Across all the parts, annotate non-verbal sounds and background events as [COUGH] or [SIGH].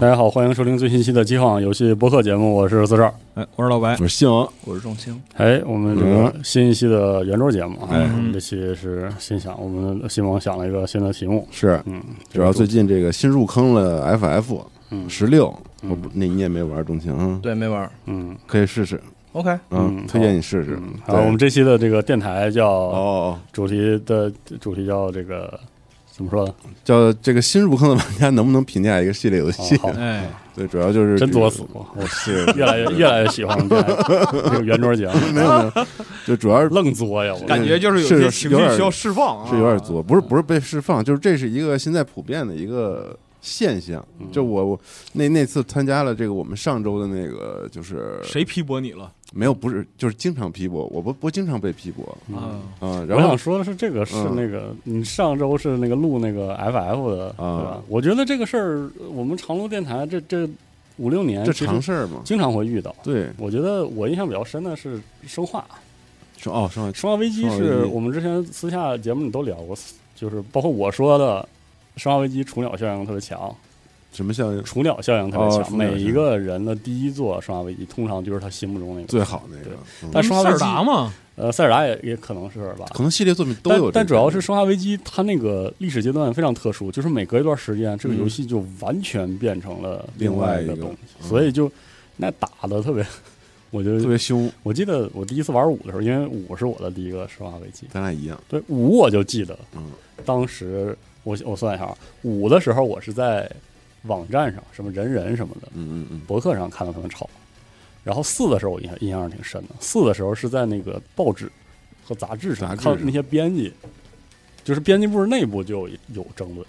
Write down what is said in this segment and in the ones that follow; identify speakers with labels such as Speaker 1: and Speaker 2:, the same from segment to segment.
Speaker 1: 大家好，欢迎收听最新一期的《机晃游戏播客》节目，我是四十二。
Speaker 2: 哎，我是老白，
Speaker 3: 我是信王，
Speaker 2: 我是仲青，
Speaker 1: 哎，我们这个新一期的圆周节目啊，
Speaker 3: 嗯哎
Speaker 1: 这期是心想，我们新王想了一个新的题目，
Speaker 3: 是
Speaker 1: 嗯，
Speaker 3: 主要最近这个新入坑了 FF
Speaker 1: 嗯
Speaker 3: 十六，我不那你也没玩钟情啊，
Speaker 2: 对，没玩儿
Speaker 1: 嗯，
Speaker 3: 可以试试，
Speaker 2: ，OK，
Speaker 3: 嗯
Speaker 1: 嗯，
Speaker 3: 推荐你试试。
Speaker 1: 好，我们
Speaker 3: 这
Speaker 1: 这期的这个电台
Speaker 3: 哦
Speaker 1: 叫
Speaker 3: 哦
Speaker 1: 主题的主题叫这个怎么说呢？
Speaker 3: 哦叫这个新入坑的玩家能不能评价一个系列游戏
Speaker 1: 哦？好
Speaker 2: 哎，
Speaker 3: [LAUGHS] 对，主要就是
Speaker 1: 真
Speaker 3: 这个
Speaker 1: 作死，我
Speaker 3: 是
Speaker 1: [LAUGHS] 越来越越来越喜欢这个这个圆桌节目，
Speaker 3: [LAUGHS] 没有没有，就主要是
Speaker 1: 愣作呀，我
Speaker 2: 感觉就是有
Speaker 3: 是
Speaker 2: 些
Speaker 3: 有
Speaker 2: 情
Speaker 3: 有
Speaker 2: 绪
Speaker 3: 点
Speaker 2: 需要释放啊，
Speaker 3: 是有点作，不是不是被释放，就是这是一个现在普遍的一个现象。
Speaker 1: 嗯
Speaker 3: 就我我那那次参加了这个我们上周的那个就是
Speaker 2: 谁批驳你了
Speaker 3: 没有不是就是经常批驳，我不不经常被批驳
Speaker 1: 嗯
Speaker 2: 啊？
Speaker 3: 啊，
Speaker 1: 我
Speaker 3: 然后
Speaker 1: 想说的是，这个是
Speaker 3: 嗯
Speaker 1: 那个、你上周是那个录那个 FF 的，
Speaker 3: 啊
Speaker 1: 对吧？我觉得这个事儿，我们长路电台这这五六年，
Speaker 3: 这常事儿嘛，
Speaker 1: 经常会遇到。
Speaker 3: 对，
Speaker 1: 我觉得我印象比较深的是生化，
Speaker 3: 说哦说
Speaker 1: 生化危机
Speaker 3: 生化危机
Speaker 1: 是我们之前私下节目里都聊过，就是包括我说的，生化危机雏鸟效应特别强，
Speaker 3: 什么效应
Speaker 1: 雏鸟效应特别
Speaker 3: 哦
Speaker 1: 强，
Speaker 3: 雏鸟效
Speaker 1: 每
Speaker 3: 应
Speaker 1: 一个人的第一座生化危机通常就是他心目中那个
Speaker 3: 最好那
Speaker 1: 对
Speaker 3: 个，嗯
Speaker 1: 但生化
Speaker 2: 塞
Speaker 1: 危
Speaker 2: 尔
Speaker 1: 机，
Speaker 2: 达嘛，
Speaker 1: 呃，塞尔达也也可能是吧，
Speaker 3: 可能系列作品都
Speaker 1: 但
Speaker 3: 有这个，
Speaker 1: 但主要是《生化危机》，它那个历史阶段非常特殊，就是每隔一段时间，这个游戏就完全变成了
Speaker 3: 嗯另
Speaker 1: 外
Speaker 3: 外一
Speaker 1: 个
Speaker 3: 个
Speaker 1: 东西，
Speaker 3: 嗯
Speaker 1: 所以就那打的特别，我觉
Speaker 3: 特
Speaker 1: 得
Speaker 3: 别凶，
Speaker 1: 我记得我第一次玩五的时候，因为五是我的第一个《生化危机》，
Speaker 3: 咱俩一样，
Speaker 1: 对五我就记得
Speaker 3: 嗯，
Speaker 1: 当时我我算一下，啊，五的时候我是在网站上，什么人人什么的
Speaker 3: 嗯嗯嗯，
Speaker 1: 博客上看到他们吵，然后四的时候我印象印象是挺深的，四的时候是在那个报纸和杂志上
Speaker 3: 杂志
Speaker 1: 看
Speaker 3: 上
Speaker 1: 那些编辑，就是编辑部内部就有有争论，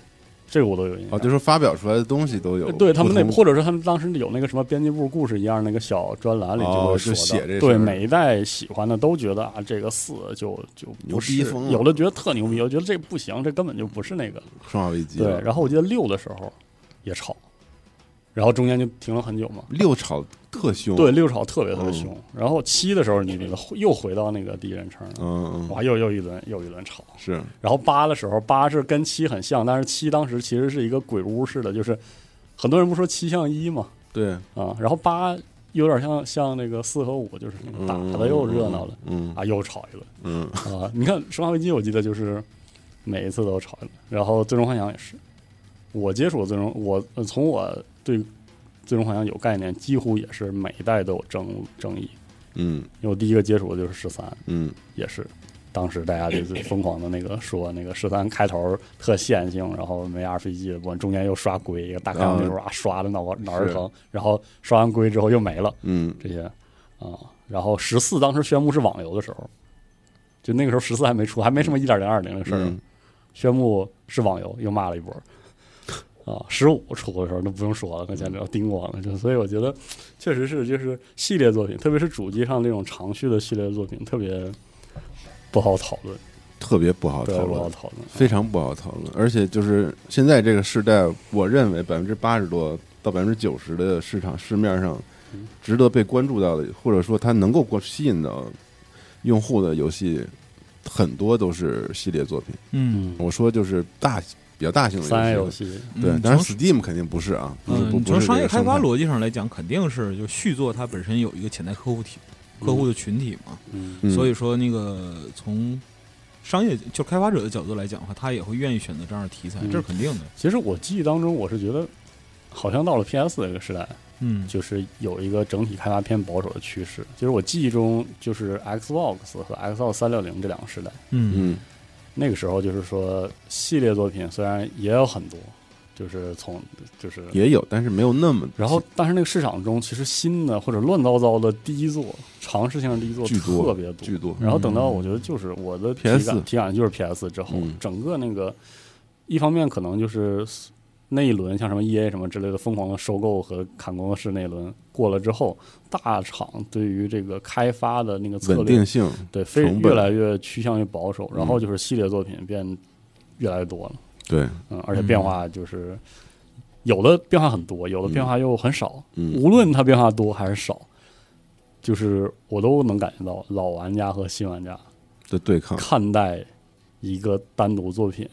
Speaker 1: 这个我都有印象。
Speaker 3: 哦，就是说发表出来的东西都
Speaker 1: 呃
Speaker 3: 有不同，
Speaker 1: 对他们那，或者是他们当时有那个什么编辑部故事一样那个小专栏里
Speaker 3: 哦
Speaker 1: 会
Speaker 3: 就
Speaker 1: 说
Speaker 3: 写
Speaker 1: 的，
Speaker 3: 这
Speaker 1: 对
Speaker 3: 事儿
Speaker 1: 每一代喜欢的都觉得啊，这个四就就
Speaker 3: 牛
Speaker 1: 不是
Speaker 3: 逼啊疯了
Speaker 1: 有的觉得特牛逼，有的觉得这不行，这根本就不是那个。
Speaker 3: 生化危机，啊
Speaker 1: 对，然后我记得六的时候也吵，然后中间就停了很久嘛。
Speaker 3: 六吵特凶，
Speaker 1: 对，，六吵特别特别
Speaker 3: 嗯
Speaker 1: 凶。然后七的时候，你你又回到那个第一人称了，
Speaker 3: 嗯嗯，
Speaker 1: 哇，又又一轮又一轮吵。
Speaker 3: 是
Speaker 1: 然后八的时候，八是跟七很像，但是七当时其实是一个鬼屋似的，就是很多人不说七像一嘛，
Speaker 3: 对，
Speaker 1: 啊，然后八有点像像那个四和五，就是那个
Speaker 3: 嗯
Speaker 1: 打的又热闹了，，
Speaker 3: 嗯
Speaker 1: 啊，又吵一轮
Speaker 3: 嗯，嗯
Speaker 1: 啊。你看《生化危机》，我记得就是每一次都吵一轮，然后《最终幻想》也是。我接触的最终，我呃从我对《最终幻想》有概念，几乎也是每一代都有争争议。
Speaker 3: 嗯
Speaker 1: 因为我第一个接触的就是十三，
Speaker 3: 嗯
Speaker 1: 也是当时大家就是疯狂的那个说那个十三开头特线性，然后没 RPG 的部分，中间又刷龟，一个大开那时候啊刷的脑瓜脑儿
Speaker 3: 是
Speaker 1: 疼，然后刷完龟之后又没了
Speaker 3: 嗯
Speaker 1: 这些啊、然后十四当时宣布是网游的时候，就那个时候十四还没出，还没什么一点零二零的事儿，
Speaker 3: 嗯
Speaker 1: 宣布是网游又骂了一波。啊，十五出的时候那不用说了，那简直要叮咣了。就所以我觉得，确实是就是系列作品，特别是主机上这种长续的系列作品，特别不好讨论，
Speaker 3: 特别不好
Speaker 1: 特
Speaker 3: 啊讨
Speaker 1: 别不好
Speaker 3: 论。
Speaker 1: 讨论。
Speaker 3: 非常不好讨论，而且就是现在这个时代，我认为百分之八十多到百分之九十的市场市面上
Speaker 1: 嗯
Speaker 3: 值得被关注到的，或者说它能够关吸引到用户的游戏，很多都是系列作品。
Speaker 2: 嗯，
Speaker 3: 我说就是大比较大型的
Speaker 1: 三 A
Speaker 3: 游
Speaker 1: 游
Speaker 3: 戏，
Speaker 1: 戏，
Speaker 3: 对，
Speaker 2: 嗯
Speaker 3: 当然
Speaker 2: 从
Speaker 3: Steam 肯定不是啊，不是
Speaker 2: 嗯
Speaker 3: 不
Speaker 2: 你
Speaker 3: 不
Speaker 2: 从
Speaker 3: 是
Speaker 2: 商业
Speaker 3: 这个
Speaker 2: 开发
Speaker 3: 生态
Speaker 2: 逻辑上来讲，肯定是就续作它本身有一个潜在客户体、客户的群体嘛，
Speaker 1: 嗯，
Speaker 3: 嗯
Speaker 2: 所以说那个从商业就开发者的角度来讲的话，他也会愿意选择这样的题材，
Speaker 1: 嗯
Speaker 2: 这是肯定的。
Speaker 1: 其实我记忆当中，我是觉得好像到了 PS 这个时代，
Speaker 2: 嗯，
Speaker 1: 就是有一个整体开发偏保守的趋势。就是我记忆中，就是 Xbox 和 Xbox 三六零这两个时代，
Speaker 2: 嗯
Speaker 3: 嗯
Speaker 1: 那个时候就是说系列作品虽然也有很多，就是从就是
Speaker 3: 也有，但是没有那么
Speaker 1: 然后，但是那个市场中，其实新的或者乱糟糟的第一座尝试性的第一座
Speaker 3: 巨多
Speaker 1: 特别多。
Speaker 3: 巨多，
Speaker 2: 嗯
Speaker 1: 然后等到
Speaker 3: 嗯
Speaker 1: 我觉得就是我的体
Speaker 3: PS
Speaker 1: 感体感就是 PS 之后
Speaker 3: 嗯，
Speaker 1: 整个那个一方面可能就是那一轮像什么 EA 什么之类的疯狂的收购和砍工作室那一轮过了之后，大厂对于这个开发的那个策
Speaker 3: 稳
Speaker 1: 略
Speaker 3: 定性
Speaker 1: 对非
Speaker 3: 成本嗯
Speaker 1: 越来越趋向于保守，然后就是系列作品变越来越多了。
Speaker 3: 对，
Speaker 1: 嗯，而且变化就是有的变化很多，有的变化又很少。
Speaker 3: 嗯
Speaker 1: 无论它变化多还是少，就是我都能感觉到老玩家和新玩家
Speaker 3: 嗯的对抗
Speaker 1: 看待一个单独作品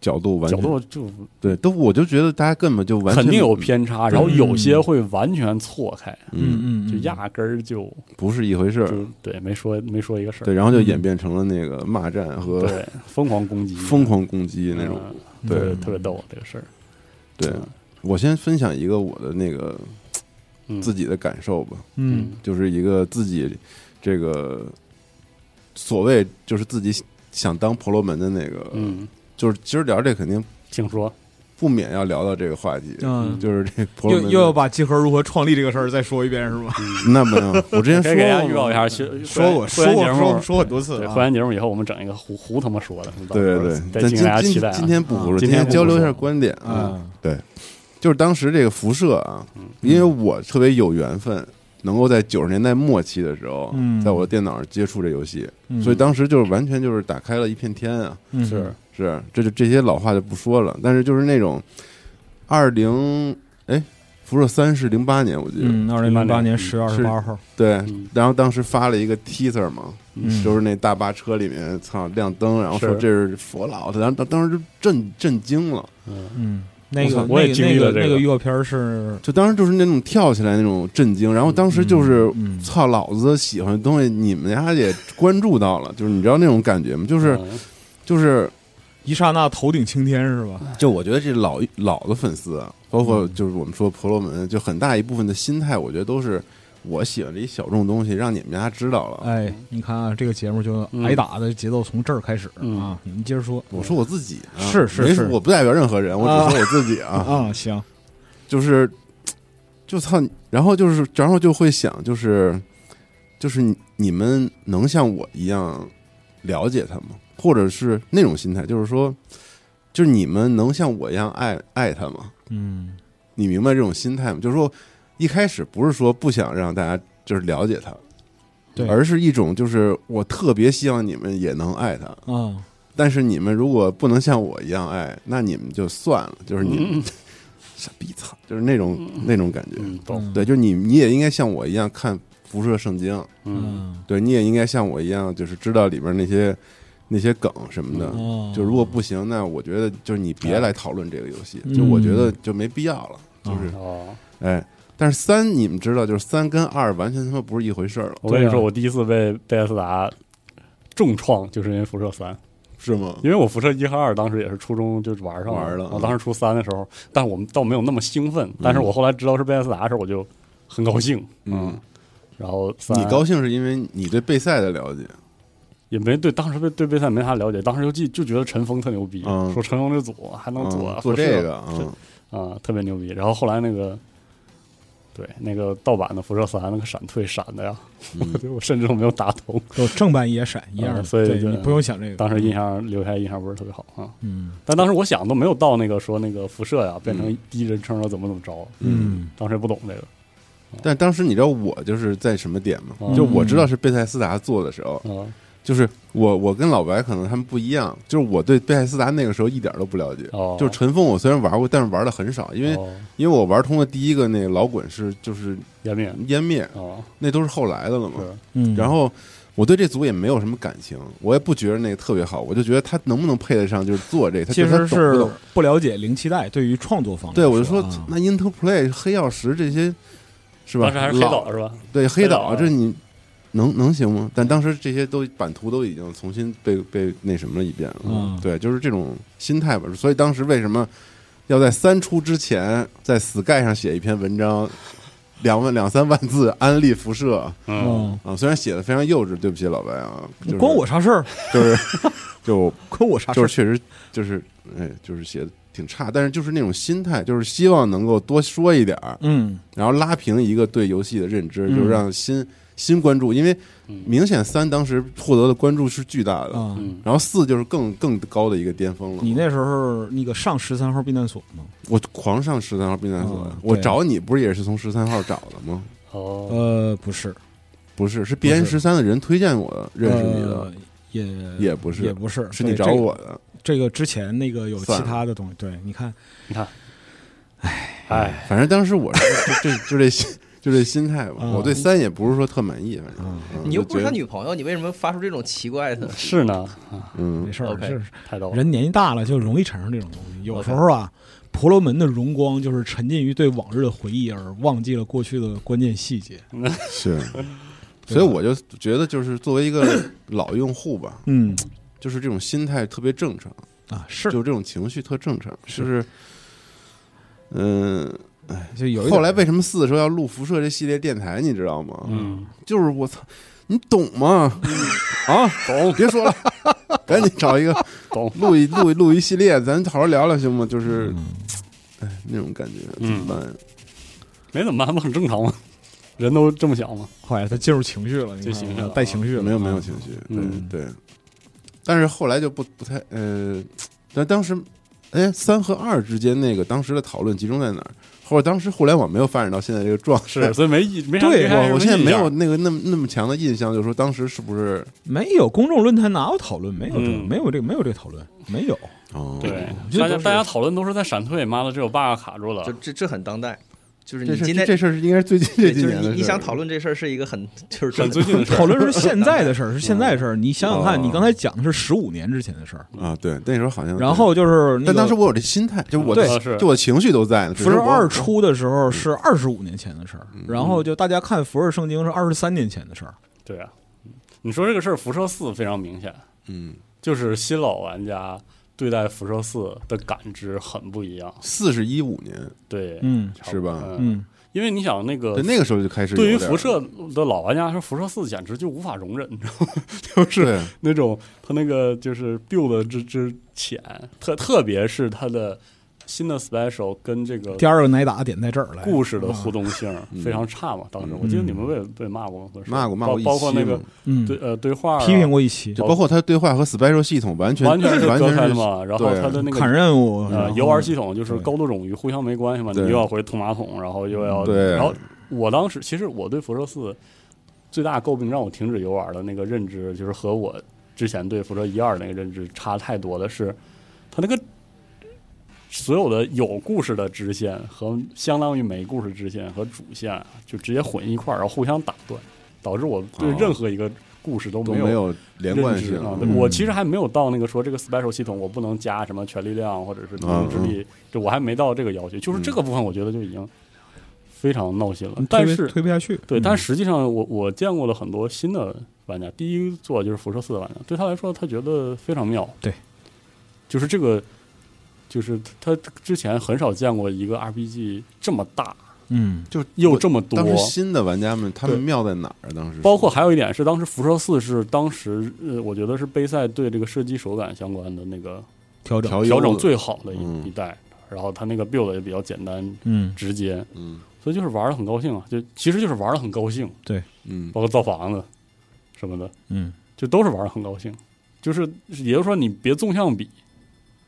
Speaker 3: 角度完
Speaker 1: 角
Speaker 3: 全
Speaker 1: 度就
Speaker 3: 对，都我就觉得大家根本就完全
Speaker 1: 肯定有偏差，然后有些会完全错开，
Speaker 3: 嗯，
Speaker 2: 嗯
Speaker 1: 就压根儿就
Speaker 3: 不是一回事儿。
Speaker 1: 就对没说没说一个事儿，
Speaker 3: 对，然后就演变成了那个骂战和
Speaker 1: 对疯狂攻击，
Speaker 3: 疯狂攻击那种。
Speaker 1: 嗯
Speaker 3: 对
Speaker 1: 特别特别逗这个事儿，
Speaker 3: 对我先分享一个我的那个
Speaker 1: 嗯
Speaker 3: 自己的感受吧，
Speaker 2: 嗯
Speaker 3: 就是一个自己这个所谓就是自己想当婆罗门的那个，
Speaker 1: 嗯，
Speaker 3: 就是今儿聊这肯定
Speaker 1: 请说，
Speaker 3: 不免要聊到这个话题，
Speaker 2: 嗯，
Speaker 3: 就是这婆罗
Speaker 2: 又
Speaker 3: 门的
Speaker 2: 又要把集合如何创立这个事儿再说一遍是
Speaker 1: [LAUGHS]
Speaker 2: 吗？
Speaker 3: 那没有，我之前
Speaker 1: 可以给大家预
Speaker 3: 说
Speaker 1: 告
Speaker 3: 过
Speaker 1: 一下，
Speaker 2: 说
Speaker 1: 我
Speaker 2: 过说
Speaker 1: 节
Speaker 2: 过
Speaker 1: 目
Speaker 2: 说过说很多次
Speaker 1: 对，
Speaker 2: 啊
Speaker 1: 会，完节目以后，我们整一个胡胡他妈说的，到时
Speaker 3: 对
Speaker 1: 候
Speaker 3: 对，
Speaker 1: 再
Speaker 3: 咱
Speaker 1: 敬请大家
Speaker 3: 今
Speaker 1: 期待啊。
Speaker 3: 今天不胡说，
Speaker 1: 啊
Speaker 3: 今
Speaker 1: 今天不
Speaker 3: 交流一
Speaker 1: 胡
Speaker 3: 下
Speaker 1: 说嗯
Speaker 3: 观点啊。
Speaker 2: 啊，
Speaker 3: 就是当时这个辐射啊，因为我特别有缘分，能够在九十年代末期的时候
Speaker 2: 嗯，
Speaker 3: 在我的电脑上接触这游戏，
Speaker 2: 嗯
Speaker 3: 所以当时就是完全就是打开了一片天啊。
Speaker 2: 嗯
Speaker 1: 是
Speaker 3: 是，这就这些老话就不说了，但是就是那种二零哎，辐射三是零八年，我记得、
Speaker 2: 嗯，二零零八年十月二十八号，
Speaker 3: 对
Speaker 1: 嗯，
Speaker 3: 然后当时发了一个 teaser 嘛，
Speaker 2: 嗯
Speaker 3: 就是那大巴车里面操亮灯，然后说
Speaker 1: 是
Speaker 3: 这是佛老的，然后当当时就震震惊了，
Speaker 1: 嗯，
Speaker 2: 嗯，那个
Speaker 1: 我我也
Speaker 2: 那个
Speaker 1: 经历了
Speaker 2: 那
Speaker 1: 这个
Speaker 2: 个那个预告片儿是
Speaker 3: 就当时就是那种跳起来那种震惊，然后当时就是。
Speaker 2: 嗯
Speaker 3: 操，老子喜欢的东西，你们家也关注到了，就是你知道那种感觉吗？就是
Speaker 1: 嗯
Speaker 3: 就是，
Speaker 2: 一刹那头顶青天是吧？
Speaker 3: 就我觉得这老老的粉丝啊，包括
Speaker 2: 嗯
Speaker 3: 就是我们说婆罗门，就很大一部分的心态，我觉得都是我喜欢这一小众东西，让你们家知道了。
Speaker 2: 哎，你看啊，这个节目就挨打的节奏从这儿开始
Speaker 1: 嗯
Speaker 2: 啊，你们接着说，
Speaker 3: 我说我自己、啊、
Speaker 2: 是是
Speaker 3: 没
Speaker 2: 是
Speaker 3: 我不代表任何人，我只说我自己
Speaker 2: [LAUGHS]
Speaker 3: 啊，
Speaker 2: 啊，行，
Speaker 3: 就是就操，然后就是然后就会想，就是就是你你们能像我一样了解他吗？或者是那种心态，就是说，就是你们能像我一样爱爱他吗？
Speaker 2: 嗯
Speaker 3: 你明白这种心态吗？就是说，一开始不是说不想让大家就是了解他，
Speaker 2: 对
Speaker 3: 而是一种就是我特别希望你们也能爱他，
Speaker 2: 啊，
Speaker 3: 但是你们如果不能像我一样爱，那你们就算了，就是你们、 [LAUGHS] 傻逼操，就是那种那种感觉。
Speaker 1: 嗯，懂，
Speaker 3: 对，就是你你也应该像我一样看辐射圣经，
Speaker 1: 嗯，
Speaker 3: 对，你也应该像我一样就是知道里边那些那些梗什么
Speaker 1: 嗯
Speaker 3: 的。
Speaker 2: 哦
Speaker 3: 就如果不行，那我觉得就是你别来讨论这个游戏，
Speaker 2: 嗯
Speaker 3: 就我觉得就没必要了，就是。
Speaker 1: 哦，
Speaker 3: 哎，但是三你们知道，就是三跟二完全他妈不是一回事儿了，
Speaker 1: 我跟
Speaker 2: 对
Speaker 1: 你
Speaker 2: 啊
Speaker 1: 说，我第一次被贝塞斯达重创，就是因为辐射三，
Speaker 3: 是吗？
Speaker 1: 因为我辐射一和二当时也是初中就玩上
Speaker 3: 玩了
Speaker 1: 我当时初三的时候，但我们倒没有那么兴奋，但是我后来知道是贝塞斯达的时候，我就很高兴，
Speaker 3: 嗯，
Speaker 1: 然后三
Speaker 3: 你高兴是因为你对备赛的了解，
Speaker 1: 也没对当时对对贝塞没啥了解，当时就记就觉得陈峰特牛逼，
Speaker 3: 嗯
Speaker 1: 说陈峰这组还能组
Speaker 3: 嗯
Speaker 1: 啊
Speaker 3: 做
Speaker 1: 辐射
Speaker 3: 这个啊，
Speaker 1: 啊，特别牛逼。然后后来那个，对那个盗版的辐射三那个闪退闪的呀，我
Speaker 3: 嗯
Speaker 1: [LAUGHS] 就我甚至都没有打通，
Speaker 2: 就正版也闪一样的，
Speaker 1: 啊所以
Speaker 2: 对
Speaker 1: 就
Speaker 2: 你不用想这个。
Speaker 1: 当时印象留下印象不是特别好啊。
Speaker 2: 嗯
Speaker 1: 但当时我想都没有到那个说那个辐射呀变成第一人称了怎么怎么着，
Speaker 2: 嗯
Speaker 1: 当时也不懂这个
Speaker 3: 但当时你知道我就是在什么点吗？
Speaker 1: 嗯
Speaker 3: 就我知道是贝塞斯达做的时候，
Speaker 1: 啊，
Speaker 3: 就是我我跟老白可能他们不一样，就是我对贝塞斯达那个时候一点都不了解。
Speaker 1: 哦，
Speaker 3: 就是陈峰，我虽然玩过，但是玩的很少，因为
Speaker 1: 哦
Speaker 3: 因为我玩通的第一个那个老滚是就是
Speaker 1: 颜面
Speaker 3: 湮灭，
Speaker 1: 哦
Speaker 3: 那都是后来的了嘛。
Speaker 1: 是
Speaker 2: 嗯，
Speaker 3: 然后我对这组也没有什么感情，我也不觉得那个特别好，我就觉得他能不能配得上，就是做这个，他
Speaker 2: 其
Speaker 3: 就
Speaker 2: 实
Speaker 3: 是他懂不
Speaker 2: 是
Speaker 3: 懂
Speaker 2: 不了解零七代对于创作方来
Speaker 3: 对我就
Speaker 2: 说
Speaker 3: 说
Speaker 2: 啊，
Speaker 3: 那 Interplay 黑曜石这些是吧？
Speaker 1: 当时还是黑
Speaker 3: 老
Speaker 1: 岛是吧？
Speaker 3: 对黑
Speaker 1: 黑
Speaker 2: 啊
Speaker 3: 岛啊
Speaker 1: 岛
Speaker 3: 这你能能行吗？但当时这些都版图都已经重新被被那什么了一遍了，
Speaker 2: 嗯
Speaker 3: 对，就是这种心态吧。所以当时为什么要在三出之前在 Sky 上写一篇文章， [LAUGHS] 两万两三万字安利辐射
Speaker 2: 嗯，
Speaker 3: 啊？虽然写的非常幼稚，对不起老白啊，就是、
Speaker 2: 关我啥事儿？
Speaker 3: 就是
Speaker 2: [LAUGHS]
Speaker 3: 就
Speaker 2: 关我啥事
Speaker 3: 就
Speaker 2: 儿
Speaker 3: 是？确实就是哎就是写的挺差，但是就是那种心态，就是希望能够多说一点儿，
Speaker 2: 嗯
Speaker 3: 然后拉平一个对游戏的认知，
Speaker 2: 嗯
Speaker 3: 就让新新关注，因为明显三当时获得的关注是巨大的，
Speaker 2: 啊，
Speaker 1: 嗯
Speaker 3: 然后四就是更更高的一个巅峰了。
Speaker 2: 你那时候那个上十三号避难所吗？
Speaker 3: 我狂上十三号避难所
Speaker 2: 嗯，
Speaker 3: 我
Speaker 2: 对
Speaker 3: 找你不是也是从十三号找的吗？
Speaker 1: 哦
Speaker 2: 呃，不是，
Speaker 3: 不是，是 B N 十三的人推荐我的认识你的，
Speaker 2: 呃，也
Speaker 3: 也不
Speaker 2: 也
Speaker 3: 是，
Speaker 2: 不是，
Speaker 3: 是你
Speaker 2: 对
Speaker 3: 找
Speaker 2: 这个
Speaker 3: 我的。
Speaker 2: 这个之前那个有其
Speaker 3: 算了
Speaker 2: 他的东西，对，你看，
Speaker 1: 你看，哎哎，
Speaker 3: 反正当时我是 [LAUGHS] 就这就这心就这心态吧。
Speaker 2: 啊
Speaker 3: 我对三也不是说特满意，反正
Speaker 2: 啊
Speaker 3: 嗯
Speaker 4: 你又不
Speaker 3: 就
Speaker 4: 是他
Speaker 3: 觉得
Speaker 4: 女朋友，你为什么发出这种奇怪
Speaker 1: [LAUGHS]
Speaker 4: 的？
Speaker 1: 是呢，啊
Speaker 3: 嗯
Speaker 2: 没，事儿，
Speaker 4: OK
Speaker 2: 就是
Speaker 1: 太逗了。
Speaker 2: 人年纪大了就容易产生这种东西。有时候啊，婆罗门的荣光就是沉浸于对往日的回忆，而忘记了过去的关键细节。
Speaker 3: 是。
Speaker 2: [LAUGHS]
Speaker 3: 所以我就觉得，就是作为一个老用户吧，
Speaker 2: 嗯
Speaker 3: 就是这种心态特别正常，
Speaker 2: 啊，是
Speaker 3: 就这种情绪特正常，就是，嗯、
Speaker 2: 就有一
Speaker 3: 后来
Speaker 2: 被
Speaker 3: 为什么四的时候要录辐射这系列电台，你知道吗？
Speaker 1: 嗯，
Speaker 3: 就是我操，你懂吗？啊，懂，别说了，赶紧找一个
Speaker 1: 懂
Speaker 3: 录一录一录一系列，咱好好聊聊行吗？就是，哎，那种感觉怎么办呀？啊
Speaker 1: 没怎么办，不很正常吗？ [LAUGHS] 人都这么想吗？
Speaker 2: 后来他进入情绪了，
Speaker 1: 进
Speaker 2: 你看
Speaker 1: 情绪了
Speaker 2: 带情绪了，
Speaker 3: 没有没有
Speaker 2: 啊
Speaker 3: 情绪，
Speaker 1: 嗯
Speaker 3: 对对。但是后来就不不太呃，但当时哎三和二之间那个当时的讨论集中在哪儿？或者当时互联网没有发展到现在这个状态，
Speaker 1: 是，所以没意没啥。
Speaker 2: 对
Speaker 1: 没啥
Speaker 3: 我我现在没有
Speaker 1: 印象
Speaker 3: 那个那么那么强的印象，就是说当时是不是
Speaker 2: 没有公众论坛哪有讨论？没有这个
Speaker 1: 嗯
Speaker 2: 没有这个没有这个讨论，没有。
Speaker 3: 哦
Speaker 1: 对，
Speaker 2: 这
Speaker 1: 大
Speaker 2: 都
Speaker 1: 家
Speaker 2: 是
Speaker 1: 大家讨论都是在闪退，妈的，这有 bug 卡住了
Speaker 4: 就。这这很当代，就是
Speaker 3: 这
Speaker 4: 你
Speaker 3: 事
Speaker 4: 今
Speaker 3: 这
Speaker 4: 天
Speaker 3: 这事儿应该是最近这
Speaker 4: 对，
Speaker 3: 几
Speaker 4: 就是
Speaker 3: 年的事
Speaker 4: 你你
Speaker 3: 儿
Speaker 4: 想讨论这事儿是一个很就是
Speaker 1: 很最近的事儿
Speaker 2: 讨论是现在的事儿，是现在的事儿。你想想看，
Speaker 3: 哦
Speaker 2: 你刚才讲的是十五年之前的事儿，
Speaker 3: 啊？对，那时候好像
Speaker 2: 然后就是那
Speaker 3: 但当时
Speaker 2: 个
Speaker 3: 我有这心态，就我
Speaker 2: 对
Speaker 1: 啊
Speaker 3: 的
Speaker 1: 是
Speaker 3: 就我情绪都在呢。
Speaker 2: 辐射二
Speaker 3: 出，
Speaker 2: 出的时候是二十五年前的事儿，然后就大家看辐射圣经是二十三年前的事儿。
Speaker 1: 对啊，你说这个事儿，辐射四非常明显，
Speaker 3: 嗯，
Speaker 1: 就是新老玩家对待辐射四的感知很不一样。
Speaker 3: 四是一五年，
Speaker 1: 对，
Speaker 2: 嗯
Speaker 1: 差不多
Speaker 3: 是吧
Speaker 1: 嗯，
Speaker 2: 嗯，
Speaker 1: 因为你想那个
Speaker 3: 对那个时候就开始
Speaker 1: 对于
Speaker 3: 有点
Speaker 1: 辐射的老玩家来说，辐射四简直就无法容忍，你知道吗？
Speaker 3: 是对
Speaker 1: 那种他那个就是 build 之之浅，特特别是他的新的 special 跟这个
Speaker 2: 嗯第二个挨打点在这儿来，
Speaker 1: 故事的互动性非常差嘛。当时我记得
Speaker 2: 嗯
Speaker 1: 你们被被骂过，或者是
Speaker 3: 嗯骂过骂过一期嘛，
Speaker 1: 包包括那个
Speaker 2: 嗯，
Speaker 1: 对呃对话啊
Speaker 2: 批评过一期，
Speaker 3: 就包括他对话和 special 系统完全
Speaker 1: 完全是
Speaker 3: 完
Speaker 1: 隔
Speaker 3: 全
Speaker 1: 开的
Speaker 3: 是
Speaker 1: 嘛。然后
Speaker 3: 对
Speaker 1: 他的那
Speaker 2: 砍
Speaker 1: 个
Speaker 2: 任务，然
Speaker 1: 呃
Speaker 2: 后
Speaker 1: 游玩系统就是
Speaker 2: 对
Speaker 1: 高度冗余，互相没关系嘛。你又
Speaker 3: 对
Speaker 1: 要回吐马桶，然后又要
Speaker 3: 对
Speaker 1: 然后我当时其实我对辐射四最大诟病让我停止游玩的那个认知，就是和我之前对辐射一二那个认知差太多的是，它那个所有的有故事的支线和相当于没故事支线和主线啊就直接混一块儿，然后互相打断，导致我对
Speaker 3: 哦
Speaker 1: 任何一个故事都
Speaker 3: 都
Speaker 1: 没有
Speaker 3: 没有连贯
Speaker 1: 认知
Speaker 3: 性
Speaker 1: 啊。
Speaker 2: 嗯
Speaker 1: 我其实还没有到那个说这个 special 系统我不能加什么全力量或者是平衡之
Speaker 2: 嗯
Speaker 1: 力，这我还没到这个要求。就是这个部分，我觉得就已经非常闹心了
Speaker 2: 嗯。
Speaker 1: 但
Speaker 2: 推
Speaker 1: 是
Speaker 2: 推不下去，
Speaker 1: 对，
Speaker 2: 嗯
Speaker 1: 但实际上我我见过了很多新的玩家，第一座就是辐射四的玩家，对他来说他觉得非常妙。
Speaker 2: 对，
Speaker 1: 就是这个，就是他他之前很少见过一个 RPG 这么大
Speaker 2: 嗯
Speaker 3: 就
Speaker 1: 又这么多
Speaker 3: 当。时新的玩家们他们
Speaker 1: 对
Speaker 3: 妙在哪儿啊？当时是
Speaker 1: 包括还有一点是，当时辐射四是当时呃，我觉得是杯赛对这个射击手感相关的那个
Speaker 2: 调整，
Speaker 3: 调优
Speaker 1: 调整最好的一、
Speaker 3: 哦嗯
Speaker 1: 一代，然后它那个 build 也比较简单
Speaker 2: 嗯
Speaker 1: 直接，
Speaker 3: 嗯
Speaker 1: 所以就是玩的很高兴啊，就其实就是玩的很高兴，
Speaker 3: 嗯
Speaker 1: 包括造房子什么的，
Speaker 2: 嗯
Speaker 1: 就都是玩的很高兴，就是也就是说你别纵向比，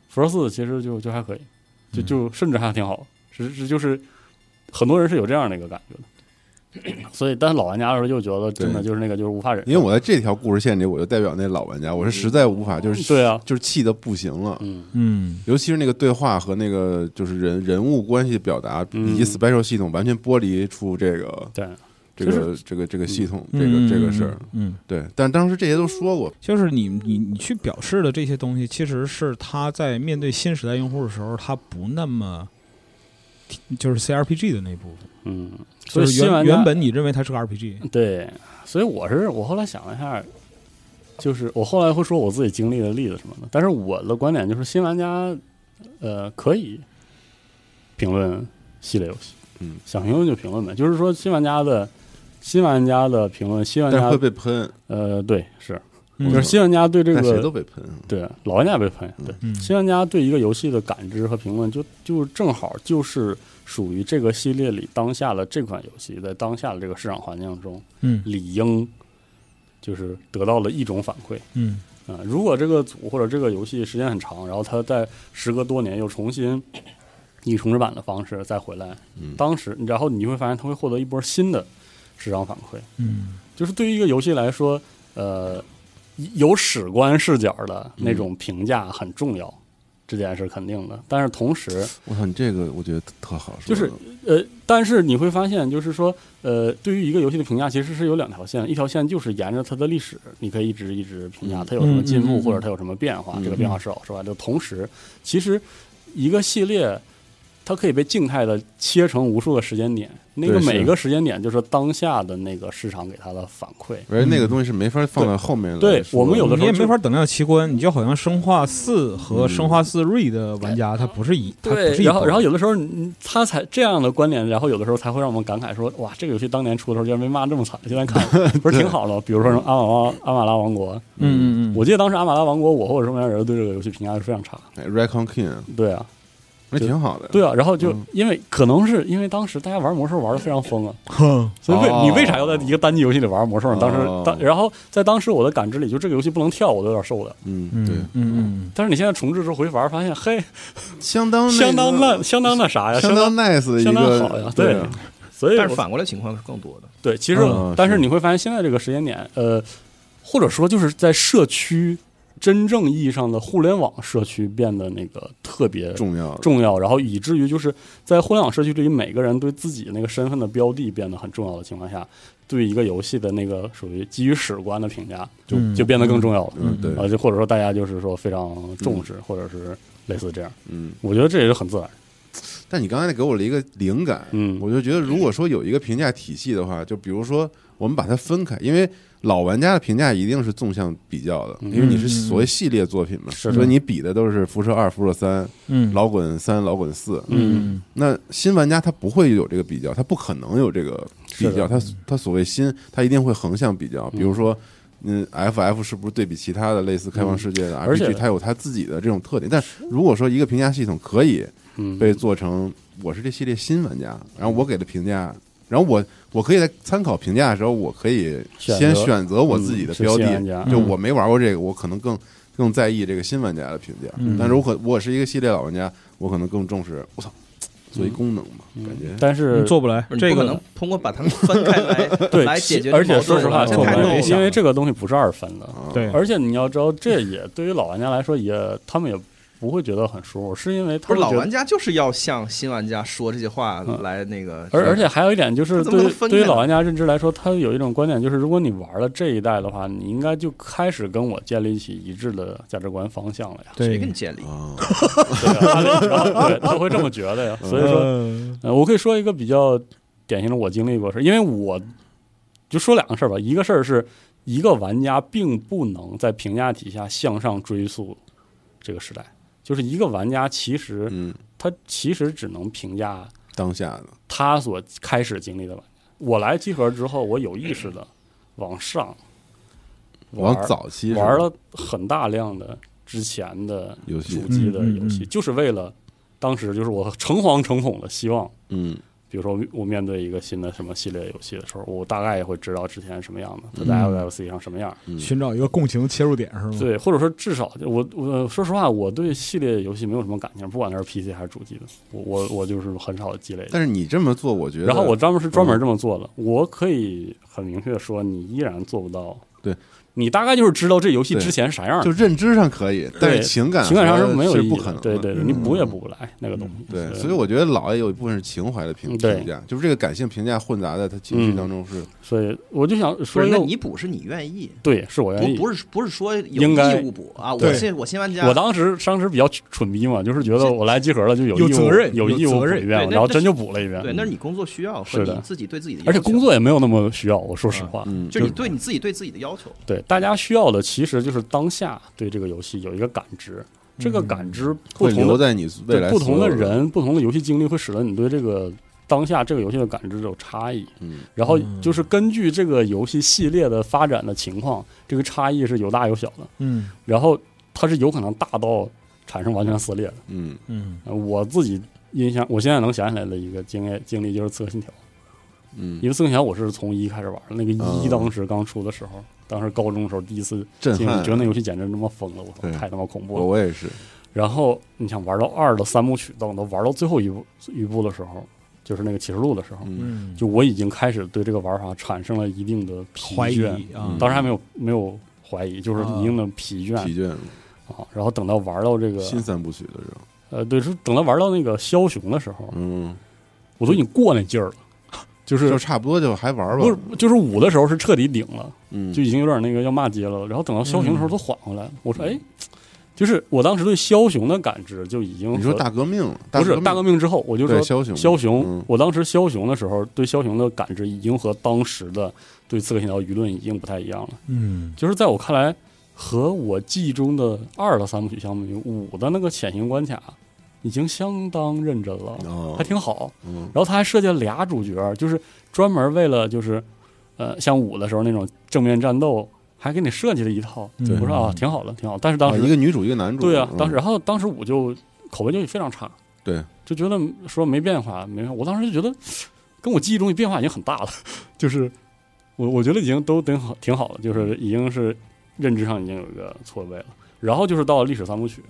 Speaker 1: 辐射四其实就就还可以，就
Speaker 2: 嗯
Speaker 1: 就甚至还挺好，是是就是很多人是有这样的一个感觉的，所以但是老玩家的时候又觉得真的
Speaker 3: 对
Speaker 1: 就是那个就是无法忍受，
Speaker 3: 因为我在这条故事线里，我就代表那老玩家，我是实在无法，就是
Speaker 1: 对啊，
Speaker 3: 就是气的不行了。
Speaker 1: 嗯
Speaker 2: 嗯
Speaker 3: 尤其是那个对话和那个就是人人物关系表达，
Speaker 1: 嗯
Speaker 3: 以及 special 系统完全剥离出这个
Speaker 1: 对，
Speaker 3: 这
Speaker 1: 就
Speaker 3: 个这个这个系统，这
Speaker 2: 嗯
Speaker 3: 个这个事儿。
Speaker 2: 嗯。
Speaker 3: 对，但当时这些都说过，
Speaker 2: 就是你你你去表示的这些东西，其实是他在面对新时代用户的时候，他不那么就是 CRPG 的那部分，
Speaker 1: 嗯，所
Speaker 2: 就
Speaker 1: 以
Speaker 2: 是
Speaker 1: 新
Speaker 2: 原
Speaker 1: 玩家
Speaker 2: 原本你认为它是个 RPG，
Speaker 1: 对，所以我是我后来想了一下，就是我后来会说我自己经历的例子什么的，但是我的观点就是新玩家，呃，可以评论系列游戏，
Speaker 3: 嗯，
Speaker 1: 想评论就评论呗，就是说新玩家的新玩家的评论，新玩
Speaker 3: 但是会
Speaker 1: 家
Speaker 3: 被喷，
Speaker 1: 呃，对，是，
Speaker 2: 嗯
Speaker 1: 就是新玩家对这
Speaker 3: 但谁都
Speaker 1: 个
Speaker 3: 被喷。啊
Speaker 1: 对老玩家也被喷，对，
Speaker 2: 嗯
Speaker 1: 新玩家对一个游戏的感知和评论就，就正好就是属于这个系列里当下的这款游戏在当下的这个市场环境中。
Speaker 2: 嗯
Speaker 1: 理应就是得到了一种反馈
Speaker 2: 嗯
Speaker 1: 啊、如果这个组或者这个游戏时间很长，然后它在时隔多年又重新以重制版的方式再回来，
Speaker 3: 嗯
Speaker 1: 当时然后你会发现它会获得一波新的市场反馈。
Speaker 2: 嗯
Speaker 1: 就是对于一个游戏来说，呃，有史观视角的那种评价很重要。这件事肯定的。但是同时，
Speaker 3: 我操，你这个我觉得特好
Speaker 1: 就
Speaker 3: 说，
Speaker 1: 是呃，但是你会发现，就是说，呃，对于一个游戏的评价其实是有两条线，一条线就是沿着它的历史，你可以一直一直评价
Speaker 3: 嗯
Speaker 1: 它有什么进
Speaker 2: 嗯嗯
Speaker 1: 步
Speaker 2: 嗯
Speaker 1: 或者它有什么变化，
Speaker 3: 嗯
Speaker 1: 这个变化是好是吧？就同时，其实一个系列。它可以被静态的切成无数个时间点，那个
Speaker 3: 对是
Speaker 1: 每个时间点就是当下的那个市场给它的反馈。
Speaker 3: 而且那个东西是没法放到后面来
Speaker 1: 对
Speaker 3: 说
Speaker 1: 我们有的
Speaker 2: 你
Speaker 1: 时候
Speaker 2: 也
Speaker 1: 就
Speaker 2: 没法等量齐观，你就好像生化四和
Speaker 3: 嗯
Speaker 2: 生化四瑞的玩家，他不是一，他不是一
Speaker 1: 然后
Speaker 2: 帮
Speaker 1: 然后有的时候你他才这样的观点，然后有的时候才会让我们感慨说，哇，这个游戏当年出的时候居然被骂这么惨，现在
Speaker 3: [LAUGHS]
Speaker 1: 看不是挺好的吗？比如说什么阿瓦拉阿瓦拉王国，
Speaker 2: 嗯嗯嗯，
Speaker 1: 我记得当时阿瓦拉王国，我或者什么样的人对这个游戏评价是非常差，
Speaker 3: 哎 Recon King
Speaker 1: 对啊，
Speaker 3: 那挺好的，
Speaker 1: 对啊，然后就
Speaker 3: 嗯
Speaker 1: 因为可能是因为当时大家玩魔兽玩的非常疯啊，
Speaker 2: 哼
Speaker 1: 所以为
Speaker 3: 哦
Speaker 1: 你为啥要在一个单机游戏里玩魔兽呢？当时
Speaker 3: 哦
Speaker 1: 当然后在当时我的感知里，就这个游戏不能跳，我都有点受不了。
Speaker 3: 嗯
Speaker 2: 嗯
Speaker 3: 对，
Speaker 2: 嗯嗯，
Speaker 1: 但是你现在重置之后回玩，发现嘿，
Speaker 3: 相当那个
Speaker 1: 相当烂，相当那啥呀，相
Speaker 3: 相当 nice 的一
Speaker 1: 相当
Speaker 3: 个
Speaker 1: 好呀
Speaker 3: 对
Speaker 1: 对
Speaker 3: 啊
Speaker 1: 所以
Speaker 4: 但
Speaker 1: 我
Speaker 4: 是反过来情况是更多的。
Speaker 1: 对，其实、
Speaker 3: 嗯
Speaker 1: 但是
Speaker 3: 是
Speaker 1: 你会发现现在这个时间点，呃，或者说就是在社区真正意义上的互联网社区变得那个特别
Speaker 3: 重要的
Speaker 1: 重要，然后以至于就是在互联网社区里，每个人对自己那个身份的标的变得很重要的情况下，对一个游戏的那个属于基于史观的评价就、
Speaker 2: 嗯
Speaker 1: 就变得更重要了。
Speaker 3: 嗯对
Speaker 1: 啊，就或者说大家就是说非常重视，或者是类似这样，
Speaker 3: 嗯，
Speaker 1: 我觉得这也是很自然。
Speaker 3: 但你刚才给我了一个灵感，
Speaker 1: 嗯
Speaker 3: 我就觉得如果说有一个评价体系的话，就比如说我们把它分开，因为老玩家的评价一定是纵向比较的，
Speaker 1: 嗯
Speaker 3: 因为你是所谓系列作品嘛，
Speaker 1: 是的
Speaker 3: 所以你比的都是辐射二、辐射三、
Speaker 2: 嗯，
Speaker 3: 老滚三、老滚四。
Speaker 2: 嗯
Speaker 3: 那新玩家他不会有这个比较，他不可能有这个比
Speaker 1: 是
Speaker 3: 较，
Speaker 1: 的
Speaker 3: 他他所谓新，他一定会横向比较，比如说。嗯，F F 是不是对比其他的类似开放世界的
Speaker 1: 嗯而且
Speaker 3: RPG，它有它自己的这种特点？但如果说一个评价系统可以
Speaker 1: 嗯，
Speaker 3: 被做成我是这系列新玩家，然后我给的评价，然后我我可以在参考评价的时候，我可以
Speaker 1: 选择
Speaker 3: 先选择我自己的
Speaker 1: 嗯是
Speaker 3: 标的
Speaker 1: 新玩家，
Speaker 3: 就
Speaker 2: 嗯
Speaker 3: 我没玩过这个，我可能更更在意这个新玩家的评价，
Speaker 2: 嗯
Speaker 3: 但是我可我是一个系列老玩家，我可能更重视我操作为功能嘛，感觉
Speaker 1: 嗯但是
Speaker 2: 嗯做不来
Speaker 4: 你
Speaker 2: 这
Speaker 4: 不
Speaker 2: 个
Speaker 4: 可能通过把它们分开来
Speaker 1: [LAUGHS] 对
Speaker 4: 来
Speaker 1: 其
Speaker 4: 解决这
Speaker 1: 而且
Speaker 4: 矛
Speaker 1: 说
Speaker 4: 盾
Speaker 1: 实
Speaker 4: 了
Speaker 1: 话，
Speaker 4: 这
Speaker 1: 做
Speaker 4: 太
Speaker 1: 不来
Speaker 4: 容易
Speaker 1: 因为
Speaker 4: 了
Speaker 1: 这个东西不是二分的，
Speaker 3: 啊，
Speaker 2: 对，
Speaker 1: 而且你要知道，这也对于老玩家来说也，他们也不会觉得很舒服，是因为他
Speaker 4: 不
Speaker 1: 们
Speaker 4: 是老
Speaker 1: 觉得
Speaker 4: 玩家就是要向新玩家说这些话
Speaker 1: 嗯
Speaker 4: 来那个，
Speaker 1: 而而且还有一点就是，
Speaker 4: 他怎么
Speaker 1: 对
Speaker 4: 能
Speaker 1: 于
Speaker 4: 分
Speaker 1: 对于
Speaker 4: 开呢
Speaker 1: 老玩家认知来说，他有一种观点就是，如果你玩了这一代的话，你应该就开始跟我建立起一致的价值观方向了呀。
Speaker 4: 谁给
Speaker 2: 对，
Speaker 4: 你建立？
Speaker 1: 嗯
Speaker 3: 啊，
Speaker 1: 对啊，他然后对
Speaker 4: [LAUGHS]
Speaker 1: 他会这么觉得呀。所以说，
Speaker 2: 说
Speaker 1: 呃，我可以说一个比较典型的我经历过的事，因为我就说两个事儿吧，一个事儿是一个玩家并不能在评价体下向上追溯这个时代，就是一个玩家其实
Speaker 3: 嗯，
Speaker 1: 他其实只能评价
Speaker 3: 当下的
Speaker 1: 他所开始经历的玩家。我来集合之后，我有意识的往上玩
Speaker 3: 往早期是吧
Speaker 1: 玩了很大量的之前的
Speaker 3: 游戏
Speaker 1: 主，机的游
Speaker 2: 嗯
Speaker 1: 戏，
Speaker 2: 嗯嗯
Speaker 1: 就是为了当时就是我诚惶诚恐的希望。
Speaker 3: 嗯
Speaker 1: 比如说我面对一个新的什么系列游戏的时候，我大概也会知道之前什么样的，它在
Speaker 2: 嗯
Speaker 1: FC 上什么样。
Speaker 3: 嗯，
Speaker 2: 寻找一个共情切入点是吗？
Speaker 1: 对，或者说至少我我说实话，我对系列游戏没有什么感情，不管它是 PC 还是主机的，我我我就是很少积累的。
Speaker 3: 但是你这么做，我觉得，
Speaker 1: 然后我专门是专门这么做的，我可以很明确地说，你依然做不到。
Speaker 3: 对，
Speaker 1: 你大概就是知道这游戏
Speaker 3: 对
Speaker 1: 之前啥样
Speaker 3: 就
Speaker 1: 的，
Speaker 3: 认知上可以，但是情感
Speaker 1: 情感上
Speaker 3: 是
Speaker 1: 是没有意义
Speaker 3: 不
Speaker 1: 的
Speaker 3: 可能的，
Speaker 1: 对对对，
Speaker 3: 嗯
Speaker 1: 你补也补不来那个东西。
Speaker 3: 对，
Speaker 1: 对
Speaker 3: 所以我觉得老也有一部分是情怀的评
Speaker 1: 嗯对
Speaker 3: 评价，就是这个感性评价混杂在他情绪当中是，
Speaker 1: 所以我就想
Speaker 4: 不
Speaker 1: 说
Speaker 4: 是，
Speaker 1: 一
Speaker 4: 那
Speaker 1: 个，
Speaker 4: 你补是你愿意，
Speaker 1: 对，是我愿
Speaker 4: 不
Speaker 1: 意。
Speaker 4: 不是不是说有
Speaker 1: 应该
Speaker 4: 义务补啊。我
Speaker 2: 对
Speaker 4: 现我新玩家，
Speaker 1: 我当时当时比较蠢逼嘛，就是觉得
Speaker 4: 这
Speaker 1: 我来集合了就有
Speaker 2: 有
Speaker 1: 义务
Speaker 2: 责任
Speaker 1: 有
Speaker 2: 有
Speaker 1: 义务
Speaker 2: 责
Speaker 1: 补
Speaker 2: 任
Speaker 1: 一遍
Speaker 4: 对，那
Speaker 1: 然后
Speaker 4: 那
Speaker 1: 真
Speaker 4: 是
Speaker 1: 就补了一遍。
Speaker 4: 对那是你工作需要和
Speaker 1: 是的
Speaker 4: 你自己对自己的要求，
Speaker 1: 而且工作也没有那么需要，我说实话。
Speaker 3: 嗯，
Speaker 4: 就是你对你自己对自己的要求。
Speaker 1: 对，大家需要的其实就是当下对这个游戏有一个感知，这个感知不
Speaker 3: 会
Speaker 1: 同
Speaker 3: 留
Speaker 1: 的
Speaker 3: 在你未来
Speaker 1: 对不同的
Speaker 3: 所有，
Speaker 1: 人、不同的游戏经历，会使得你对这个当下这个游戏的感知有差异。
Speaker 3: 嗯，
Speaker 1: 然后
Speaker 2: 嗯
Speaker 1: 就是根据这个游戏系列的发展的情况，这个差异是有大有小的。
Speaker 2: 嗯
Speaker 1: 然后它是有可能大到产生完全撕裂的。
Speaker 3: 嗯，
Speaker 2: 嗯
Speaker 1: 呃我自己印象，我现在能想起来的一个经验经历就是《刺客信条》，
Speaker 3: 嗯
Speaker 1: 因为《刺客信条》我是从一开始玩的，那个一
Speaker 3: 嗯
Speaker 1: 当时刚出的时候，当时高中的时候第一次
Speaker 3: 震
Speaker 1: 经历，
Speaker 3: 撼
Speaker 1: 觉得那游戏简直他妈疯了，我操，
Speaker 3: 对
Speaker 1: 太他妈恐怖
Speaker 3: 我
Speaker 1: 了。
Speaker 3: 我也是，
Speaker 1: 然后你想玩到二的三部曲，等到玩到最后一部一部的时候，就是那个启示录的时候，
Speaker 3: 嗯
Speaker 2: 嗯，
Speaker 1: 就我已经开始对这个玩法产生了一定的疲
Speaker 2: 怀疑
Speaker 1: 倦，
Speaker 2: 啊
Speaker 3: 嗯，哦
Speaker 1: 当时还没有没有怀疑，就是一定的疲倦。
Speaker 3: 疲倦了，
Speaker 1: 啊，然后等到玩到这个
Speaker 3: 新三部曲的时候，
Speaker 1: 呃，对，是等到玩到那个枭雄的时候，
Speaker 3: 嗯，
Speaker 1: 我都已经过那劲儿了，就是
Speaker 3: 就差不多就还玩吧
Speaker 1: 不，是就是五的时候是彻底顶了，
Speaker 3: 嗯，
Speaker 1: 就已经有点那个要骂街了。然后等到枭雄的时候
Speaker 2: 嗯
Speaker 1: 都缓回来了，我说哎，就是我当时对枭雄的感知就已经
Speaker 3: 你说
Speaker 1: 和
Speaker 3: 大革命了，
Speaker 1: 不是大
Speaker 3: 革
Speaker 1: 革
Speaker 3: 命
Speaker 1: 命之后，我就说
Speaker 3: 对枭雄
Speaker 1: 枭雄，
Speaker 3: 嗯
Speaker 1: 我当时枭雄的时候对枭雄的感知已经和当时的对刺客信条舆论已经不太一样了。
Speaker 2: 嗯
Speaker 1: 就是在我看来，和我记忆中的二的三部曲相比，五的那个潜行关卡已经相当认真了，
Speaker 3: 哦
Speaker 1: 还，挺好。
Speaker 3: 嗯
Speaker 1: 然后他还设计了俩主角，就是专门为了就是，呃，像五的时候那种正面战斗，还给你设计了一套。
Speaker 2: 对
Speaker 1: 我说啊，挺好的，挺好。但是当
Speaker 3: 啊
Speaker 1: 时、
Speaker 3: 一个女主一个男主，
Speaker 1: 对啊，
Speaker 3: 嗯
Speaker 1: 当时然后当时五就口碑就非常差，
Speaker 3: 对，
Speaker 1: 就觉得说没变化，没变化。我当时就觉得跟我记忆中的变化已经很大了， [LAUGHS] 就是我我觉得已经都挺好挺好了，就是已经是认知上已经有一个错位了。然后就是到了历史三部曲，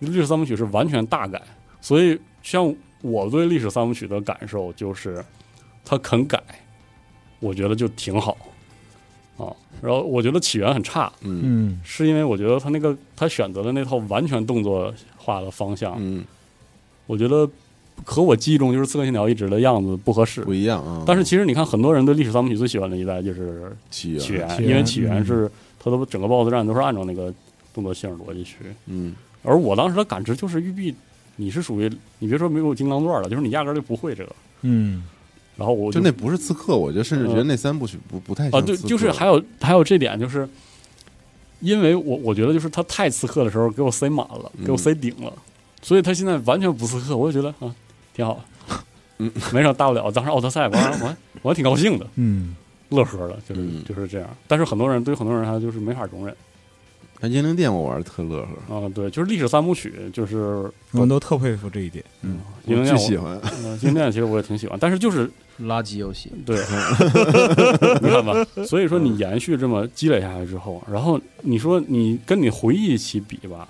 Speaker 1: 历史三部曲是完全大改，所以像我对历史三部曲的感受就是，他肯改，我觉得就挺好啊。然后我觉得起源很差，
Speaker 3: 嗯
Speaker 2: 嗯
Speaker 1: 是因为我觉得他那个他选择的那套完全动作化的方向，
Speaker 3: 嗯
Speaker 1: 我觉得和我记忆中就是《刺客信条》一直的样子不合适
Speaker 3: 不。一样啊，
Speaker 1: 但是其实你看，很多人对历史三部曲最喜欢的一代就是
Speaker 3: 起源
Speaker 1: 起源，嗯
Speaker 2: 起源
Speaker 1: 因为起源是它的整个 BOSS 战都是按照那个动作性逻辑去。
Speaker 3: 嗯
Speaker 1: 而我当时的感知就是，育碧你是属于你别说没有金刚钻了，就是你压根儿就不会这个。
Speaker 2: 嗯
Speaker 1: 然后我
Speaker 3: 就那不是刺客，我觉得甚至觉得那三部曲不不太
Speaker 1: 啊，
Speaker 3: 像
Speaker 1: 对，
Speaker 3: 刺客
Speaker 1: 就是还有还有这点，就是因为我我觉得就是他太刺客的时候给我塞满了，给我
Speaker 3: 嗯
Speaker 1: 塞顶了，所以他现在完全不刺客，我就觉得啊挺好，
Speaker 3: 嗯，
Speaker 1: 没啥大不了。当时奥德赛玩完我还我还挺高兴的，
Speaker 2: 嗯
Speaker 1: 乐呵的，就是、
Speaker 3: 嗯
Speaker 1: 就是这样。但是很多人对很多人他就是没法容忍
Speaker 3: 那英灵殿我玩的特乐呵，
Speaker 1: 啊，对，就是历史三部曲，就是呃
Speaker 2: 我们都特佩服这一点。
Speaker 3: 嗯，
Speaker 1: 英
Speaker 3: 我
Speaker 1: 灵
Speaker 3: 巨喜欢，
Speaker 1: [LAUGHS] 呃经典其实我也挺喜欢，但是就是
Speaker 4: 垃圾游戏，
Speaker 3: [LAUGHS]
Speaker 1: 对， [LAUGHS] 你看吧，所以说你延续这么积累下来之后，然后你说你跟你回忆起比吧，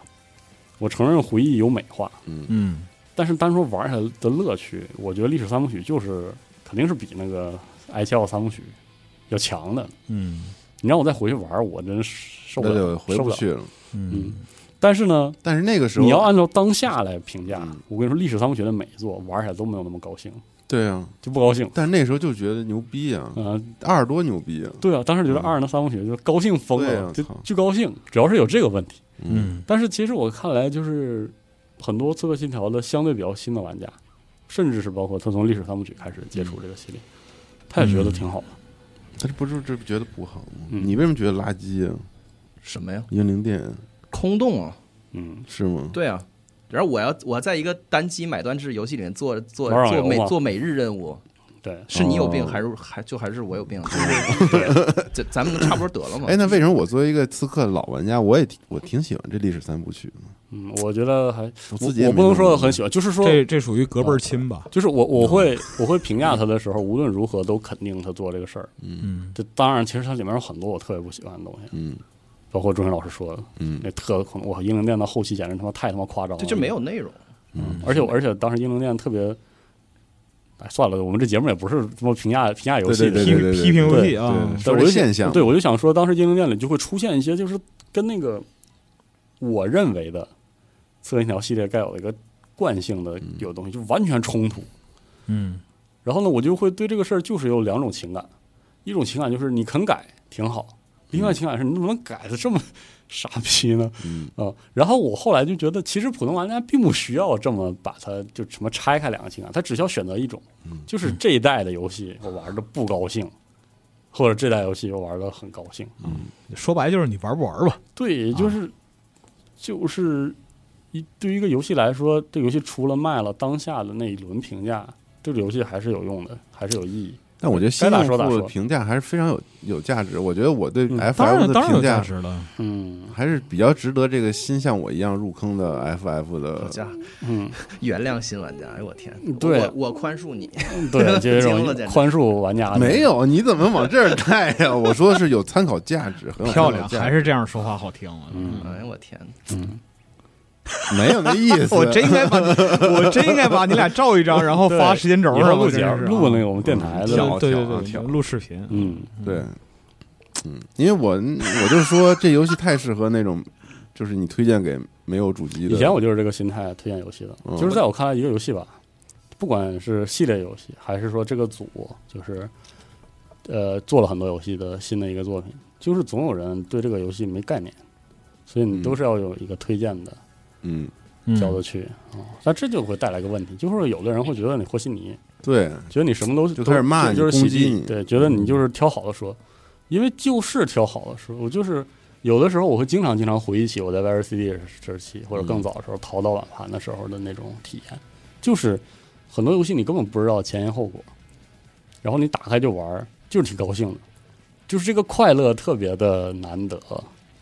Speaker 1: 我承认回忆有美化，
Speaker 3: 嗯
Speaker 2: 嗯
Speaker 1: 但是单说玩下来的乐趣，我觉得历史三部曲就是肯定是比那个 I 七 L 三部曲要强的。
Speaker 2: 嗯
Speaker 1: 你让我再回去玩，我真受不
Speaker 3: 那
Speaker 1: 了
Speaker 3: 就，回
Speaker 1: 受
Speaker 3: 不
Speaker 1: 了。
Speaker 3: 去了。
Speaker 2: 嗯
Speaker 1: 但是呢，
Speaker 3: 但是那个时候
Speaker 1: 你要按照当下来评价
Speaker 3: 嗯，
Speaker 1: 我跟你说，历史三部曲的每一座玩起来都没有那么高兴，
Speaker 3: 对啊，
Speaker 1: 就不高兴。
Speaker 3: 但是那时候就觉得牛逼啊，
Speaker 1: 嗯、
Speaker 3: 二多牛逼啊，
Speaker 1: 对啊，当时觉得
Speaker 3: 嗯
Speaker 1: 二那三部曲就高兴疯
Speaker 3: 对
Speaker 1: 了，
Speaker 3: 啊
Speaker 1: 就
Speaker 3: 操
Speaker 1: 就高兴，主要是有这个问题。
Speaker 2: 嗯
Speaker 1: 但是其实我看来，就是很多《刺客信条》的相对比较新的玩家，甚至是包括他从历史三部曲开始接触这个系列，
Speaker 3: 嗯
Speaker 1: 他也觉得挺好的。
Speaker 3: 他这不是这不觉得不好吗？
Speaker 1: 嗯
Speaker 3: 你为什么觉得垃圾啊？
Speaker 4: 什么呀？
Speaker 3: 英灵殿
Speaker 4: 空洞啊！
Speaker 1: 嗯，
Speaker 3: 是吗？
Speaker 4: 对啊，然后我要我在一个单机买断制游戏里面做做
Speaker 1: 玩网游
Speaker 4: 做每
Speaker 1: 嘛
Speaker 4: 做每日任务，
Speaker 1: 对，
Speaker 4: 是你有
Speaker 3: 哦
Speaker 4: 病还是还就还是我有病？
Speaker 1: [LAUGHS]
Speaker 4: 就是对这咱们差不多得了嘛
Speaker 3: 哎，。那为什么我作为一个刺客老玩家，我也挺我挺喜欢这历史三部曲的？
Speaker 1: 嗯，我觉得还
Speaker 3: 我
Speaker 1: 我
Speaker 3: 自己也
Speaker 1: 我
Speaker 3: 没
Speaker 1: 不能说
Speaker 3: 弄明
Speaker 1: 很
Speaker 3: 白
Speaker 1: 喜欢，就是说，
Speaker 2: 这这属于隔辈儿亲吧？
Speaker 1: 就是我我
Speaker 3: 嗯
Speaker 1: 会 [LAUGHS] 我会评价他的时候，无论如何都肯定他做这个事儿。
Speaker 2: 嗯
Speaker 1: 这当然，其实它里面有很多我特别不喜欢的东西，
Speaker 3: 嗯
Speaker 1: 包括钟情老师说的
Speaker 3: 嗯
Speaker 1: 那特恐，我英灵殿到后期简直他妈太他妈夸张了，
Speaker 4: 对，就没有内容。
Speaker 3: 嗯
Speaker 1: 而且我而且当时英灵殿特别，哎，算了，我们这节目也不是什么评价评价游戏
Speaker 3: 对
Speaker 1: 的
Speaker 3: 对
Speaker 2: 批
Speaker 3: 对对对
Speaker 2: 批评游戏
Speaker 3: 对
Speaker 2: 啊
Speaker 3: 对，
Speaker 1: 但
Speaker 3: 说
Speaker 1: 我
Speaker 3: 这
Speaker 1: 就
Speaker 3: 现
Speaker 1: 想
Speaker 3: 象，
Speaker 1: 对我就想说，当时英灵殿里就会出现一些就是跟那个我认为的《刺客信条》系列该有的一个惯性的
Speaker 3: 嗯
Speaker 1: 有东西，就完全冲突。
Speaker 2: 嗯
Speaker 1: 然后呢，我就会对这个事儿就是有两种情感，一种情感就是你肯改挺好，另外情感是你怎么能改的这么傻逼呢？
Speaker 3: 嗯
Speaker 1: 啊、然后我后来就觉得，其实普通玩家并不需要这么把它就什么拆开两个情感，他只需要选择一种，就是这一代的游戏我玩的不高兴，或者这代游戏我玩的很高兴。
Speaker 2: 说白就是你玩不玩吧？
Speaker 1: 对，就是、就是一对于一个游戏来说，这游戏除了卖了当下的那一轮评价，对这游戏还是有用的，还是有意义。
Speaker 3: 但我觉得新
Speaker 1: 该打
Speaker 3: 用
Speaker 1: 说打
Speaker 3: 户的
Speaker 1: 说
Speaker 3: 评价还是非常有有价值。我觉得我对
Speaker 1: 嗯
Speaker 3: F
Speaker 2: 当
Speaker 3: F
Speaker 2: 然
Speaker 3: 的
Speaker 2: 当然
Speaker 3: 评
Speaker 2: 有价
Speaker 3: 价
Speaker 2: 值了。
Speaker 1: 嗯
Speaker 3: 还是比较值得这个新像我一样入坑的 F F
Speaker 4: 好
Speaker 3: 的。
Speaker 4: 家伙，
Speaker 1: 嗯，
Speaker 4: 原谅新玩家，哎我天，
Speaker 1: 对
Speaker 4: 我我宽恕你。
Speaker 1: 对，就有一
Speaker 4: 惊了
Speaker 1: 种
Speaker 4: 简直
Speaker 1: 宽恕玩家的
Speaker 3: 没有，你怎么往这儿带呀、 [LAUGHS] 我说的是有参考价值，很有参
Speaker 2: 漂
Speaker 3: 考
Speaker 2: 亮，
Speaker 3: 价值
Speaker 2: 还是这样说话好听。
Speaker 1: 嗯
Speaker 4: 哎我天，
Speaker 3: 没有那意
Speaker 1: [LAUGHS]
Speaker 3: 思。
Speaker 2: 我真应该把，我真应该把你俩照一张，然后
Speaker 1: 对
Speaker 2: 发时间轴
Speaker 1: 以后
Speaker 2: 上。
Speaker 1: 录
Speaker 2: 我真
Speaker 1: 节目
Speaker 2: 是啊
Speaker 1: 录那个我们电台
Speaker 3: 嗯
Speaker 1: 的，
Speaker 3: 挑
Speaker 2: 对对
Speaker 3: 挑啊
Speaker 2: 对
Speaker 3: 挑
Speaker 2: 对，录视频。
Speaker 1: 嗯。
Speaker 3: 对，嗯，因为我我就说这游戏太适合那种就是你推荐给没有主机的，
Speaker 1: 以前我就是这个心态推荐游戏的，
Speaker 3: 嗯
Speaker 1: 就是在我看来，一个游戏吧，不管是系列游戏，还是说这个组，就是呃做了很多游戏的新的一个作品，就是总有人对这个游戏没概念，所以你
Speaker 3: 嗯
Speaker 1: 都是要有一个推荐的
Speaker 3: 嗯，
Speaker 2: 嗯
Speaker 1: 角度去啊、那这就会带来一个问题，就是有的人会觉得你和稀泥，
Speaker 3: 对，
Speaker 1: 觉得你什么都
Speaker 3: 就开始骂你
Speaker 1: 都就是
Speaker 3: 攻
Speaker 1: 喜
Speaker 3: 击
Speaker 1: 剧
Speaker 3: 你嗯
Speaker 1: 对，觉得你就是挑好的说，因为就是挑好的说，我就是有的时候我会经常经常回忆起我在 VRCD 时期或者
Speaker 3: 嗯
Speaker 1: 更早的时候淘到晚盘的时候的那种体验，就是很多游戏你根本不知道前因后果，然后你打开就玩儿，就是挺高兴的，就是这个快乐特别的难得，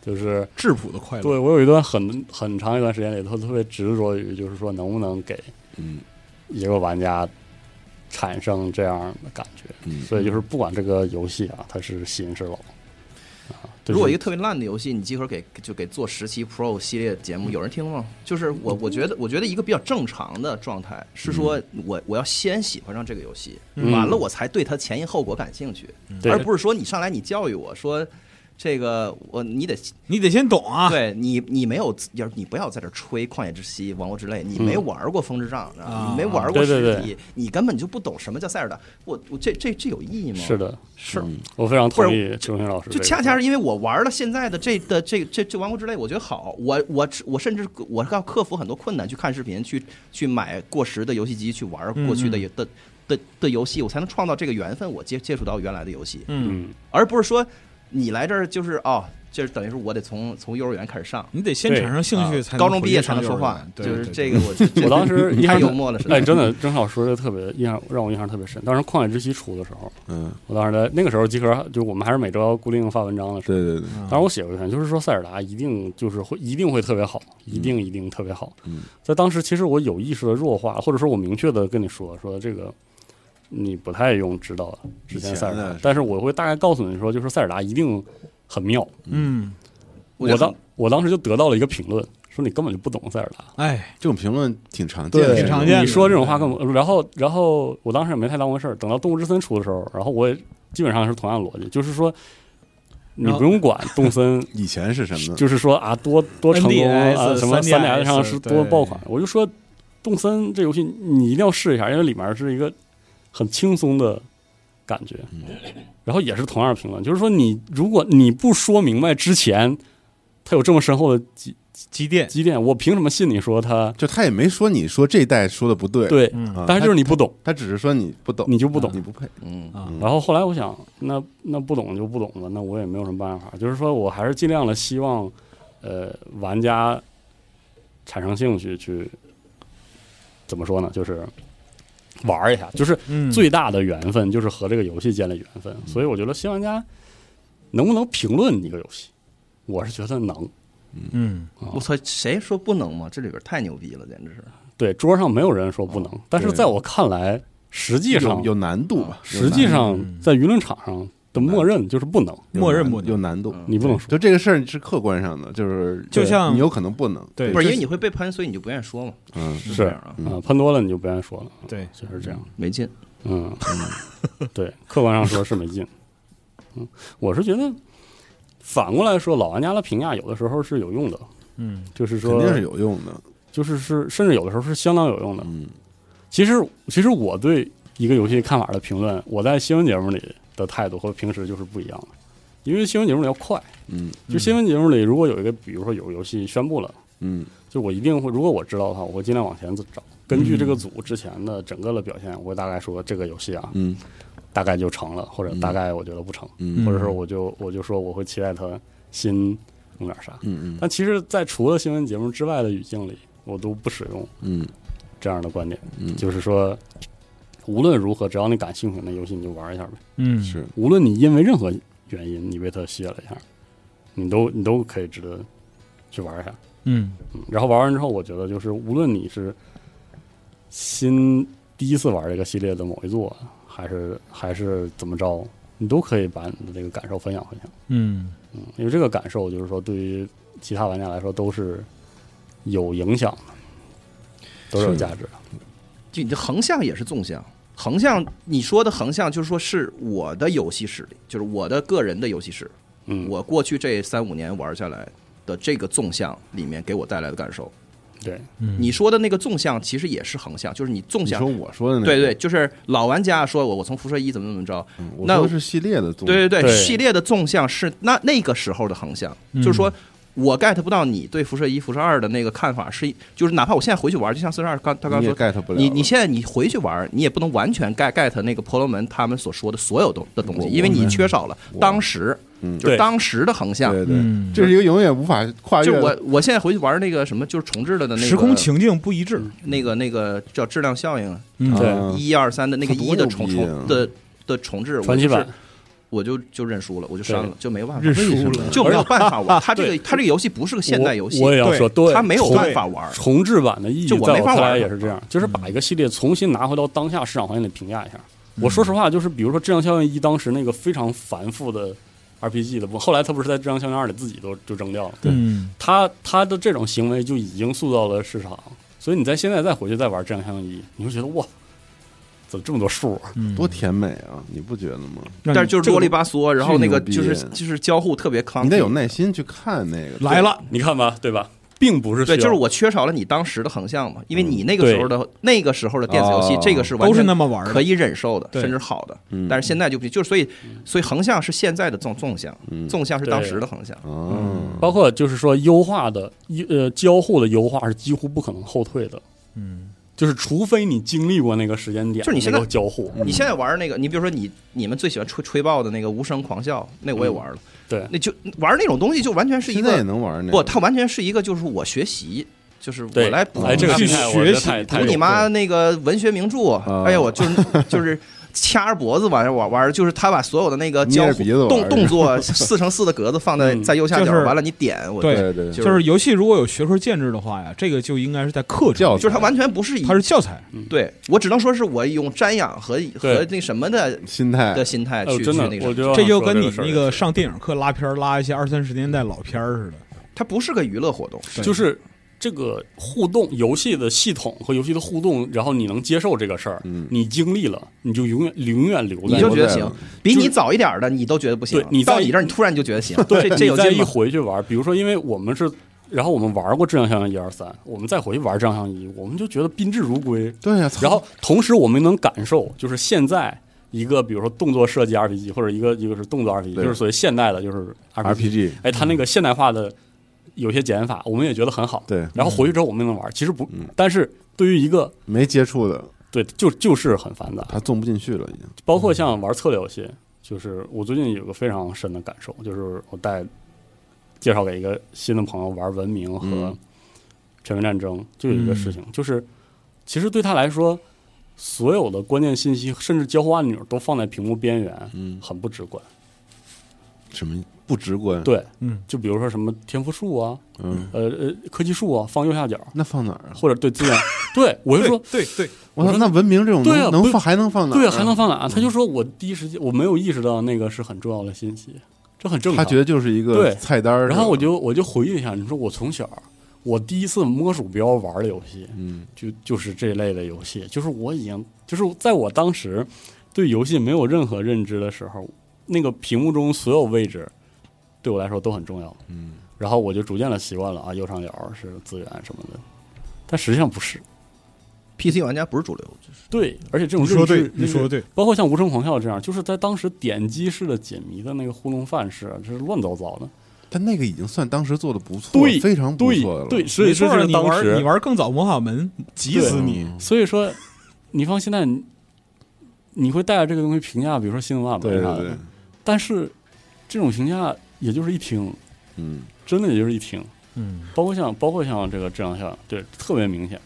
Speaker 1: 就是。
Speaker 2: 质朴的快乐。
Speaker 1: 对，我有一段很很长一段时间里头特别执着于，就是说能不能给
Speaker 3: 嗯
Speaker 1: 一个玩家产生这样的感觉。
Speaker 3: 嗯，
Speaker 1: 所以就是不管这个游戏啊，它是新是老啊，就是
Speaker 4: 如果一个特别烂的游戏，你集合给就给做十期 Pro 系列节目，有人听吗？就是我，我觉得，我觉得一个比较正常的状态是说我我要先喜欢上这个游戏，
Speaker 1: 嗯
Speaker 4: 完了我才对它前因后果感兴趣，
Speaker 1: 对
Speaker 4: 而不是说你上来你教育我说这个我你得
Speaker 2: 你得先懂啊。
Speaker 4: 对你，你没有，要是你不要在这儿吹《旷野之息》《王国之泪》，你没玩过《风之杖》知道吗
Speaker 2: 啊
Speaker 4: 你没玩过
Speaker 1: 对对
Speaker 4: 实
Speaker 1: 对
Speaker 4: 体，你根本就不懂什么叫塞尔达。我我这这这有意义吗？
Speaker 1: 是，的，嗯
Speaker 4: 是。
Speaker 1: 我非常同
Speaker 4: 或
Speaker 1: 意周星老师这
Speaker 4: 就
Speaker 1: 个说法，
Speaker 4: 恰恰是因为我玩了现在的这的这这这王国之泪，我觉得好，我我我甚至我要克服很多困难，去看视频，去去买过时的游戏机，去玩过去的
Speaker 2: 嗯
Speaker 4: 的的的游戏，我才能创造这个缘分，我接接触到原来的游戏。
Speaker 2: 嗯，
Speaker 1: 嗯，
Speaker 4: 而不是说你来这儿就是哦，就是等于是我得从从幼儿园开始上，啊
Speaker 2: 你得先产生兴趣才能
Speaker 4: 高中毕业才
Speaker 2: 上
Speaker 4: 能
Speaker 2: 幼儿
Speaker 4: 说话
Speaker 2: 园，对
Speaker 4: 就是
Speaker 2: 对对
Speaker 4: 这个我
Speaker 1: 我当时一
Speaker 4: [LAUGHS] 太
Speaker 1: 开始
Speaker 4: 幽默了，是吧
Speaker 1: 哎，真的，周星老师说的特别印象，让我印象特别深。当时《旷野之息》出的时候，
Speaker 3: 嗯，
Speaker 1: 我当时在那个时候集合，就我们还是每周要固定发文章的时候。
Speaker 3: 对对对，
Speaker 2: 嗯
Speaker 1: 当时我写过一篇，就是说塞尔达一定就是会一定会特别好，一定一定特别好。
Speaker 3: 嗯
Speaker 1: 在当时其实我有意识的弱化，或者说我明确的跟你说说这个，你不太用知道之前塞尔
Speaker 3: 以前
Speaker 1: 达
Speaker 3: 的，
Speaker 1: 但是我会大概告诉你说，就是塞尔达一定很妙。
Speaker 2: 嗯，
Speaker 4: 我
Speaker 1: 我
Speaker 4: 觉得
Speaker 1: 当我当时就得到了一个评论，说你根本就不懂塞尔达，
Speaker 2: 哎，
Speaker 3: 这种评论挺常见的，
Speaker 2: 挺常见的
Speaker 1: 你说这种话根本。然后然后我当时也没太当回事儿。等到《动物之森》出的时候，然后我也基本上是同样的逻辑，就是说你
Speaker 2: 然后
Speaker 1: 不用管动森
Speaker 3: 以前是什么呢？
Speaker 1: 就是说啊，多多成功
Speaker 2: NDS
Speaker 1: 啊，什么
Speaker 2: 3DS
Speaker 1: 三 DS 上是多爆款。我就说，动森这游戏你一定要试一下，因为里面是一个很轻松的感觉。
Speaker 3: 嗯
Speaker 1: 然后也是同样的评论，就是说你如果你不说明白之前，它有这么深厚的积
Speaker 2: 积淀，
Speaker 1: 积淀，我凭什么信你说它
Speaker 3: 就他也没说你说这一代说的不对，
Speaker 1: 对？
Speaker 2: 嗯
Speaker 3: 啊
Speaker 1: 但是就是你不懂，
Speaker 3: 他只是说你不懂，
Speaker 1: 你就不懂
Speaker 3: 你。不配，
Speaker 4: 嗯，
Speaker 2: 啊，
Speaker 1: 然后后来我想，那那不懂就不懂吧，那我也没有什么办法。就是说我还是尽量的希望，呃，玩家产生兴趣去，怎么说呢？就是玩儿一下，就是
Speaker 2: 嗯，
Speaker 1: 最大的缘分就是和这个游戏建立缘分。所以我觉得新玩家能不能评论一个游戏，我是觉得能。
Speaker 2: 嗯，
Speaker 4: 我操，谁说不能吗？这里边太牛逼了，简直是。
Speaker 1: 对，桌上没有人说不能，但是
Speaker 3: 对
Speaker 1: 在我看来，实际上
Speaker 3: 有有难度吧？有
Speaker 1: 实际
Speaker 3: 难
Speaker 1: 上在舆论场上的默认就是不能，
Speaker 3: 有
Speaker 2: 默认
Speaker 3: 难
Speaker 2: 不能
Speaker 3: 有难
Speaker 4: 嗯
Speaker 3: 度，
Speaker 1: 你不能说。
Speaker 3: 就这个事儿是客观上的，就是
Speaker 2: 就像
Speaker 3: 你有可能不能，
Speaker 2: 对
Speaker 4: 不是因
Speaker 2: 就
Speaker 4: 为你会被喷，所以你就不愿意说嘛，
Speaker 3: 嗯，
Speaker 4: 是
Speaker 1: 是
Speaker 4: 这样啊，
Speaker 1: 啊、喷多了你就不愿意说了，
Speaker 2: 对，
Speaker 1: 就是这样。
Speaker 4: 没劲。
Speaker 1: 嗯， [LAUGHS] 对，客观上说是没劲。嗯，我是觉得反过来说，老玩家的评价有的时候是有用的，
Speaker 2: 嗯，
Speaker 1: 就是说
Speaker 3: 肯，定是有用的，
Speaker 1: 就是是，甚至有的时候是相当有用的。
Speaker 3: 嗯
Speaker 1: 其实，其实我对一个游戏看法的评论，我在新闻节目里的态度和平时就是不一样的，因为新闻节目里要快。
Speaker 3: 嗯
Speaker 1: 就新闻节目里，如果有一个，比如说有个游戏宣布了，
Speaker 3: 嗯
Speaker 1: 就我一定会，如果我知道的话，我会尽量往前找。根据这个
Speaker 2: 嗯
Speaker 1: 组之前的整个的表现，我会大概说这个游戏啊，
Speaker 3: 嗯
Speaker 1: 大概就成了，或者
Speaker 3: 嗯
Speaker 1: 大概我觉得不成，
Speaker 3: 嗯
Speaker 1: 或者说我就我就说我会期待它新弄点啥。
Speaker 3: 嗯
Speaker 1: 但其实，在除了新闻节目之外的语境里，我都不使用
Speaker 3: 嗯
Speaker 1: 这样的观点，
Speaker 3: 嗯，
Speaker 1: 就是说，无论如何，只要你感兴趣，那游戏你就玩一下呗。
Speaker 2: 嗯
Speaker 3: 是
Speaker 1: 无论你因为任何原因你被它吸引了一下，你都你都可以值得去玩一下。
Speaker 2: 嗯
Speaker 1: 嗯然后玩完之后，我觉得就是无论你是新第一次玩这个系列的某一座，还是还是怎么着，你都可以把你的这个感受分享分享。
Speaker 2: 嗯
Speaker 1: 嗯，因为这个感受就是说，对于其他玩家来说都是有影响的，都是有
Speaker 3: 是
Speaker 1: 价值的。
Speaker 4: 就你的横向也是纵向。横向，你说的横向就是说是我的游戏史里，就是我的个人的游戏史。
Speaker 1: 嗯，
Speaker 4: 我过去这三五年玩下来，的这个纵向里面给我带来的感受。
Speaker 1: 对，
Speaker 2: 嗯
Speaker 4: 你说的那个纵向其实也是横向，就是你纵
Speaker 3: 你
Speaker 4: 向
Speaker 3: 说，我说的那个，
Speaker 4: 对对，就是老玩家说我我从辐射一怎么怎么着，
Speaker 3: 嗯，我
Speaker 4: 那
Speaker 3: 说的是系列的东西，
Speaker 4: 对对对，
Speaker 1: 对
Speaker 4: 系列的纵向是那那个时候的横向，
Speaker 2: 嗯
Speaker 4: 就是说我 get 不到你对辐射一、辐射二的那个看法，是就是哪怕我现在回去玩，就像四十二刚他刚
Speaker 3: 你也
Speaker 4: 说，
Speaker 3: get 不了了。
Speaker 4: 你你现在你回去玩，你也不能完全 get get 那个婆罗门他们所说的所有东的东西，
Speaker 3: 我
Speaker 4: 因为你缺少了
Speaker 3: 我
Speaker 4: 当时
Speaker 3: 嗯
Speaker 4: 就是
Speaker 1: 对
Speaker 4: 当时的横向。
Speaker 3: 对对，
Speaker 2: 嗯，
Speaker 3: 这是一个永远无法跨越
Speaker 4: 就
Speaker 3: 的。
Speaker 4: 是我我现在回去玩那个什么，就是重置了的那个
Speaker 2: 时空情境不一致，
Speaker 4: 那个那个叫质量效应，
Speaker 2: 嗯，
Speaker 1: 对
Speaker 3: 啊
Speaker 4: 一二三的那个
Speaker 3: 它多
Speaker 4: 一的
Speaker 3: 牛
Speaker 4: 重
Speaker 3: 逼啊
Speaker 4: 重的的重置，我
Speaker 1: 传奇
Speaker 4: 就是
Speaker 1: 版
Speaker 4: 我就就认输了，我就删了，就没有办法，
Speaker 1: 认输了，
Speaker 4: [LAUGHS] 就没有办法
Speaker 1: [LAUGHS]
Speaker 4: 玩。它这个
Speaker 1: 对
Speaker 4: 它这个游戏不是个现代游戏
Speaker 1: 我，我也要说，对，
Speaker 4: 它没有
Speaker 1: 重
Speaker 4: 办法玩。
Speaker 1: 重置版的意义，
Speaker 4: 就
Speaker 1: 在
Speaker 4: 我没法
Speaker 1: 看
Speaker 4: 玩嗯
Speaker 1: 来
Speaker 4: 了
Speaker 1: 也是这样，就是把一个系列重新拿回到当下市场环境里评价一下。
Speaker 4: 嗯
Speaker 1: 我说实话，就是比如说《质量效应一》当时那个非常繁复
Speaker 4: [LAUGHS]
Speaker 1: 的 RPG 的部分，后来他不是在《质量效应二》里自己都就扔掉了。
Speaker 2: 嗯，
Speaker 1: 他他的这种行为就已经塑造了市场，所以你在现在再回去再玩《质量效应一》，你会觉得哇，怎么这么多数啊？
Speaker 2: 嗯
Speaker 3: 多甜美啊，你不觉得吗？
Speaker 2: 让
Speaker 4: 但是
Speaker 2: 你
Speaker 4: 就是
Speaker 2: 这个
Speaker 4: 啰里吧嗦，然后那个
Speaker 3: 巨
Speaker 4: 就
Speaker 3: 牛逼啊
Speaker 4: 是就是交互特别坑，
Speaker 3: 你得有耐心去看那个。
Speaker 2: 来了，
Speaker 1: 你看吧，对吧？并不是需
Speaker 4: 对，
Speaker 1: 要
Speaker 4: 就是我缺少了你当时的横向嘛，因为你那个
Speaker 1: 对
Speaker 4: 时候的那个时候的电子游戏
Speaker 3: 嗯哦，
Speaker 4: 这个是完
Speaker 2: 都是
Speaker 4: 全
Speaker 2: 那么玩的，
Speaker 4: 可以忍受的，
Speaker 2: 对
Speaker 4: 甚至好的
Speaker 3: 嗯。
Speaker 4: 但是现在就不就是所以所以横向是现在的纵纵向，
Speaker 3: 嗯
Speaker 4: 纵向是当时的横向。
Speaker 3: 哦，
Speaker 1: 包括就是说优化的优呃交互的优化是几乎不可能后退的，
Speaker 2: 嗯，
Speaker 1: 就是除非你经历过那个时间点，
Speaker 4: 就是你现在嗯
Speaker 1: 那个交互，嗯
Speaker 4: 你现在玩那个，你比如说你你们最喜欢吹吹爆的那个无声狂笑，那我也玩了，
Speaker 1: 嗯对
Speaker 4: 那就玩那种东西就完全是一
Speaker 3: 现在也
Speaker 4: 个
Speaker 3: 能玩那
Speaker 4: 不，
Speaker 3: 个。
Speaker 4: 它完全是一个就是我学习，就是我
Speaker 1: 对，
Speaker 4: 来补
Speaker 1: 哎，这个
Speaker 4: 你
Speaker 2: 去
Speaker 1: 心态我觉
Speaker 2: 学
Speaker 1: 得
Speaker 2: 习
Speaker 1: 太太
Speaker 4: 读你妈那个文学名著，
Speaker 3: 啊
Speaker 4: 哎呀，我就 [LAUGHS] 就是掐着脖子往下玩玩，就是他把所有的那个交
Speaker 3: 捏着
Speaker 4: 互
Speaker 3: 鼻子玩
Speaker 4: 动动作四乘四的格子放在
Speaker 1: 嗯
Speaker 4: 在右下角
Speaker 2: 就，是
Speaker 4: 完了你点，我
Speaker 2: 对
Speaker 3: 对对，
Speaker 4: 就
Speaker 2: 就是游戏如果有学科建制的话呀，这个就应该是在课程
Speaker 3: 教
Speaker 2: 里，
Speaker 4: 就是它完全不是一
Speaker 2: 它，是教材，
Speaker 4: 对我只能说是我用瞻仰和
Speaker 1: 对
Speaker 4: 和那什么的
Speaker 3: 心态
Speaker 4: 的心态
Speaker 1: 哎呦
Speaker 4: 去去
Speaker 1: 真的
Speaker 4: 那，
Speaker 1: 我
Speaker 4: 个，
Speaker 1: 觉得
Speaker 2: 这就跟你
Speaker 1: 那
Speaker 2: 那个上电影课拉片儿拉一些二三十年代老片儿似的，
Speaker 4: 它不是个娱乐活动，
Speaker 2: 对
Speaker 1: 就是这个互动游戏的系统和游戏的互动，然后你能接受这个事儿，
Speaker 3: 嗯
Speaker 1: 你经历了，你就永远永远留在
Speaker 4: 你就觉得
Speaker 3: 对
Speaker 4: 行，比你早一点的你都觉得不行
Speaker 1: 对，你在
Speaker 4: 到你这儿你突然就觉
Speaker 2: [LAUGHS]
Speaker 4: 得行，
Speaker 1: 对，
Speaker 4: 这这有
Speaker 1: 你再
Speaker 4: 劲
Speaker 1: 一
Speaker 4: 吗？
Speaker 1: 回去玩，比如说，因为我们是，然后我们玩过《质量效应一二三》，我们再回去玩《质量效应一》，我们就觉得宾至如归。
Speaker 3: 对呀，
Speaker 1: 然后同时我们能感受，就是现在一个比如说动作设计 RPG 或者一个一个是动作 RPG，
Speaker 3: 对
Speaker 1: 就是所谓现代的，就是 RPG。
Speaker 3: RPG
Speaker 1: 哎，它那个现代化的有些减法，我们也觉得很好。
Speaker 3: 对
Speaker 1: 然后回去之后我们能玩，其实不
Speaker 3: 嗯，
Speaker 1: 但是对于一个
Speaker 3: 没接触的，
Speaker 1: 对就就是很繁杂，
Speaker 3: 他种不进去了已经。
Speaker 1: 包括像玩策略游戏，就是我最近有个非常深的感受，就是我带介绍给一个新的朋友玩《文明》和
Speaker 3: 嗯
Speaker 1: 《全面战争》，就有一个事情，就是其实对他来说，所有的关键信息甚至交互按钮都放在屏幕边缘，
Speaker 3: 嗯，
Speaker 1: 很不直观。
Speaker 3: 什么不直观？，
Speaker 1: 对，
Speaker 2: 嗯，
Speaker 1: 就比如说什么天赋树啊，
Speaker 3: 嗯，
Speaker 1: 呃呃，科技树啊，放右下角，
Speaker 3: 那放哪儿啊？
Speaker 1: 或者对资
Speaker 3: [LAUGHS]
Speaker 1: 源，对我就说。
Speaker 2: 对对，
Speaker 1: 我
Speaker 3: 我说
Speaker 1: 说
Speaker 3: 那文明这种
Speaker 1: 对啊
Speaker 3: 能能
Speaker 1: 不
Speaker 3: 放还能放哪儿啊？
Speaker 1: 对，还能放哪？他就说我第一时间我没有意识到那个是很重要的信息，这很正
Speaker 3: 他
Speaker 1: 常。
Speaker 3: 觉得就是一个
Speaker 1: 对
Speaker 3: 菜单儿。
Speaker 1: 然后我
Speaker 3: 是吧
Speaker 1: 就我就回忆一下，你说我从小我第一次摸鼠标玩的游戏，
Speaker 3: 嗯，
Speaker 1: 就就是这类的游戏，就是我已经就是在我当时对游戏没有任何认知的时候，那个屏幕中所有位置对我来说都很重要。
Speaker 3: 嗯，
Speaker 1: 然后我就逐渐的习惯了啊，右上角是资源什么的，但实际上不是。
Speaker 4: PC 玩家不是主流，
Speaker 1: 对，而且这种
Speaker 2: 你
Speaker 1: 认
Speaker 2: 说
Speaker 1: 知
Speaker 2: 对，你说的，对，
Speaker 1: 包括像《无声狂笑》这样，就是在当时点击式的解谜的那个糊弄范式啊，这是乱糟糟的。
Speaker 3: 但那个已经算当时做的不错，
Speaker 1: 对，
Speaker 3: 非常不
Speaker 1: 对
Speaker 3: 错的了。
Speaker 1: 对，所以
Speaker 2: 没错
Speaker 1: 说
Speaker 2: 儿
Speaker 1: 是
Speaker 2: 你
Speaker 1: 当时
Speaker 2: 玩你玩更早魔法门，急
Speaker 1: 对
Speaker 2: 死
Speaker 3: 嗯
Speaker 2: 你，
Speaker 1: 所以说，你放现在你你会带着这个东西评价，比如说新闻晚报
Speaker 3: 对
Speaker 1: 啥
Speaker 3: 对
Speaker 1: 的，
Speaker 3: 对，
Speaker 1: 但是这种评价也就是一听，
Speaker 3: 嗯，
Speaker 1: 真的也就是一听。
Speaker 2: 嗯，
Speaker 1: 包括像包括像这个质量效，对，特别明显。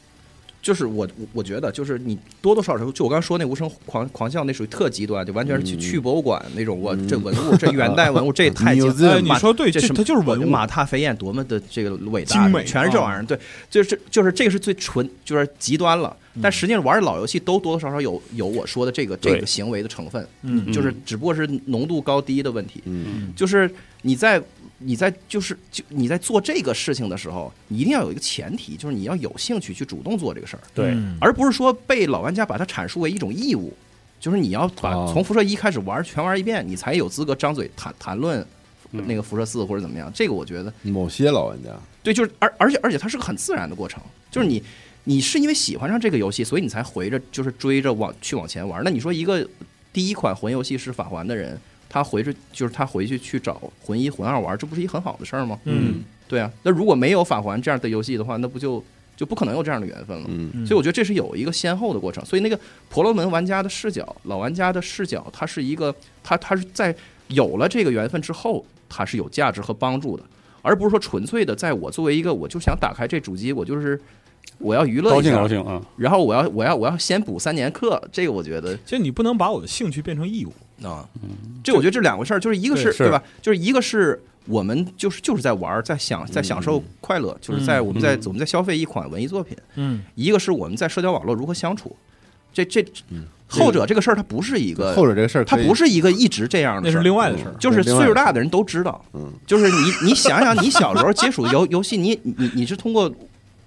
Speaker 4: 就是我我我觉得就是你多多少少就我刚说那无声狂狂笑那属于特极端，就完全是去
Speaker 3: 嗯
Speaker 4: 去博物馆那种，我
Speaker 3: 嗯
Speaker 4: 这文
Speaker 2: [LAUGHS]
Speaker 4: 物这元代文物这太精
Speaker 3: Museum
Speaker 2: 哎，你说对，
Speaker 4: 这
Speaker 2: 这
Speaker 4: 什么
Speaker 2: 它就是文物，
Speaker 4: 马踏飞燕多么的这个伟大，
Speaker 2: 精美啊
Speaker 4: 全是这玩意儿。对，就是就是这个是最纯，就是极端了。
Speaker 2: 嗯
Speaker 4: 但实际上玩老游戏都多多少少有有我说的这个
Speaker 1: 对
Speaker 4: 这个行为的成分，
Speaker 2: 嗯
Speaker 4: 就是只不过是浓度高低的问题。
Speaker 3: 嗯
Speaker 4: 就是你在你在就是就你在做这个事情的时候，你一定要有一个前提，就是你要有兴趣去主动做这个事儿。
Speaker 1: 对，
Speaker 2: 嗯
Speaker 4: 而不是说被老玩家把它阐述为一种义务，就是你要把
Speaker 3: 哦
Speaker 4: 从辐射一开始玩全玩一遍，你才有资格张嘴谈谈论
Speaker 1: 嗯
Speaker 4: 那个辐射四或者怎么样，这个我觉得
Speaker 3: 某些老玩家，
Speaker 4: 对，就是而而且而且它是个很自然的过程，就是你你是因为喜欢上这个游戏，所以你才回着就是追着往去往前玩。那你说一个第一款魂游戏是法环的人，他回去就是他回去去找魂一魂二玩，这不是一很好的事儿吗？
Speaker 2: 嗯
Speaker 4: 对啊，那如果没有法环这样的游戏的话，那不就就不可能有这样的缘分了。
Speaker 3: 嗯
Speaker 2: 嗯
Speaker 4: 所以我觉得这是有一个先后的过程。所以那个婆罗门玩家的视角，老玩家的视角，它是一个，它它是在有了这个缘分之后，它是有价值和帮助的，而不是说纯粹的在我作为一个，我就想打开这主机，我就是我要娱乐
Speaker 1: 高
Speaker 4: 一
Speaker 1: 兴
Speaker 4: 下
Speaker 1: 高，兴啊，
Speaker 4: 然后我要我要我要先补三年课，这个我觉得
Speaker 2: 其实你不能把我的兴趣变成义务。
Speaker 4: 啊，这我觉得这两回事儿，就是一个是
Speaker 1: 嗯对是
Speaker 4: 对吧？就是一个是我们就是就是在玩儿，在享在享受快乐，就是在我们在
Speaker 1: 嗯
Speaker 4: 我们在消费一款文艺作品，
Speaker 2: 嗯，
Speaker 4: 一个是我们在社交网络如何相处，这这
Speaker 3: 嗯
Speaker 4: 后者这个事儿它不是一个，
Speaker 3: 后者这个事儿
Speaker 4: 它
Speaker 3: 可以
Speaker 4: 不是一个一直这样的
Speaker 2: 那
Speaker 4: 事
Speaker 2: 是
Speaker 4: 儿，
Speaker 2: 另外的事儿。
Speaker 4: 就是
Speaker 3: 另外
Speaker 4: 岁数
Speaker 3: 的事
Speaker 4: 大的人都知道，
Speaker 3: 嗯，
Speaker 4: 就是你你想想，你小时候接触游 [LAUGHS] 游戏，你你你你是通过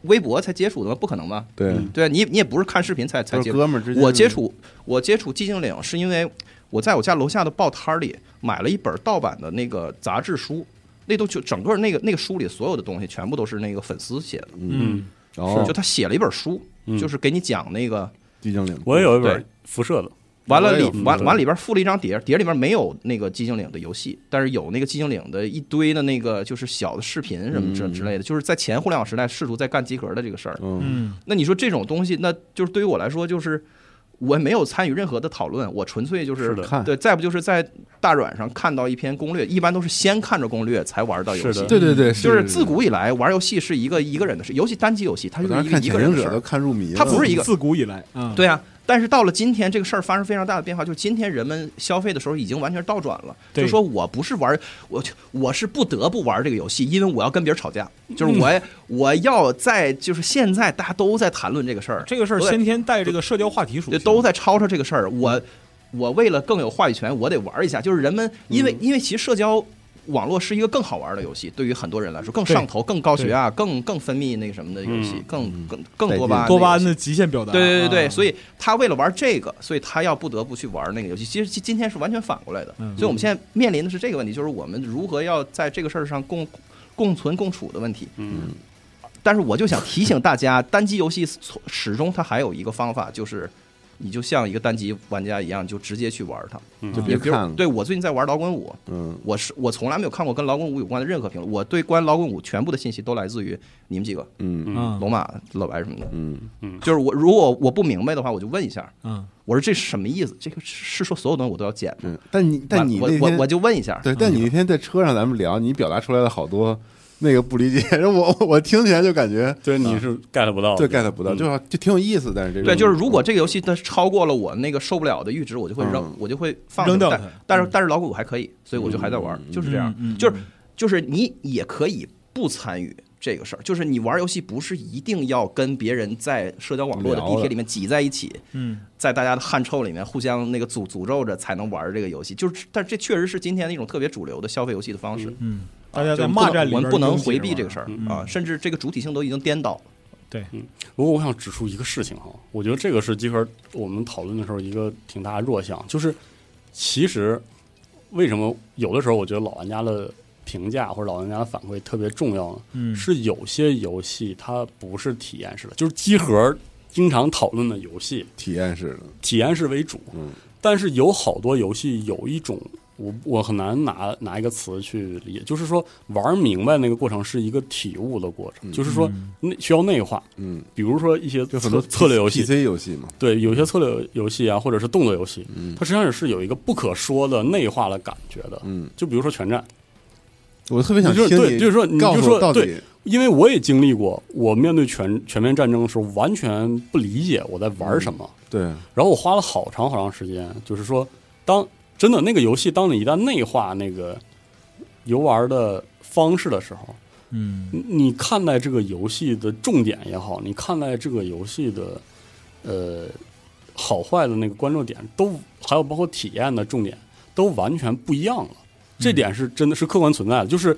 Speaker 4: 微博才接触的吗？不可能吧？
Speaker 3: 对，
Speaker 1: 嗯
Speaker 4: 对啊，你你也不是看视频才才
Speaker 3: 就
Speaker 4: 接
Speaker 3: 是
Speaker 4: 触。
Speaker 3: 哥们儿之间，
Speaker 4: 我接触我接触寂静岭是因为我在我家楼下的报摊儿里买了一本盗版的那个杂志书，那都就整个那个那个书里所有的东西全部都是那个粉丝写的，
Speaker 2: 嗯，
Speaker 3: 哦
Speaker 4: 就，他写了一本书，
Speaker 1: 嗯
Speaker 4: 就是给你讲那个。
Speaker 3: 寂静岭，
Speaker 1: 我也有一
Speaker 4: 对
Speaker 1: 本辐射的，
Speaker 4: 完了
Speaker 3: 我也
Speaker 4: 里
Speaker 3: 有
Speaker 4: 完
Speaker 1: 对
Speaker 4: 完里边附了一张碟，碟里面没有那个寂静岭的游戏，但是有那个寂静岭的一堆的那个就是小的视频什么之
Speaker 3: 嗯
Speaker 4: 之类的，就是在前互联网时代试图在干集合的这个事儿。
Speaker 3: 嗯，
Speaker 2: 嗯
Speaker 4: 那你说这种东西，那就是对于我来说，就是我没有参与任何的讨论，我纯粹就是
Speaker 1: 是的
Speaker 3: 看，
Speaker 4: 对，再不就是在大软上看到一篇攻略，一般都是先看着攻略才玩到游
Speaker 1: 是
Speaker 4: 戏
Speaker 1: 的。
Speaker 3: 对对对，
Speaker 4: 就是自古以来玩游戏是一个一个人的事，尤其单机游戏，它
Speaker 3: 我
Speaker 4: 就
Speaker 3: 当
Speaker 4: 是一
Speaker 3: 时
Speaker 4: 个
Speaker 3: 看《
Speaker 4: 一个
Speaker 3: 潜
Speaker 4: 人
Speaker 3: 行
Speaker 4: 的事
Speaker 3: 者》
Speaker 4: 儿
Speaker 3: 都。看入迷了，
Speaker 4: 它不是一个
Speaker 2: 自古以来啊，
Speaker 4: 对啊，但是到了今天，这个事儿发生非常大的变化，就是今天人们消费的时候已经完全倒转了，
Speaker 2: 对
Speaker 4: 就说我不是玩，我就我是不得不玩这个游戏，因为我要跟别人
Speaker 2: [LAUGHS]
Speaker 4: 吵架，就是我、我要在就是现在大家都在谈论这个事儿，
Speaker 2: 这个事儿
Speaker 4: 对
Speaker 2: 先天带这个社交话题属性，嗯
Speaker 4: 都在吵吵这个事儿，我我为了更有话语权，我得玩一下，就是人们因
Speaker 2: 嗯
Speaker 4: 为、因为其实社交。网络是一个更好玩的游戏，对于很多人来说更上头、更高血压、更更分泌那个什么的游戏
Speaker 1: 嗯，
Speaker 4: 更
Speaker 3: 嗯
Speaker 4: 更更
Speaker 3: 带
Speaker 4: 多
Speaker 3: 劲
Speaker 4: 巴胺的
Speaker 2: 多巴
Speaker 4: 游
Speaker 2: 胺
Speaker 4: 戏
Speaker 2: 的极限表达。嗯
Speaker 4: 对对对
Speaker 3: 嗯
Speaker 4: 对，所
Speaker 2: 以
Speaker 4: 以他为了玩这个，所以他要不得不去玩那个游戏。其实今今天是完全反过来的，
Speaker 2: 嗯
Speaker 4: 所以我们现在面临的是这个问题，就是我们如何要在这个事儿上共共存共处的问题。
Speaker 1: 嗯，
Speaker 4: 但是我就想提醒大家，单机游戏从始终它还有一个方法，就是你就像一个单机玩家一样，就直接去玩它。
Speaker 1: 嗯
Speaker 3: 就
Speaker 4: 也
Speaker 3: 别
Speaker 4: 比如
Speaker 3: 看了，
Speaker 4: 对我最近在玩《摇滚五》，
Speaker 3: 嗯，
Speaker 4: 我是我从来没有看过跟《摇滚五》有关的任何评论，我对关于《摇滚五》全部的信息都来自于你们几个
Speaker 3: 嗯
Speaker 2: 嗯
Speaker 4: 龙马、老白什么的。
Speaker 3: 嗯
Speaker 4: 就是我如果我不明白的话，我就问一下。
Speaker 2: 嗯，
Speaker 4: 我说这是什么意思？这个是是说所有东西我都要剪吗？
Speaker 3: 嗯，但你但你
Speaker 4: 我
Speaker 3: 那
Speaker 4: 我我
Speaker 3: 天
Speaker 4: 就问一下，
Speaker 3: 对，但你那天在车上咱们聊，你表达出来了好多那个不理解，我我听起来就感觉
Speaker 1: 对，你是 get 不到的，
Speaker 3: 啊对 get 不到，
Speaker 1: 嗯
Speaker 3: 就就挺有意思，但是这种
Speaker 4: 对，就是如果这个游戏它超过了我那个受不了的阈值，我就会扔
Speaker 3: 嗯，
Speaker 4: 我就会放
Speaker 2: 扔掉
Speaker 4: 但
Speaker 2: 它嗯
Speaker 4: 但是但是老古还可以，所以我就还在玩，
Speaker 3: 嗯
Speaker 4: 就是这样，
Speaker 2: 嗯嗯嗯
Speaker 4: 就是就是你也可以不参与。这个事儿就是你玩游戏不是一定要跟别人在社交网络的
Speaker 3: 聊
Speaker 4: 地铁
Speaker 3: 了
Speaker 4: 里面挤在一起，
Speaker 2: 嗯
Speaker 4: 在大家的汗臭里面互相那个诅诅咒着才能玩这个游戏，就是但这确实是今天的一种特别主流的消费游戏的方式。
Speaker 1: 嗯
Speaker 2: 嗯，
Speaker 4: 啊
Speaker 2: 大家在
Speaker 4: 就
Speaker 2: 骂战里
Speaker 4: 我
Speaker 2: 边
Speaker 4: 们
Speaker 2: 儿
Speaker 4: 不能
Speaker 2: 拥挤
Speaker 4: 回
Speaker 2: 着
Speaker 4: 避这
Speaker 2: 玩
Speaker 4: 个事儿
Speaker 2: 嗯
Speaker 4: 啊，甚至这个主体性都已经颠倒了。
Speaker 1: 不过我想指出一个事情哈，我觉得这个是集合我们讨论的时候一个挺大的弱项，就是其实为什么有的时候我觉得老玩家的评价或者老玩家的反馈特别重要呢？
Speaker 2: 嗯
Speaker 1: 是有些游戏它不是体验式的，就是集合经常讨论的游戏，
Speaker 3: 体验式的，
Speaker 1: 体验式为主。
Speaker 3: 嗯
Speaker 1: 但是有好多游戏有一种，我我很难拿拿一个词去理解，就是说玩明白那个过程是一个体悟的过程，
Speaker 3: 嗯
Speaker 1: 就是说
Speaker 2: 嗯
Speaker 1: 那需要内化。
Speaker 3: 嗯，
Speaker 1: 比如说一些策
Speaker 3: 就很多
Speaker 1: 策略游戏，
Speaker 3: PC 游戏嘛，
Speaker 1: 对，有些策略游戏啊，或者是动作游戏，
Speaker 3: 嗯
Speaker 1: 它实际上是有一个不可说的内化的感觉的。
Speaker 3: 嗯，
Speaker 1: 就比如说全战，
Speaker 3: 我特别想
Speaker 1: 就是
Speaker 3: 听
Speaker 1: 对，就是说你
Speaker 3: 告
Speaker 1: 就
Speaker 3: 诉我
Speaker 1: 说
Speaker 3: 到
Speaker 1: 对，
Speaker 3: 底
Speaker 1: 因为我也经历过，我面对全全面战争的时候，完全不理解我在玩什么，
Speaker 3: 对，
Speaker 1: 然后我花了好长好长时间，就是说，当真的那个游戏，当你一旦内化那个游玩的方式的时候，
Speaker 2: 嗯
Speaker 1: 你你看待这个游戏的重点也好，你看待这个游戏的呃好坏的那个关注点，都还有包括
Speaker 3: 嗯
Speaker 1: 体验的重点，都完全不一样了。这点是真的是客观存在的，就是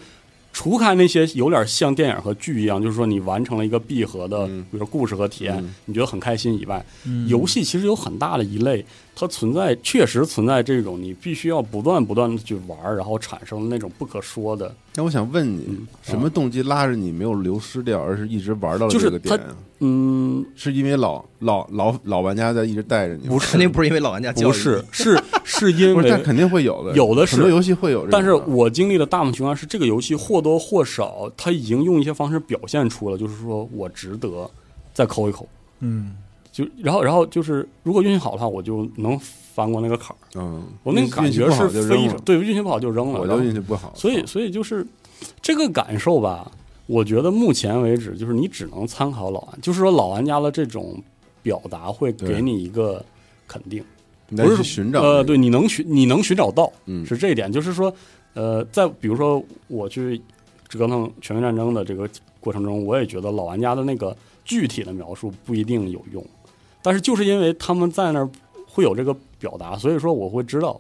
Speaker 1: 除开那些有点像电影和剧一样，就是说你完成了一个闭合的，
Speaker 3: 嗯
Speaker 1: 比如说故事和体验，
Speaker 3: 嗯
Speaker 1: 你觉得很开心以外，
Speaker 2: 嗯
Speaker 1: 游戏其实有很大的一类，它存在确实存在这种你必须要不断不断的去玩儿，然后产生那种不可说的，
Speaker 3: 那我想问你
Speaker 1: 嗯，
Speaker 3: 什么动机拉着你没有流失掉，而是一直玩到了
Speaker 1: 就是
Speaker 3: 这个点
Speaker 1: 他？嗯，
Speaker 3: 是因为老老老老玩家在一直带着你吗？
Speaker 1: 不
Speaker 4: [LAUGHS] 肯定不是因为老玩
Speaker 3: [LAUGHS]
Speaker 4: 家教育
Speaker 1: 不是，是是因
Speaker 3: 不是，
Speaker 1: 为
Speaker 3: 但肯定会有的，
Speaker 1: 有的是
Speaker 3: 很多游戏会有这种的。啊
Speaker 1: 但是我经历的大部分情况是，这个游戏或多或少，它已经用一些方式表现出了，就是说我值得再抠一抠。
Speaker 2: 嗯
Speaker 1: 就然后，然后就是，如果运气好的话，我就能翻过那个坎儿。
Speaker 3: 嗯，
Speaker 1: 我那个
Speaker 3: 运
Speaker 1: 感
Speaker 3: 运气
Speaker 1: 觉
Speaker 3: 不好
Speaker 1: 是
Speaker 3: 就
Speaker 1: 非
Speaker 3: 扔
Speaker 1: 常
Speaker 3: 了
Speaker 1: 对，运气不好就扔了。
Speaker 3: 我
Speaker 1: 然
Speaker 3: 就
Speaker 1: 后
Speaker 3: 运气不好，
Speaker 1: 所以，所以就是这个感受吧。我觉得目前为止，就是你只能参考老玩，就是说老玩家的这种表达会
Speaker 3: 对
Speaker 1: 给你一个肯定，
Speaker 3: 你再
Speaker 1: 不是
Speaker 3: 去寻找
Speaker 1: 呃，
Speaker 3: 那个，
Speaker 1: 对，你能寻你能寻找到，
Speaker 3: 嗯，
Speaker 1: 是这一点，就是说，呃，在比如说我去折腾《全面战争》的这个过程中，我也觉得老玩家的那个具体的描述不一定有用，但是就是因为他们在那儿会有这个表达，所以说我会知道，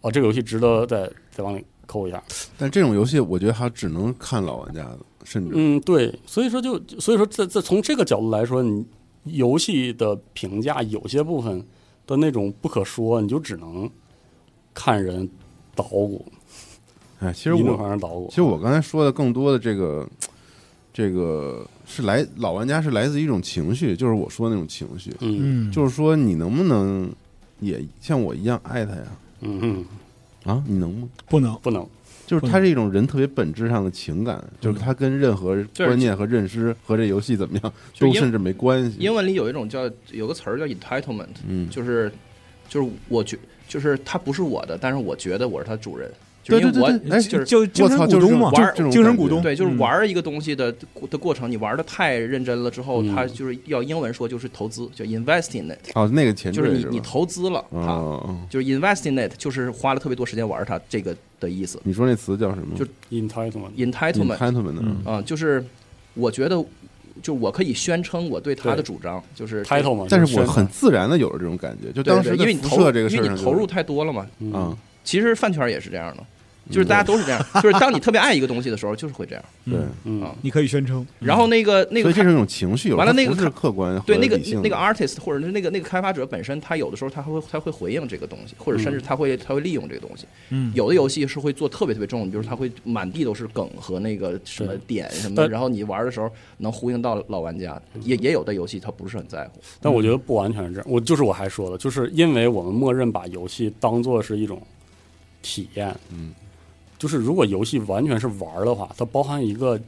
Speaker 1: 哦，这个游戏值得再再往里抠一下。
Speaker 3: 但这种游戏我觉得它只能看老玩家的，甚至
Speaker 1: 嗯，对，所以说就所以说这这从这个角度来说，你游戏的评价有些部分的那种不可说，你就只能看人捣鼓，
Speaker 3: 哎，
Speaker 1: 其
Speaker 3: 其实我
Speaker 1: 反正捣鼓
Speaker 3: 其。实我刚才说的更多的这个，这个是来老玩家是来自于一种情绪，就是我说的那种情绪，
Speaker 1: 嗯
Speaker 2: 嗯，
Speaker 3: 就是说你能不能也像我一样爱他呀？
Speaker 1: 嗯嗯，
Speaker 3: 啊，你能吗？
Speaker 2: 不能
Speaker 1: 不能，嗯
Speaker 3: 就是它是一种人特别本质上的情感，就是它跟任何
Speaker 4: 对
Speaker 3: 观念和认知和这游戏怎么样
Speaker 4: 就
Speaker 3: 都
Speaker 4: 因
Speaker 3: 甚至没关系。
Speaker 4: 英文里有一种叫有个词儿叫 entitlement，
Speaker 3: 嗯，
Speaker 4: 就是就是我觉就是他不是我的，但是我觉得我是他主人，就
Speaker 3: 对
Speaker 4: 是因
Speaker 3: 对
Speaker 4: 为
Speaker 3: 对
Speaker 4: 我
Speaker 3: 对，哎，
Speaker 2: 就是就
Speaker 3: 我
Speaker 2: 精神
Speaker 3: 操，
Speaker 2: 股
Speaker 3: 就是
Speaker 2: 东嘛，
Speaker 3: 这种
Speaker 4: 玩
Speaker 3: 这种
Speaker 2: 精神
Speaker 3: 感
Speaker 2: 股
Speaker 3: 觉
Speaker 2: 东
Speaker 4: 对，就是
Speaker 2: 嗯
Speaker 4: 玩儿一个东西的的过程，你玩的太认真了之后，
Speaker 1: 嗯
Speaker 4: 它就是要英文说就是投资，叫 invest in it，
Speaker 3: 哦，那个前
Speaker 4: 就是嗯
Speaker 3: 缀
Speaker 4: 你
Speaker 3: 吧
Speaker 4: 你投资了它，
Speaker 3: 哦，哦
Speaker 4: 就是 invest in it，就是花了特别多时间玩它这个的意思
Speaker 3: 你说那词叫什么？
Speaker 4: 就
Speaker 1: entitlement，
Speaker 4: ，entitlement
Speaker 3: entitlement 呢
Speaker 2: 嗯
Speaker 4: 啊，就是我觉得就我可以宣称我对他的
Speaker 1: 对
Speaker 4: 主张，就是这
Speaker 1: title 嘛，
Speaker 3: 但
Speaker 1: 就是
Speaker 3: 我
Speaker 1: 宣传
Speaker 3: 很自然的有了这种感觉，就
Speaker 4: 对
Speaker 3: 当
Speaker 4: 对
Speaker 3: 时
Speaker 4: 对因为
Speaker 3: 在
Speaker 4: 你
Speaker 3: 辐
Speaker 4: 投
Speaker 3: 射这个事
Speaker 4: 因
Speaker 3: 儿
Speaker 4: 为
Speaker 3: 上
Speaker 4: 你
Speaker 3: 就
Speaker 4: 投入太多了嘛，
Speaker 1: 嗯
Speaker 3: 啊，
Speaker 4: 其实饭圈也是这样的，
Speaker 3: 嗯
Speaker 4: 就是大家都是这样，就是当你特别爱一个东西的时候，就是会这样。
Speaker 3: 对，
Speaker 2: 嗯
Speaker 1: 嗯
Speaker 2: 你可以宣称，
Speaker 4: 然后那个那
Speaker 3: 所
Speaker 4: 个
Speaker 3: 以这
Speaker 4: 开
Speaker 3: 是一种情绪，有时候
Speaker 4: 完了那
Speaker 3: 它
Speaker 4: 个
Speaker 3: 不是
Speaker 4: 看
Speaker 3: 客观和
Speaker 4: 对那个
Speaker 3: 理性的
Speaker 4: 那个 artist 或者是那个那个开发者本身，他有的时候他会他会回应这个东西，或者甚至
Speaker 3: 嗯
Speaker 4: 他会他会利用这个东西。
Speaker 2: 嗯，
Speaker 4: 有的游戏是会做特别特别重，比如他会满地都是梗和那个什么
Speaker 1: 对
Speaker 4: 点什么的，
Speaker 1: 但
Speaker 4: 然后你玩的时候能呼应到老玩家。
Speaker 3: 嗯
Speaker 4: 也也有的游戏他不是很在乎，
Speaker 1: 但我觉得不完全是这样。我就是我还说了，就是因为我们默认把游戏当做是一种体验，
Speaker 3: 嗯，
Speaker 1: 就是如果游戏完全是玩儿的话，它包含一个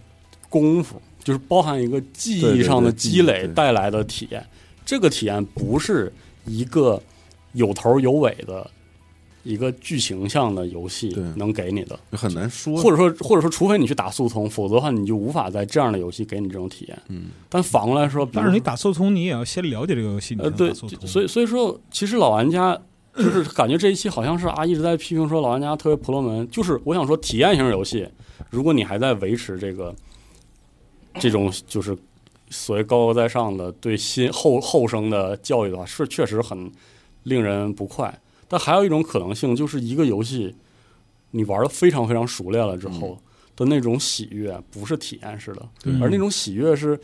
Speaker 1: 功夫，就是包含一个技
Speaker 3: 对对
Speaker 1: 艺上的
Speaker 3: 对技
Speaker 1: 积
Speaker 3: 艺
Speaker 1: 累
Speaker 3: 对
Speaker 1: 带来的体验。这个体验不是一个有头有尾的一个剧情向的游戏
Speaker 3: 对
Speaker 1: 能给你的。
Speaker 3: 就很难说，
Speaker 1: 或者说，或者说，除非你去打速通，否则的话，你就无法在这样的游戏给你这种体验。
Speaker 3: 嗯，
Speaker 1: 但反过来说，比如
Speaker 2: 但是你打速通，你也要先了解这个游戏，你才
Speaker 1: 呃，
Speaker 2: 能
Speaker 1: 对，
Speaker 2: 打速
Speaker 1: 就
Speaker 2: 通。
Speaker 1: 所以所以说，其实老玩家就是感觉这一期好像是啊一直在批评说老玩家特别婆罗门，就是我想说体验型游戏，如果你还在维持这个这种就是所谓高高在上的对新后后生的教育的话，是确实很令人不快。但还有一种可能性，就是一个游戏你玩的非常非常熟练了之后的那种喜悦，不是体验式的，
Speaker 2: 嗯
Speaker 1: 而那种喜悦是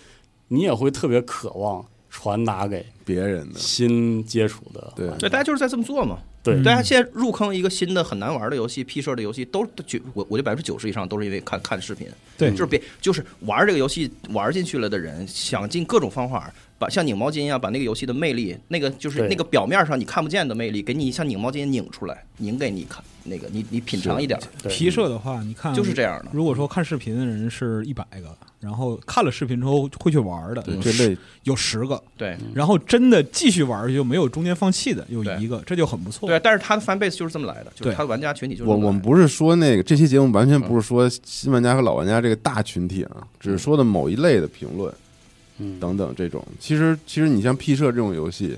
Speaker 1: 你也会特别渴望传达给
Speaker 3: 别人的
Speaker 1: 新接触的，
Speaker 3: 对
Speaker 4: 对，大家就是在这么做嘛。
Speaker 1: 对
Speaker 4: 大家现在入坑一个新的很难玩的游戏、P 社的游戏，都都九我我觉得百分之九十以上都是因为看看视频，
Speaker 3: 嗯
Speaker 2: 对
Speaker 4: 就是别就是玩这个游戏玩进去了的人，想尽各种方法把像拧毛巾一啊样把那个游戏的魅力，那个就是
Speaker 1: 对
Speaker 4: 那个表面上你看不见的魅力，给你像拧毛巾拧出来，拧给你看，那个你你品尝一点儿，
Speaker 1: 对
Speaker 2: 皮社的话，你看
Speaker 4: 就是这样的。
Speaker 2: 如果说看视频的人是一百个，然后看了视频之后会去玩儿的，
Speaker 3: 对
Speaker 4: 嗯
Speaker 2: 有
Speaker 3: 这
Speaker 2: 十
Speaker 3: 类
Speaker 2: 有十个，
Speaker 4: 对
Speaker 3: 嗯
Speaker 2: 然后真的继续玩儿就没有中间放弃的，有
Speaker 4: 嗯对
Speaker 2: 一个，这就很不错。
Speaker 4: 对，啊但是他的 fan base 就是这么来的，就是
Speaker 2: 对
Speaker 4: 他的玩家群体就是
Speaker 3: 我
Speaker 4: 这
Speaker 3: 我
Speaker 4: 么来
Speaker 3: 们
Speaker 4: 的
Speaker 3: 不是说那个这期节目完全不是说新玩家和老玩家这个大群体啊，
Speaker 4: 嗯
Speaker 3: 只是说的某一类的评论
Speaker 1: 嗯，
Speaker 3: 等等这种。其实其实你像 P 社这种游戏，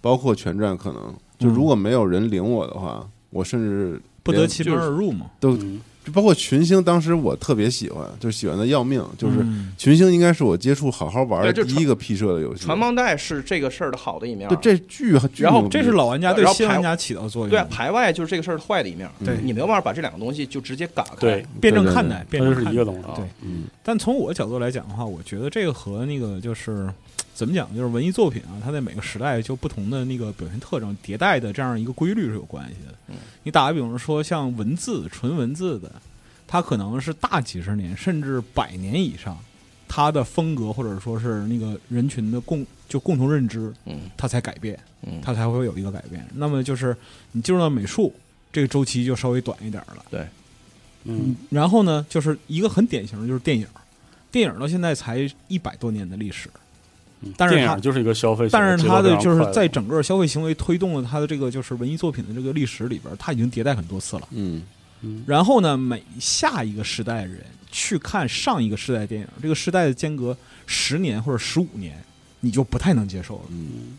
Speaker 3: 包括全战，可能就
Speaker 2: 嗯
Speaker 3: 如果没有人领我的话，我甚至
Speaker 4: 啊
Speaker 2: 不得其门
Speaker 3: 连
Speaker 2: 而入嘛。
Speaker 3: 都
Speaker 1: 嗯
Speaker 3: 就包括群星，当时我特别喜欢，就喜欢的要命，就是
Speaker 2: 嗯
Speaker 3: 群星应该是我接触好好玩的
Speaker 4: 对就
Speaker 3: 第
Speaker 4: 传
Speaker 3: 一个 P 社的游戏。
Speaker 4: 传帮带是这个事儿的好的一面儿，啊
Speaker 3: 对这剧，巨
Speaker 4: 然后
Speaker 3: 牛逼
Speaker 2: 这是老玩家对
Speaker 4: 然后
Speaker 2: 新
Speaker 4: 排
Speaker 2: 玩家起到作用。
Speaker 4: 对啊，排外就是这个事儿的坏的一面儿。
Speaker 2: 对
Speaker 4: 你没有办法把这两个东西就直接嘎开。
Speaker 1: 对，
Speaker 2: 辩证看待，
Speaker 1: 那
Speaker 2: 辩
Speaker 1: 就
Speaker 2: 证
Speaker 1: 是
Speaker 2: 看
Speaker 1: 一
Speaker 2: 待
Speaker 1: 个。东西啊。
Speaker 2: 对
Speaker 1: 嗯，
Speaker 2: 但从我角度来讲的话，我觉得这个和那个就是怎么讲，就是文艺作品啊，它在每个时代就不同的那个表现特征迭代的这样一个规律是有关系的。
Speaker 4: 嗯
Speaker 2: 你打个比方说，像文字纯文字的，它可能是大几十年甚至百年以上，它的风格或者说是那个人群的共就共同认知，
Speaker 4: 嗯
Speaker 2: 它才改变。
Speaker 4: 嗯，
Speaker 2: 它才会有一个改变。那么就是你进入到美术这个周期就稍微短一点儿了。
Speaker 1: 嗯，
Speaker 2: 然后呢，就是一个很典型的就是电影，电影到现在才一百多年的历史，
Speaker 1: 嗯
Speaker 2: 但是
Speaker 1: 电
Speaker 2: 它
Speaker 1: 影就是一个消费，
Speaker 2: 但是它
Speaker 1: 的
Speaker 2: 的就是在整个消费行为推动了它的这个就是文艺作品的这个历史里边儿，它已经迭代很多次了。
Speaker 3: 嗯，
Speaker 1: 嗯
Speaker 2: 然后呢，每下一个时代人去看上一个时代的电影，这个时代的间隔十年或者十五年，你就不太能接受了。
Speaker 3: 嗯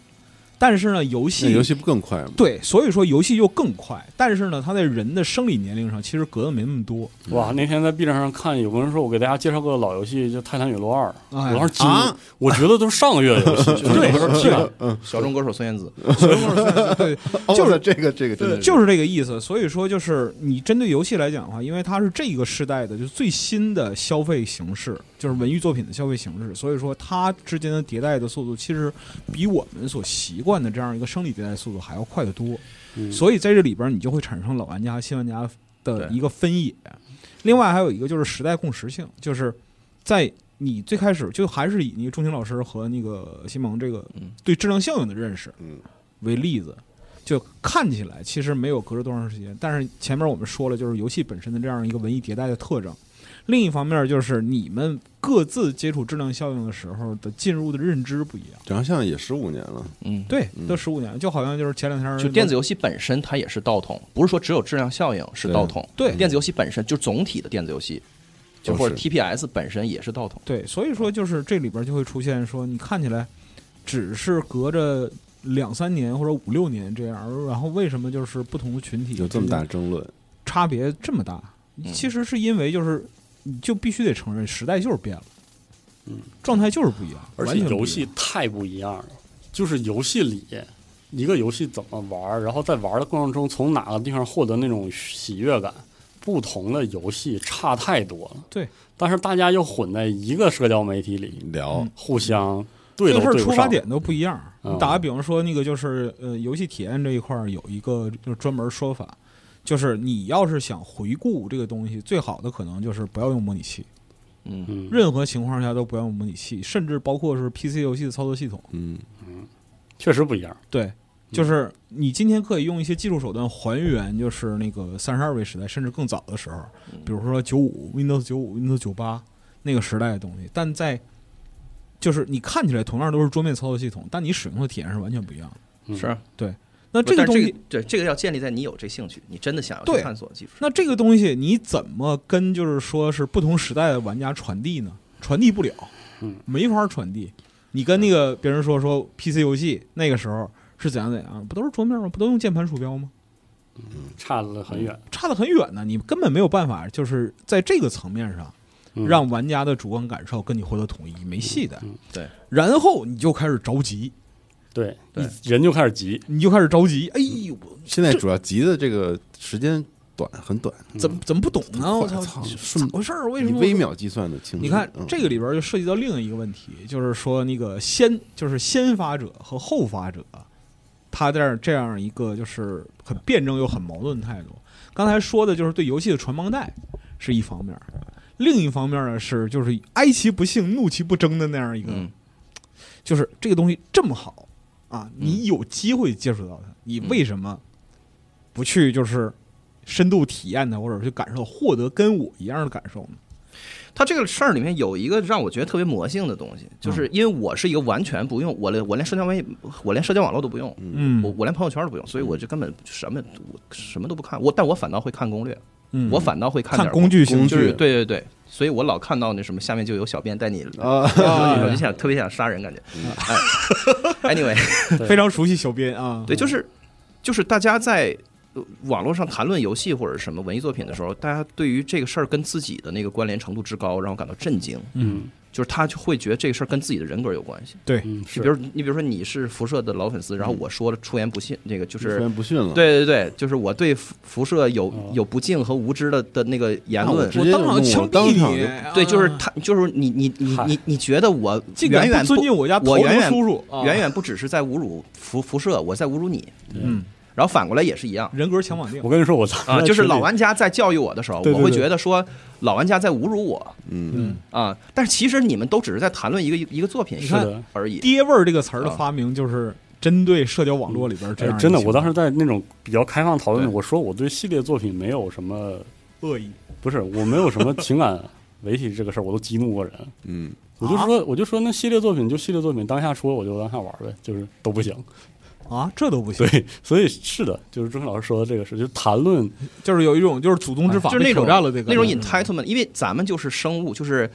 Speaker 2: 但是呢，游
Speaker 3: 那
Speaker 2: 戏
Speaker 3: 游戏不更快吗？
Speaker 2: 对，所以说游戏又更快，但是呢，它在人的生理年龄上其实隔的没那么多。
Speaker 1: 哇，那天在 B 站上看有个人说，我给大家介绍个老游戏，就《泰坦陨落二》，
Speaker 2: 哎
Speaker 1: 我当时惊
Speaker 3: 啊
Speaker 1: 了，我觉得都是上个月的游
Speaker 2: [LAUGHS]
Speaker 1: 戏，
Speaker 2: 对
Speaker 1: 我说天啊，
Speaker 4: 小众歌手孙燕姿，
Speaker 2: [LAUGHS] 对，
Speaker 3: 就是哦这个这个真的是
Speaker 2: 就是这个意思。所以说，就是你针对游戏来讲的话，因为它是这个时代的就是最新的消费形式，就是文艺作品的消费形式，所以说它之间的迭代的速度其实比我们所习惯的这样一个生理迭代速度还要快得多。
Speaker 1: 嗯
Speaker 2: 所以在这里边，你就会产生老玩家和新玩家的
Speaker 4: 对
Speaker 2: 一个分野。另外还有一个就是时代共识性，就是在你最开始就还是以那个钟情老师和那个西蒙这个
Speaker 4: 嗯
Speaker 2: 对质量效应的认识
Speaker 3: 嗯
Speaker 2: 为例子，就看起来其实没有隔着多长时间，但是前面我们说了，就是游戏本身的这样一个文艺迭代的特征。另一方面，就是你们各自接触质量效应的时候的进入的认知不一样。
Speaker 3: 长相也十五年了，
Speaker 4: 嗯，
Speaker 2: 对，
Speaker 3: 嗯
Speaker 2: 都十五年，就好像就是前两天
Speaker 4: 就电子游戏本身它也是道统，不是说只有质量效应是道统。
Speaker 2: 对
Speaker 4: 电子游戏本身就总体的电子游戏，就或者
Speaker 3: 都是
Speaker 4: TPS 本身也是道统。
Speaker 2: 对，所以说就是这里边就会出现说，你看起来只是隔着两三年或者五六年这样，然后为什么就是不同的群体
Speaker 3: 有这么大争论，
Speaker 2: 差别这么大？
Speaker 4: 嗯
Speaker 2: 其实是因为就是你就必须得承认时代就是变了，
Speaker 1: 嗯，
Speaker 2: 状态就是不一样，
Speaker 1: 而
Speaker 2: 完
Speaker 1: 且
Speaker 2: 全不一样
Speaker 1: 游戏太不一样了，就是游戏里一个游戏怎么玩儿，然后在玩儿的过程中从哪个地方获得那种喜悦感，不同的游戏差太多了。
Speaker 2: 对，
Speaker 1: 但是大家又混在一个社交媒体里，
Speaker 3: 聊
Speaker 2: 嗯
Speaker 1: 互相对
Speaker 2: 这
Speaker 1: 都
Speaker 2: 个事儿
Speaker 1: 对
Speaker 2: 出
Speaker 1: 不
Speaker 2: 发
Speaker 1: 上。
Speaker 2: 点都不一样。
Speaker 1: 嗯
Speaker 2: 你打个比方说，那个就是呃，游戏体验这一块儿有一个就是专门说法，就是你要是想回顾这个东西，最好的可能就是不要用模拟器。
Speaker 4: 嗯，
Speaker 1: 嗯，
Speaker 2: 任何情况下都不要用模拟器，甚至包括是 PC 游戏的操作系统。
Speaker 3: 嗯
Speaker 1: 确实不一样。
Speaker 2: 对，就是你今天可以用一些技术手段还原，就是那个三十二位时代，甚至更早的时候，比如说九五 Windows 九五 Windows 九八那个时代的东西，但在就是你看起来同样都是桌面操作系统，但你使用的体验是完全不一样的。
Speaker 1: 嗯
Speaker 4: 是。啊
Speaker 2: 那这个
Speaker 4: 但
Speaker 2: 东西，
Speaker 4: 对这个要建立在你有这兴趣，你真的想要
Speaker 2: 对
Speaker 4: 去探索技术。
Speaker 2: 那这个东西你怎么跟就是说是不同时代的玩家传递呢？传递不了
Speaker 1: 嗯，
Speaker 2: 没法传递。你跟那个别人说说 PC 游戏那个时候是怎样怎样，不都是桌面吗？不都用键盘鼠标吗？
Speaker 1: 差得很远，
Speaker 2: 差得很远呢，你根本没有办法就是在这个层面上
Speaker 1: 嗯
Speaker 2: 让玩家的主观感受跟你获得统一，没戏的。
Speaker 1: 嗯
Speaker 4: 对，
Speaker 2: 然后你就开始着急，
Speaker 1: 对
Speaker 4: 对
Speaker 1: 一人就开始急，
Speaker 2: 你就开始着急，哎呦，
Speaker 3: 现在主要急的这个时间短，很短，
Speaker 2: 怎么怎么不懂呢？我
Speaker 3: 快
Speaker 2: 操
Speaker 3: 操，
Speaker 2: 怎么回事哦儿？为什
Speaker 3: 以
Speaker 2: 么
Speaker 3: 微秒计算的清晰。
Speaker 2: 你看
Speaker 3: 嗯
Speaker 2: 这个里边就涉及到另一个问题，就是说那个先就是先发者和后发者，他这样这样一个就是很辩证又很矛盾的态度。刚才说的就是对游戏的传帮带是一方面儿，另一方面呢是就是哀其不幸，怒其不争的那样一个，
Speaker 4: 嗯，
Speaker 2: 就是这个东西这么好啊，你有机会接触到它，你为什么不去就是深度体验它，或者去感受获得跟我一样的感受呢？
Speaker 4: 它这个事儿里面有一个让我觉得特别魔性的东西，就是因为我是一个完全不用我连我连社交媒我连社交网络都不用，
Speaker 2: 嗯
Speaker 4: 我我连朋友圈都不用，所以我就根本什么我什么都不看。我但我反倒会看攻略，
Speaker 2: 嗯，
Speaker 4: 我反倒会看
Speaker 2: 看
Speaker 4: 点
Speaker 2: 工具型
Speaker 3: 工
Speaker 4: 就
Speaker 3: 具
Speaker 4: 是对对对，所以我老看到那什么下面就有小编带你，
Speaker 3: 啊，
Speaker 4: 我就
Speaker 2: [LAUGHS]
Speaker 4: 想特别想杀人感觉。
Speaker 2: 嗯
Speaker 4: 哎，anyway，
Speaker 2: 非常熟悉小编啊，
Speaker 4: 对，就是就是大家在呃网络上谈论游戏或者什么文艺作品的时候，大家对于这个事儿跟自己的那个关联程度之高，让我感到震惊。
Speaker 1: 嗯
Speaker 4: 就是他就会觉得这个事儿跟自己的人格有关系。
Speaker 1: 嗯，
Speaker 4: 就是比如你比如说你是辐射的老粉丝，然
Speaker 2: 嗯
Speaker 4: 后我说了出言不逊，那个就
Speaker 3: 出
Speaker 4: 是
Speaker 3: 言不逊了。，
Speaker 4: 对对对，就是我对辐辐射有
Speaker 1: 哦
Speaker 4: 有不敬和无知的的那个言
Speaker 3: 那我
Speaker 4: 论
Speaker 3: 知。
Speaker 2: 我
Speaker 3: 直接就
Speaker 2: 当场
Speaker 3: 弄我
Speaker 2: 枪
Speaker 3: 当
Speaker 2: 毙
Speaker 3: 场
Speaker 2: 你
Speaker 3: 就！
Speaker 4: 对，就是
Speaker 2: 啊
Speaker 4: 他，就是你，你，你，
Speaker 1: 嗨
Speaker 4: 你，你觉得我
Speaker 2: 竟
Speaker 4: 远
Speaker 2: 然
Speaker 4: 远
Speaker 2: 不尊敬我家
Speaker 4: 我
Speaker 2: 头
Speaker 4: 远
Speaker 2: 头
Speaker 4: 远
Speaker 2: 叔叔，啊
Speaker 4: 远远不只是在侮辱辐辐射，我在侮辱你。
Speaker 2: 嗯，
Speaker 4: 然后反过来也是一样
Speaker 2: 人格强绑定
Speaker 1: 我。跟你说，我操
Speaker 4: 啊，就是老玩家在教育我的时候，
Speaker 1: 对对
Speaker 4: 我会
Speaker 1: 对
Speaker 4: 觉得说老玩家在侮辱我
Speaker 3: 嗯，
Speaker 2: 嗯，
Speaker 4: 啊，但是其实你们都只是在谈论一个一个作品
Speaker 2: 你
Speaker 1: 是
Speaker 2: 看
Speaker 1: 的，
Speaker 4: 而已。
Speaker 2: 爹味儿这个词儿的发明，就是针对社交网络里边这
Speaker 1: 哎
Speaker 2: 样、，
Speaker 1: 真的，我当时在那种比较开放讨论里，
Speaker 4: 对
Speaker 1: 我说我对系列作品没有什么，
Speaker 2: 恶意，
Speaker 1: 不是我没有什么情感维系这个事儿，我都激怒过人。
Speaker 3: 嗯，
Speaker 1: 我就说，我就说，那系列作品就系列作品，当下出了我就当下玩呗，就是都不行。
Speaker 2: 啊，这都不行，
Speaker 1: 对， [LAUGHS] 所以是的，就是钟老师说的这个事，就谈论
Speaker 2: 就是有一种就是祖宗之法
Speaker 4: 就是那
Speaker 2: 被挑
Speaker 4: 种
Speaker 2: 战了，这个嗯
Speaker 4: 那种 entitlement，因为咱们就是生物，就是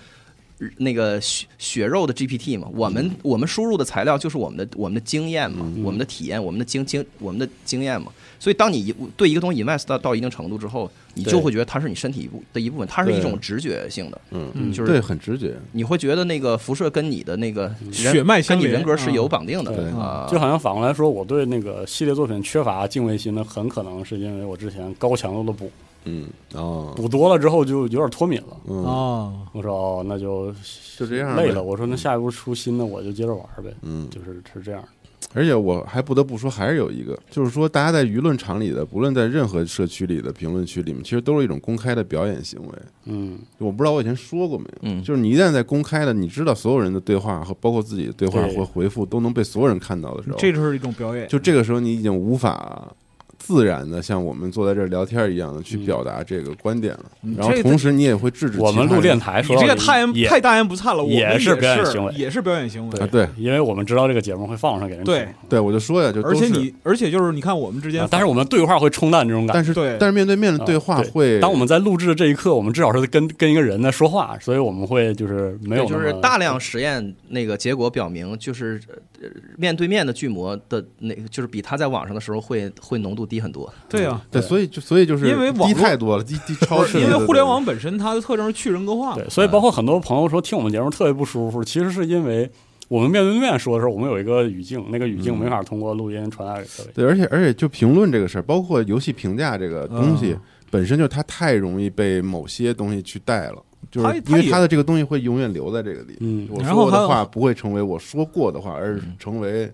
Speaker 4: 呃那个血血肉的 GPT 嘛，我们我们输入的材料就是我们的我们的经验嘛，我们的体验，我们的经经我们的经验嘛。所以，当你一对一个东西 invest 到到一定程度之后，你
Speaker 1: 对
Speaker 4: 就会觉得它是你身体一部的一部分，它是一
Speaker 1: 对
Speaker 4: 种直觉性的，
Speaker 3: 嗯，
Speaker 4: 就是
Speaker 3: 对，很直接。
Speaker 4: 你会觉得那个辐射跟你的那个人
Speaker 2: 血脉相
Speaker 4: 跟你
Speaker 2: 连，
Speaker 4: 人格是有
Speaker 2: 啊
Speaker 4: 绑定
Speaker 1: 对
Speaker 4: 的啊，
Speaker 1: 就好像反过来说，我对那个系列作品缺乏敬畏心呢，很可能是因为我之前高强度的补
Speaker 3: 嗯，哦，
Speaker 1: 补多了之后就有点脱敏了。
Speaker 3: 嗯，
Speaker 2: 哦，
Speaker 1: 我说哦，那就
Speaker 3: 就这样呗
Speaker 1: 累了。我说那下一步出新的，我就接着玩呗。
Speaker 3: 嗯
Speaker 1: 就是是这样的。
Speaker 3: 而且我还不得不说，还是有一个，就是说，大家在舆论场里的，不论在任何社区里的评论区里面，其实都是一种公开的表演行为。
Speaker 1: 嗯，
Speaker 3: 我不知道我以前说过没有，
Speaker 4: 嗯
Speaker 3: 就是你一旦在公开的，你知道所有人的对话和包括自己的对话
Speaker 1: 对
Speaker 3: 或回复都能被所有人看到的时候，
Speaker 2: 这就是一种表演，
Speaker 3: 就这个时候你已经无法自然的像我们坐在这儿聊天一样的去表达这个观点了，
Speaker 2: 嗯
Speaker 3: 然后
Speaker 2: 这个
Speaker 3: 同时你也会制止
Speaker 1: 我们
Speaker 3: 其他
Speaker 1: 录
Speaker 3: 人
Speaker 1: 电台说
Speaker 2: 你这
Speaker 1: 到
Speaker 2: 个
Speaker 1: 底
Speaker 2: 太
Speaker 1: 也
Speaker 2: 太大言不惭了，我们
Speaker 1: 也
Speaker 2: 也
Speaker 1: 是表演行为
Speaker 2: 也是表演行为，
Speaker 3: 啊，对
Speaker 1: 因为我们知道这个节目会放上给人听
Speaker 2: 对
Speaker 3: 对，我就说呀，就都
Speaker 2: 而且
Speaker 3: 是
Speaker 2: 你而且就是你看我们之间
Speaker 1: 啊，但是我们对话会冲淡这种感觉。
Speaker 3: 但是
Speaker 2: 对
Speaker 3: 但是面对面的
Speaker 1: 啊
Speaker 3: 对话
Speaker 1: 对
Speaker 3: 会，
Speaker 1: 当我们在录制的这一刻，我们至少是跟跟一个人在说话，所以我们会就是没有
Speaker 4: 对，就
Speaker 1: 那
Speaker 4: 是
Speaker 1: 么
Speaker 4: 大量实验那个结果表明，就是呃面对面的巨魔的那，就是比他在网上的时候会会浓度低很多。
Speaker 2: 对啊，
Speaker 3: 对，
Speaker 1: 对
Speaker 3: 所以就所以就是
Speaker 2: 因为网
Speaker 3: 低
Speaker 2: 络
Speaker 3: 太多了，低低超市
Speaker 2: 因为互联网本身它的特征是去人格化嘛
Speaker 1: 对，，
Speaker 3: 嗯
Speaker 1: 所以包括很多朋友说听我们节目特别不舒服，其实是因为我们面对面说的时候，我们有一个语境，那个语境没法通过录音传达给各位。
Speaker 3: 嗯对，而且而且就评论这个事儿，包括游戏评价这个东西、
Speaker 2: 嗯
Speaker 3: 本身，就是它太容易被某些东西去带了，就
Speaker 2: 它
Speaker 3: 是因
Speaker 2: 它
Speaker 3: 为
Speaker 2: 也
Speaker 3: 它的这个东西会永远留在这个地。
Speaker 1: 嗯，
Speaker 3: 我
Speaker 2: 然后
Speaker 3: 说
Speaker 2: 还
Speaker 3: 的
Speaker 2: 有
Speaker 3: 话不会成为我说过的话，而是成为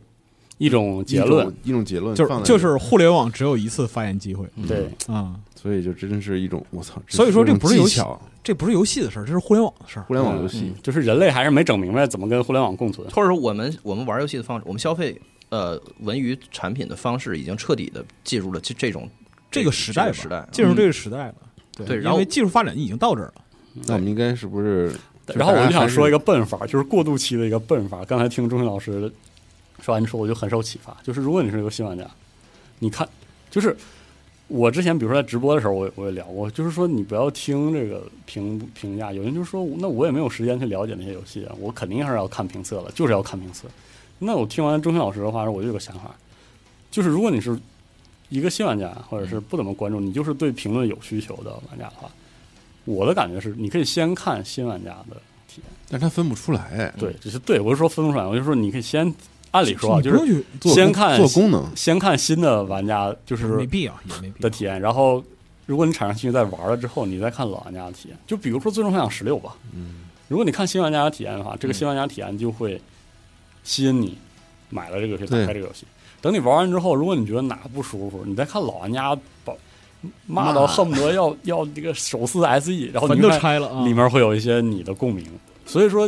Speaker 1: 一种
Speaker 3: 一
Speaker 1: 结
Speaker 3: 种
Speaker 1: 论，
Speaker 3: 一嗯种结
Speaker 1: 呃
Speaker 3: 论
Speaker 2: 就
Speaker 3: 放
Speaker 2: 是
Speaker 3: 在
Speaker 2: 就
Speaker 3: 这儿
Speaker 2: 是互联网只有一次发言机会
Speaker 3: 嗯
Speaker 1: 对，
Speaker 2: 啊，
Speaker 3: 所以就真是一种我操！
Speaker 2: 所以说
Speaker 3: 这
Speaker 2: 这不是
Speaker 3: 技
Speaker 2: 游戏
Speaker 3: 巧，
Speaker 2: 这不是游戏的事儿，这是互联网的事儿
Speaker 3: 互。联网游戏
Speaker 1: 嗯，就是人类还是没整明白怎么跟互联网共存。
Speaker 4: 或者说我们我们玩游戏的方式，我们消费呃文娱产品的方式已经彻底的进入了这这种
Speaker 2: 这个时代吧，
Speaker 4: 这个时代
Speaker 2: 进入这个时代了。
Speaker 4: 对然
Speaker 2: 因
Speaker 4: 后
Speaker 2: 为技术发展已经到这儿了。
Speaker 3: 那我们应该是不是？就
Speaker 1: 然后我就想说一个
Speaker 3: 大家
Speaker 1: 笨法，就是过渡期的一个笨法。刚才听钟迅老师说完之后，我就很受启发。就是如果你是一个新玩家，你看，就是我之前比如说在直播的时候，我也我也聊过，就是说你不要听这个评评价，有人就说那我也没有时间去了解那些游戏啊，我肯定还是要看评测了，就是要看评测。那我听完钟迅老师的话，我就有个想法，就是如果你是一个新玩家，或者是不怎么关注，你就是还是对评论有需求的玩家的话，我的感觉是，你可以先看新玩家的体验。
Speaker 3: 还是但是它分不出来，
Speaker 2: 嗯
Speaker 1: 对，就是对我是说分不出来，我就说你可以先，按理说啊，
Speaker 2: 你
Speaker 1: 就
Speaker 2: 不用
Speaker 1: 是
Speaker 2: 去，
Speaker 3: 做
Speaker 1: 先
Speaker 3: 功
Speaker 1: 看
Speaker 3: 做功能，
Speaker 1: 先看新的玩家就是
Speaker 2: 没必要，也没必
Speaker 1: 的
Speaker 2: 要。
Speaker 1: 体验，然后如果你产生兴趣再玩了之后，你再看老玩家的体验。就比如说《最终幻想十六》吧，
Speaker 3: 嗯，
Speaker 1: 如果你看新玩家的体验的话，
Speaker 2: 嗯
Speaker 1: 这个新玩家体验就会吸引你买了这个游戏，打
Speaker 3: 对
Speaker 1: 开这个游戏。等你玩完之后，如果你觉得哪不舒服，你再看老玩家把骂到
Speaker 3: 骂
Speaker 1: 恨不得要要这个手撕 SE，然后
Speaker 2: 坟
Speaker 1: 你
Speaker 2: 都
Speaker 1: 就看
Speaker 2: 拆了啊！
Speaker 1: 里面会有一些你的共鸣。所以说，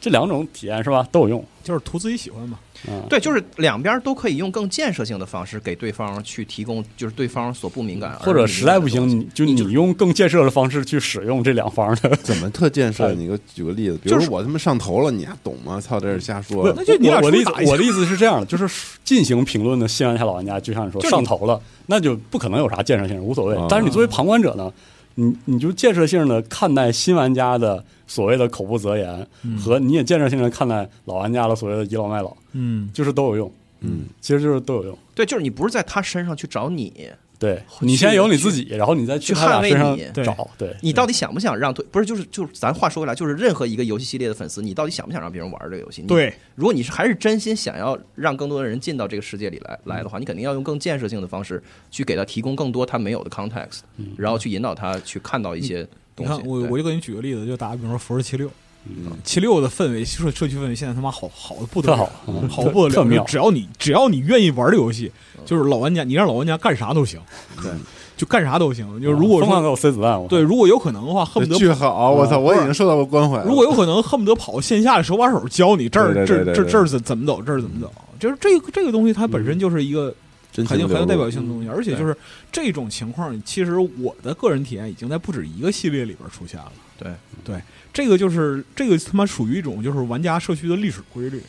Speaker 1: 这两种体验是吧都有用。
Speaker 2: 就是图自己喜欢嘛。
Speaker 1: 嗯，
Speaker 4: 对，就是两边都可以用更建设性的方式给对方去提供，就是对方所不敏感，
Speaker 1: 或者实在不行，你就
Speaker 4: 你就
Speaker 1: 你用更建设的方式去使用这两方的。
Speaker 3: 怎么特建设？
Speaker 1: 哎
Speaker 3: 你给我举个例子，比
Speaker 1: 就
Speaker 3: 如
Speaker 1: 是
Speaker 3: 说我他妈上头了，你还懂吗？操，在这儿瞎
Speaker 1: 不
Speaker 3: 说
Speaker 1: 是，
Speaker 2: 哦那就你
Speaker 1: [LAUGHS]
Speaker 2: 俩
Speaker 1: 我我的意思
Speaker 2: 出去打一，架
Speaker 1: 我的意思是这样的，就是进行评论的新玩家、老玩家，就像你说
Speaker 2: 就是你哦
Speaker 1: 上头了，那就不可能有啥建设性，无所谓
Speaker 3: 啊。
Speaker 1: 但是你作为旁观者呢，你你就建设性的看待新玩家的所谓的口不择言，和你也建设性的看待老玩家的所谓的倚老卖老，
Speaker 2: 嗯，
Speaker 1: 就是都有用。
Speaker 3: 嗯，
Speaker 1: 其实就是都有用。
Speaker 4: 对，就是你不是在他身上去找你，
Speaker 1: 对
Speaker 4: 去
Speaker 1: 你先有你自己，然后你再去
Speaker 4: 去
Speaker 1: 他俩
Speaker 4: 捍卫
Speaker 1: 身上
Speaker 4: 你
Speaker 2: 对
Speaker 1: 找。对，
Speaker 4: 你到底想不想让对？不是，就是就是，咱话说回来，就是任何一个游戏系列的粉丝，你到底想不想让别人玩这个游戏？你，
Speaker 2: 对，
Speaker 4: 如果你是还是真心想要让更多的人进到这个世界里
Speaker 2: 嗯
Speaker 4: 来来的话，你肯定要用更建设性的方式去给他提供更多他没有的 context，
Speaker 1: 嗯
Speaker 4: 然后去引导他去看到一些
Speaker 2: 你
Speaker 4: 东西。
Speaker 2: 看我
Speaker 4: 对
Speaker 2: 我就给你举个例子，就打比方说《辐射七六》，
Speaker 1: 嗯
Speaker 2: 七六的氛围，社社区氛围现在他妈好好的不得
Speaker 1: 特
Speaker 2: 了，
Speaker 1: 好，嗯
Speaker 2: 好
Speaker 1: 特
Speaker 2: 不得
Speaker 1: 特
Speaker 2: 了。就
Speaker 1: 妙。嗯
Speaker 2: 只要你只要你愿意玩这游戏，就是老玩家，你让老玩家干啥都行，
Speaker 4: 对，
Speaker 2: 就干啥都行。就是如果
Speaker 1: 嗯疯狂
Speaker 2: 说
Speaker 1: 给我塞子弹，我
Speaker 2: 对，如果有可能的话，恨不得
Speaker 3: 巨好，我操，我已经受到过关怀了。
Speaker 2: 如果有可能，恨不得跑线下的手把手教你这儿
Speaker 3: 对对
Speaker 2: 这
Speaker 3: 对对
Speaker 2: 这
Speaker 3: 对嗯
Speaker 2: 这儿怎怎么走，这儿怎么走。就是这个这个东西，它本身就是一个
Speaker 3: 真
Speaker 2: 很
Speaker 3: 情
Speaker 2: 有很有
Speaker 3: 流
Speaker 2: 代
Speaker 3: 露
Speaker 2: 表性的东西，而且就是这种情况，其实我的个人体验已经在不止一个系列里边出现了。
Speaker 4: 对
Speaker 2: 对，这个就是这个他妈属于一种就是玩家社区的历史规律。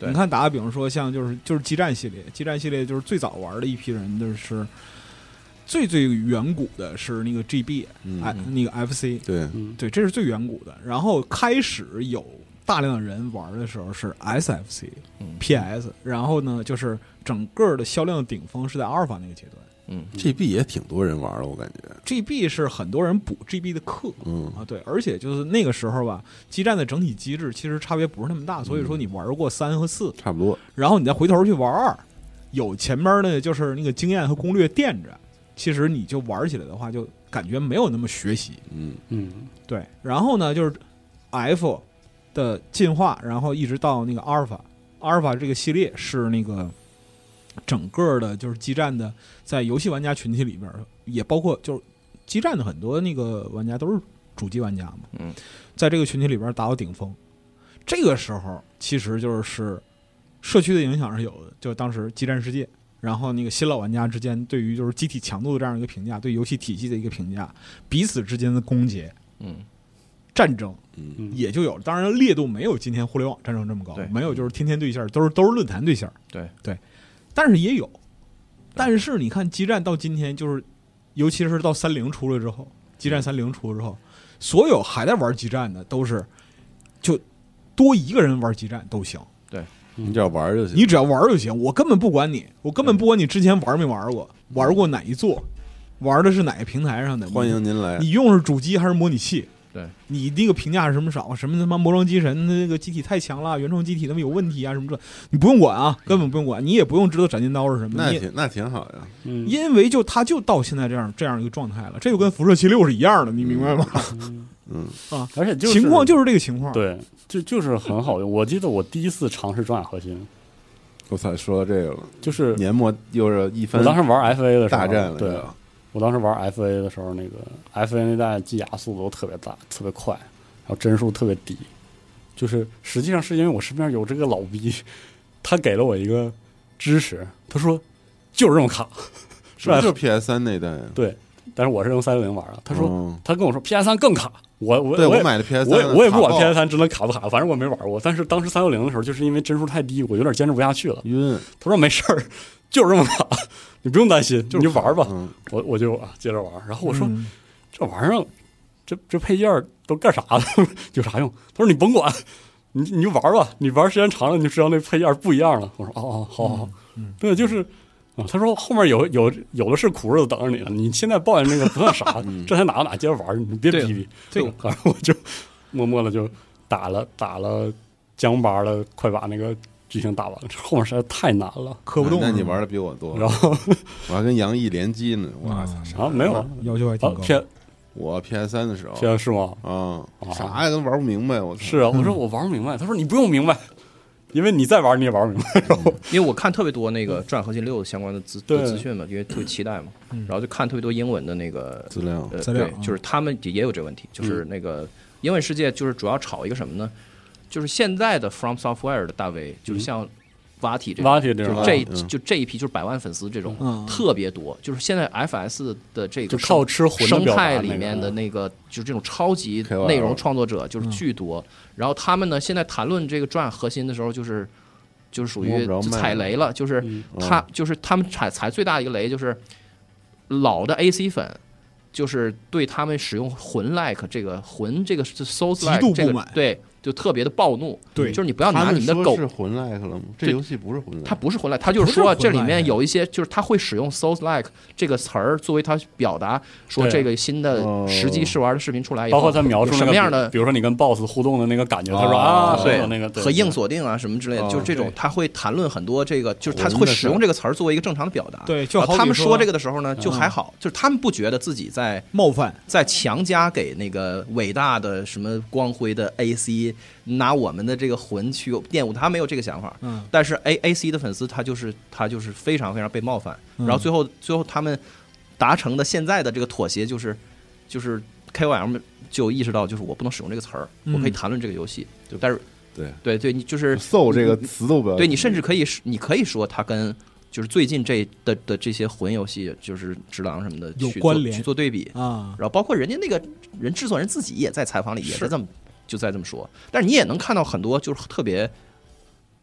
Speaker 4: 对
Speaker 2: 你看，打个比方说，像就是就是激战系列，激战系列就是最早玩的一批人，就是最最远古的是那个 GB，
Speaker 3: 嗯
Speaker 2: 哎、那个 FC，
Speaker 3: 对，
Speaker 1: 嗯
Speaker 2: 对，这是最远古的。然后开始有大量的人玩的时候是 SFC、
Speaker 4: 嗯
Speaker 2: PS，然后呢，就是整个的销量的顶峰是在阿尔法那个阶段。
Speaker 4: 嗯，
Speaker 3: GB 也挺多人玩了，我感觉，
Speaker 2: GB 是很多人补 GB 的课
Speaker 3: 嗯
Speaker 2: 啊，对，而且就是那个时候吧，基站的整体机制其实差别不是那么大，所以说你玩过三和四，
Speaker 3: 差不多，
Speaker 2: 然后你再回头去玩二，有前面的就是那个经验和攻略垫着，其实你就玩起来的话，就感觉没有那么学习。
Speaker 3: 嗯
Speaker 1: 嗯
Speaker 2: 对，然后呢就是 F 的进化，然后一直到那个阿尔法，阿尔法这个系列是那个整个的，就是基站的，在游戏玩家群体里面，也包括就是基站的很多那个玩家都是主机玩家嘛，
Speaker 4: 嗯，
Speaker 2: 在这个群体里边达到顶峰，这个时候其实就是社区的影响是有的，就当时基站世界。然后那个新老玩家之间对于就是机体强度的这样一个评价，对游戏体系的一个评价，彼此之间的攻讦，
Speaker 4: 嗯，
Speaker 2: 战争
Speaker 3: 嗯
Speaker 1: 嗯
Speaker 2: 也就有了，当然烈度没有今天互联网战争这么高
Speaker 4: 对，
Speaker 2: 没有就是天天对线儿，都是都是论坛对线儿，
Speaker 4: 对
Speaker 2: 对，但是也有，但是你看基站到今天就是，尤其是到三零出了之后，基站三零出了之后，所有还在玩基站的都是，就多一个人玩基站都行，
Speaker 3: 你只要玩就行。
Speaker 2: 你只要玩儿就行，我根本不管你，我根本不管你之前玩没玩过，玩过哪一座，玩的是哪个平台上的，
Speaker 3: 欢迎您来，
Speaker 2: 你用是主机还是模拟器？
Speaker 4: 对，
Speaker 2: 你那个评价是什么少？什么他妈魔装机神那个机体太强了，原创机体他妈有问题啊什么这，你不用管啊，根本不用管，你也不用知道斩金刀是什么，
Speaker 3: 那
Speaker 2: 你也
Speaker 3: 挺那挺好呀。
Speaker 1: 嗯，
Speaker 2: 因为就它就到现在这样这样一个状态了，这就跟辐射七六是一样的，你明白吗？
Speaker 3: 嗯，
Speaker 1: 啊而且就是
Speaker 2: 情况就是这个情况，
Speaker 1: 对，就就是很好用。我记得我第一次尝试装甲核心，
Speaker 3: 我操，说到这个了，
Speaker 1: 就是
Speaker 3: 年末又是一番
Speaker 1: 我当时玩 FA 的时候，
Speaker 3: 大战了，
Speaker 1: 对，我当时玩 FA 的时候，那个 FA 那代机牙速度都特别大，特别快，然后帧数特别低。就是实际上是因为我身边有这个老逼，他给了我一个支持，他说就是这么卡，
Speaker 3: 是不
Speaker 1: 是
Speaker 3: [LAUGHS] 是 PS 三那一代呀？
Speaker 1: 对。但是我是用三六零玩的，他说、
Speaker 3: 嗯
Speaker 1: 他跟我说 PS 三更卡，我我
Speaker 3: 对
Speaker 1: 我
Speaker 3: 我
Speaker 1: 也
Speaker 3: 买的 PS
Speaker 1: 我也
Speaker 3: 三，
Speaker 1: 我也不管
Speaker 3: 卡爆
Speaker 1: PS 三真的卡不卡，反正我没玩过。但是当时三六零的时候，就是因为帧数太低，我有点坚持不下去了。
Speaker 3: 晕，
Speaker 1: 他说没事儿，就是这么卡，你不用担心，你就玩吧。
Speaker 3: 嗯，
Speaker 1: 我我就啊接着玩。然后我说、
Speaker 2: 嗯
Speaker 1: 这玩意儿，这这配件儿都干啥的？ [LAUGHS] 有啥用？他说你甭管，你你就玩吧，你玩时间长了你就知道那配件儿不一样了。我说哦哦，好好好，
Speaker 2: 嗯
Speaker 1: 对，就是。啊，他说后面有有有的是苦日子等着你呢，你现在抱怨那个不算啥，这才哪个哪接着玩儿，你别
Speaker 2: 嗯对
Speaker 1: 逼逼。
Speaker 2: 对
Speaker 1: 就反正 [LAUGHS] 我就默默的就打了打了江巴的，快把那个剧情打完了，这后面实在太难了。
Speaker 2: 磕不动。
Speaker 3: 那你玩的比我多，
Speaker 1: 然后
Speaker 3: 我还跟杨毅联机呢，我
Speaker 2: 啊
Speaker 3: 操，
Speaker 1: 啊没有啊
Speaker 2: 要求还挺高，
Speaker 1: 骗
Speaker 3: 我 PS 三的时候
Speaker 1: 骗是吗？
Speaker 3: 啊
Speaker 4: 哦
Speaker 1: 啊，
Speaker 3: 啥呀都玩不明白，我操，
Speaker 1: 是啊，我说我玩不明白，他说你不用明白，因为你再玩你也玩不明白。
Speaker 4: 因为我看特别多那个《战核心六》相关的资
Speaker 1: 对
Speaker 4: 资讯嘛，因为特别期待嘛，
Speaker 2: 嗯
Speaker 4: 然后就看特别多英文的那个
Speaker 3: 资料
Speaker 4: 呃，
Speaker 2: 资料
Speaker 4: 对
Speaker 2: 啊，
Speaker 4: 就是他们也有这个问题，就是那个英文世界就是主要炒一个什么呢？就是现在的 From Software 的大 V，就
Speaker 2: 嗯
Speaker 4: 是像 Vati 这种，
Speaker 1: 挖铁这
Speaker 4: 就
Speaker 1: 种啊
Speaker 4: 这一
Speaker 3: 嗯
Speaker 4: 就这一批就是百万粉丝这种
Speaker 2: 嗯
Speaker 4: 特别多，就是现在 FS 的这
Speaker 1: 就
Speaker 4: 个
Speaker 1: 靠
Speaker 4: 生
Speaker 1: 吃魂的
Speaker 4: 生
Speaker 1: 表达
Speaker 4: 态
Speaker 1: 那
Speaker 4: 里
Speaker 1: 个
Speaker 4: 面的
Speaker 1: 嗯
Speaker 4: 那个就是这种超级
Speaker 3: KOL
Speaker 4: 内容创作者就是
Speaker 2: 嗯
Speaker 4: 巨多，然后他们呢现在谈论这个转核心的时候就是。就是属
Speaker 3: 摸不
Speaker 4: 于
Speaker 3: 着
Speaker 4: 就
Speaker 3: 脉
Speaker 4: 踩雷了，就是
Speaker 1: 嗯
Speaker 4: 他就是他们踩踩最大的一个雷就是老的 AC 粉，就是对他们使用魂 like 这个魂这个 souls
Speaker 2: 极度
Speaker 4: like
Speaker 2: 不
Speaker 4: 这个
Speaker 2: 满
Speaker 4: 对。就特别的暴怒，
Speaker 2: 对
Speaker 4: 就是你不要拿你们的
Speaker 3: 他说
Speaker 4: 狗
Speaker 3: 是魂 like 了吗？这
Speaker 4: 对
Speaker 3: 游戏不是魂 like，
Speaker 4: 它不是混乱，它就是说
Speaker 2: 不是
Speaker 4: 这
Speaker 2: 混乱
Speaker 4: 里面有一些，就是他会使用 “souls like” 这个词儿作为他表达说
Speaker 1: 对
Speaker 4: 这个新
Speaker 3: 哦
Speaker 4: 的实际试玩的视频出来以后，
Speaker 1: 包括他描述
Speaker 4: 有
Speaker 1: 那
Speaker 4: 什
Speaker 1: 个
Speaker 4: 么样的
Speaker 1: 比如说你跟 BOSS 互动的那个感觉，他说
Speaker 3: 哦
Speaker 1: 啊，
Speaker 3: 对
Speaker 1: 很有那个对
Speaker 4: 和硬
Speaker 1: 对
Speaker 4: 锁定啊什么之类的，
Speaker 3: 哦
Speaker 4: 就是这种
Speaker 2: 对
Speaker 4: 他会谈论很多这个，就是
Speaker 1: 哦
Speaker 4: 他
Speaker 3: 我们
Speaker 4: 会
Speaker 3: 的
Speaker 4: 使用这个词儿作为一个正常的表达。
Speaker 2: 对就
Speaker 4: 啊
Speaker 2: 好比
Speaker 4: 他们
Speaker 2: 说
Speaker 4: 说这个的时候呢，
Speaker 1: 嗯
Speaker 4: 就还好，就是他们不觉得自己在
Speaker 2: 冒犯，
Speaker 4: 在强加给那个伟大的什么光辉的 AC，拿我们的这个魂去玷污，他没有这个想法。
Speaker 2: 嗯，
Speaker 4: 但是 A A C 的粉丝他就是他就是非常非常被冒犯，
Speaker 2: 嗯
Speaker 4: 然后最后最后他们达成的现在的这个妥协就是就是 K O M 就意识到就是我不能使用这个词儿，
Speaker 2: 嗯
Speaker 4: 我可以谈论这个游戏，但是
Speaker 3: 对
Speaker 4: 对对，你就是
Speaker 3: ，so 这个词都不要提，
Speaker 4: 对你甚至可以是你可以说它跟就是最近这的的这些魂游戏就是只狼什么的
Speaker 2: 有
Speaker 4: 去
Speaker 2: 关
Speaker 4: 做
Speaker 2: 联
Speaker 4: 去做对比，
Speaker 2: 啊，
Speaker 4: 然后包括人家那个人制作人自己也在采访里也
Speaker 2: 是
Speaker 4: 在这么就在这么说，但是你也能看到很多就是特别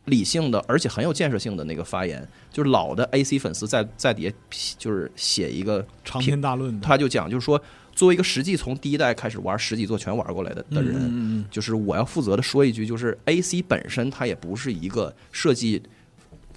Speaker 4: 理性的，而且很有建设性的那个发言，就是老的 AC 粉丝在在底下就是写一个
Speaker 2: 长
Speaker 4: 评
Speaker 2: 篇大论的，
Speaker 4: 他就讲就是说作为一个实际从第一代开始玩十几座全玩过来的的人，
Speaker 2: 嗯嗯
Speaker 4: 就是我要负责的说一句，就是 A C 本身它也不是一个设计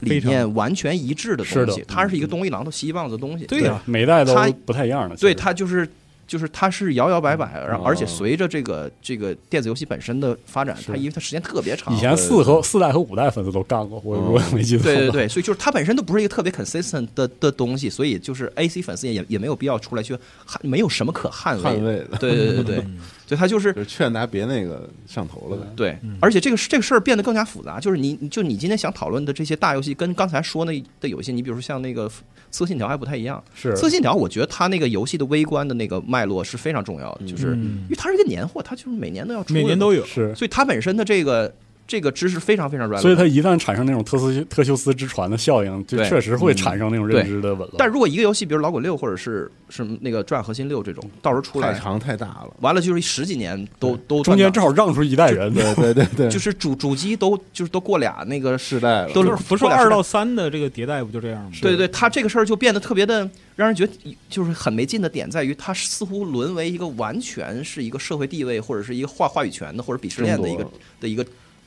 Speaker 4: 理
Speaker 2: 非
Speaker 4: 念完全一致的
Speaker 1: 是
Speaker 4: 东
Speaker 1: 的
Speaker 4: 西，它是一个东一榔头西一棒子的东
Speaker 2: 嗯
Speaker 4: 西。
Speaker 2: 对呀
Speaker 1: 每一代都
Speaker 4: 他
Speaker 1: 不太一样的，
Speaker 4: 对
Speaker 1: 其实
Speaker 4: 它就是就是它是摇摇摆摆，然后
Speaker 3: 哦
Speaker 4: 而且随着这个这个电子游戏本身的发展，
Speaker 1: 是
Speaker 4: 它因为它时间特别长
Speaker 1: 以。前四和四代和五代粉丝都干过，我如果没记错，
Speaker 4: 嗯对对，对，所以就是它本身都不是一个特别 consistent 的的东西，所以就是 A C 粉丝也也没有必要出来去捍，没有什么可捍
Speaker 3: 捍
Speaker 4: 卫的。
Speaker 3: 卫的，
Speaker 4: 对对对
Speaker 2: [LAUGHS]
Speaker 4: 对对，
Speaker 2: 嗯
Speaker 4: 所以它就是嗯
Speaker 3: 就是劝大家别那个上头了呗。
Speaker 4: 对，而且这个这个事儿变得更加复杂，就是你你就你今天想讨论的这些大游戏，跟刚才说那的游戏，你比如说像那个《刺客信条》还不太一样，
Speaker 1: 是
Speaker 4: 《
Speaker 2: 嗯
Speaker 4: 刺客信条》，我觉得它那个游戏的微观的那个脉络是非常重要的，就是、
Speaker 2: 嗯
Speaker 4: 因为它是一个年货，它就是每年都要出，
Speaker 2: 每年都，有，
Speaker 1: 是，
Speaker 4: 所以它本身的这个这个知识非常非常 relevant。
Speaker 1: 所以它一旦产生那种特斯特修斯之船的效应，就
Speaker 4: 对嗯
Speaker 1: 确实会产生那种认知的紊乱。
Speaker 4: 但如果一个游戏，比如《老滚六》或者是什么那个《转核心六》这种，到时候出
Speaker 3: 太
Speaker 4: 来，
Speaker 3: 长太大了， [LAUGHS]
Speaker 4: 完了就是十几年都都
Speaker 1: 中间
Speaker 4: 断档
Speaker 1: 正好让出一代人，
Speaker 3: 对对对对，
Speaker 4: 就是主主机都就是都过俩那个
Speaker 3: 世代了，
Speaker 4: 都
Speaker 2: 就是辐射
Speaker 4: 过两
Speaker 2: 二
Speaker 4: 时代
Speaker 2: 到三的这个迭代不就这样吗？
Speaker 4: 对对，他这个事儿就变得特别的让人觉得就是很没劲的点在于，他似乎沦为一个完全是一个社会地位或者是一个话话语权的或者鄙视链的一个
Speaker 3: 争夺
Speaker 4: 的一个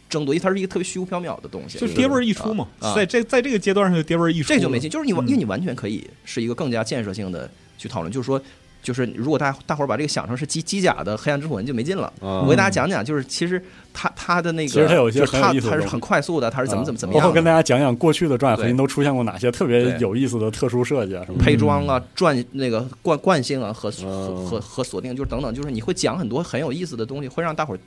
Speaker 4: 争夺，因为它是一个特别虚无缥缈的东西，
Speaker 2: 就
Speaker 4: 对
Speaker 2: 跌味儿一出嘛，
Speaker 4: 啊
Speaker 2: 在这在这个阶段上就跌味儿一出，
Speaker 4: 这就没劲。。就是你完
Speaker 2: 嗯
Speaker 4: 因为你完全可以是一个更加建设性的去讨论，就是说。就是如果大家大伙儿把这个想成是机机甲的黑暗之魂就没劲了。
Speaker 3: 啊
Speaker 4: 我给大家讲讲，就是其实它它的那个，
Speaker 1: 嗯其实它有一些
Speaker 4: 就是
Speaker 1: 很有
Speaker 4: 它
Speaker 1: 意思的
Speaker 4: 它是
Speaker 1: 东西嗯
Speaker 4: 很快速的，它是 [LAUGHS] 怎么怎么怎么
Speaker 1: 包
Speaker 4: 样
Speaker 1: 括
Speaker 4: 的
Speaker 1: 跟大家讲讲过去的转核心
Speaker 4: 对
Speaker 1: 都出现过哪些特别
Speaker 4: 对
Speaker 1: 有意思的特殊设计啊什么的。
Speaker 4: 配装啊、转那个惯惯性啊和和
Speaker 3: 嗯
Speaker 4: 和和锁定，就是等等，就是你会讲很多很有意思的东西，会让大伙儿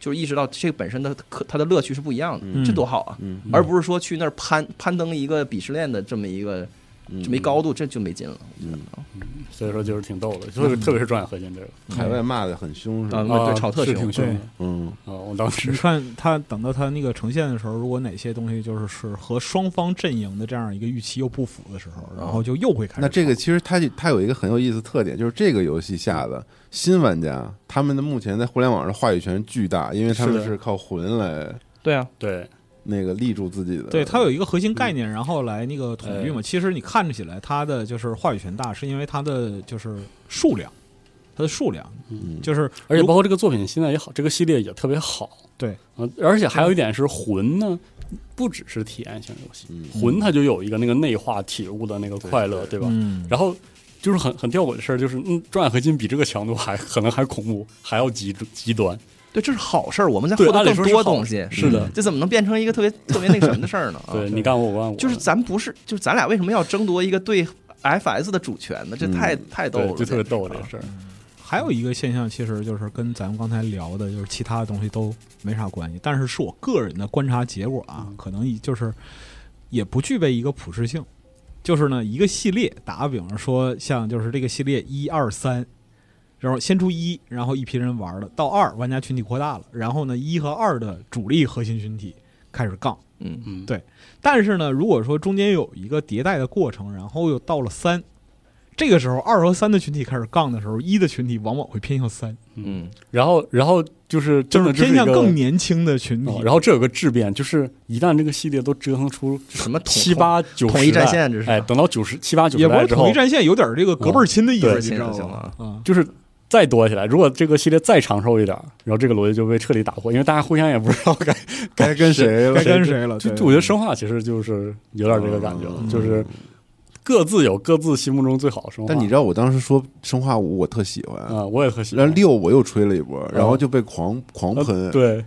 Speaker 4: 就是意识到这个本身的可它的乐趣是不一样的，
Speaker 2: 嗯
Speaker 4: 这多好啊！
Speaker 3: 嗯
Speaker 4: 而不是说去那儿攀攀登一个鄙视链的这么一个
Speaker 3: 嗯
Speaker 4: 这么一高度，这就没劲了。
Speaker 1: 所以说就是挺逗的，就是特别是转核心这个，
Speaker 2: 嗯
Speaker 4: 嗯
Speaker 3: 海外骂的很凶是
Speaker 4: 啊
Speaker 3: 吧？
Speaker 4: 嗯对
Speaker 1: 啊
Speaker 4: 炒特
Speaker 1: 是
Speaker 4: 凶
Speaker 1: 挺凶的
Speaker 2: 对
Speaker 3: 嗯，
Speaker 1: 啊！我当时
Speaker 2: 你看他等到他那个呈现的时候，如果哪些东西就是是和双方阵营的这样一个预期又不符的时候，然
Speaker 4: 哦
Speaker 2: 后就又会开始
Speaker 3: 那这个
Speaker 2: 吵
Speaker 3: 其实它就它有一个很有意思的特点，就是这个游戏下的新玩家，他们的目前在互联网上话语权巨大，因为他们
Speaker 1: 是的
Speaker 3: 是靠魂来
Speaker 4: 对啊，
Speaker 1: 对
Speaker 3: 那个立住自己的。
Speaker 2: 对它有一个核心
Speaker 4: 嗯
Speaker 2: 概念，然后来那个统
Speaker 4: 哎
Speaker 2: 御嘛。其实你看着起来，它的就是话语权大，是因为它的就是数量，它的数量
Speaker 3: 嗯
Speaker 2: 就是
Speaker 4: 哦
Speaker 1: 而且
Speaker 2: 如
Speaker 1: 包括这个作品现在也好，这个系列也特别好。
Speaker 2: 对
Speaker 1: 啊，而且还有一点是魂呢，
Speaker 4: 嗯
Speaker 1: 不只是体验型游戏，
Speaker 3: 嗯
Speaker 1: 魂它就有一个那个内化体悟的那个快乐，对吧？
Speaker 2: 嗯，
Speaker 1: 然后就是很很吊诡的事儿，就是嗯，转核心比这个强度还可能还恐怖，还要极极端。
Speaker 4: 对，这是好事儿，我们在
Speaker 1: 对
Speaker 4: 获得
Speaker 1: 按理
Speaker 4: 更
Speaker 1: 说是好
Speaker 4: 多东西。嗯
Speaker 1: 是的，
Speaker 4: 这怎么能变成一个特别特别那个什么的事儿
Speaker 1: [LAUGHS]
Speaker 4: 呢？啊
Speaker 1: 对你干我，我干我，
Speaker 4: 就是咱不是，就是咱俩为什么要争夺一个对 FS 的主权呢？这太太逗
Speaker 1: 嗯对
Speaker 4: 了，
Speaker 1: 就特别逗这
Speaker 4: 啊
Speaker 1: 个事儿。
Speaker 2: 还有一个现象，其实就是跟咱们刚才聊的，就是其他的东西都没啥关系，但是是我个人的观察结果啊，可能也就是也不具备一个普适性。就是呢，一个系列，打个比方说，像就是这个系列一二三，然后先出一，然后一批人玩了，到二玩家群体扩大了，然后呢，一和二的主力核心群体开始杠，
Speaker 4: 嗯，
Speaker 1: 嗯，
Speaker 2: 对但是呢，如果说中间有一个迭代的过程，然后又到了三，这个时候二和三的群体开始杠的时候，一的群体往往会偏向三，
Speaker 4: 嗯，
Speaker 1: 然后然后就是真的这
Speaker 2: 偏
Speaker 1: 是一
Speaker 2: 向
Speaker 1: 个
Speaker 2: 更年轻的群体。
Speaker 1: 哦然后这有个质变，就是一旦这个系列都折腾出
Speaker 4: 什么统
Speaker 1: 七八九十
Speaker 4: 统一战线这是
Speaker 1: 哎，等到九十七八九
Speaker 2: 也
Speaker 1: 十
Speaker 2: 不
Speaker 1: 代
Speaker 2: 是
Speaker 1: 之
Speaker 2: 统
Speaker 1: 后嗯
Speaker 2: 一，战线，有点这个隔辈儿亲的意思，
Speaker 1: 对
Speaker 2: 你知道吗？啊，
Speaker 1: 就是再多起来，如果这个系列再长寿一点儿，然后这个逻辑就被彻底打破，因为大家互相也不知道该
Speaker 3: [LAUGHS] 该跟谁了
Speaker 2: 该？跟谁了？
Speaker 1: 就
Speaker 2: 对
Speaker 1: 就我觉得生化其实就是有点这个感觉了，
Speaker 3: 嗯
Speaker 1: 就是各自有各自心目中最好的生化。
Speaker 3: 但你知道我当时说生化五我特喜欢，
Speaker 1: 啊、我也特喜
Speaker 3: 然
Speaker 1: 欢
Speaker 3: 后六我又吹了一波，然后就被狂狂
Speaker 1: 呃
Speaker 3: 喷。
Speaker 1: 对，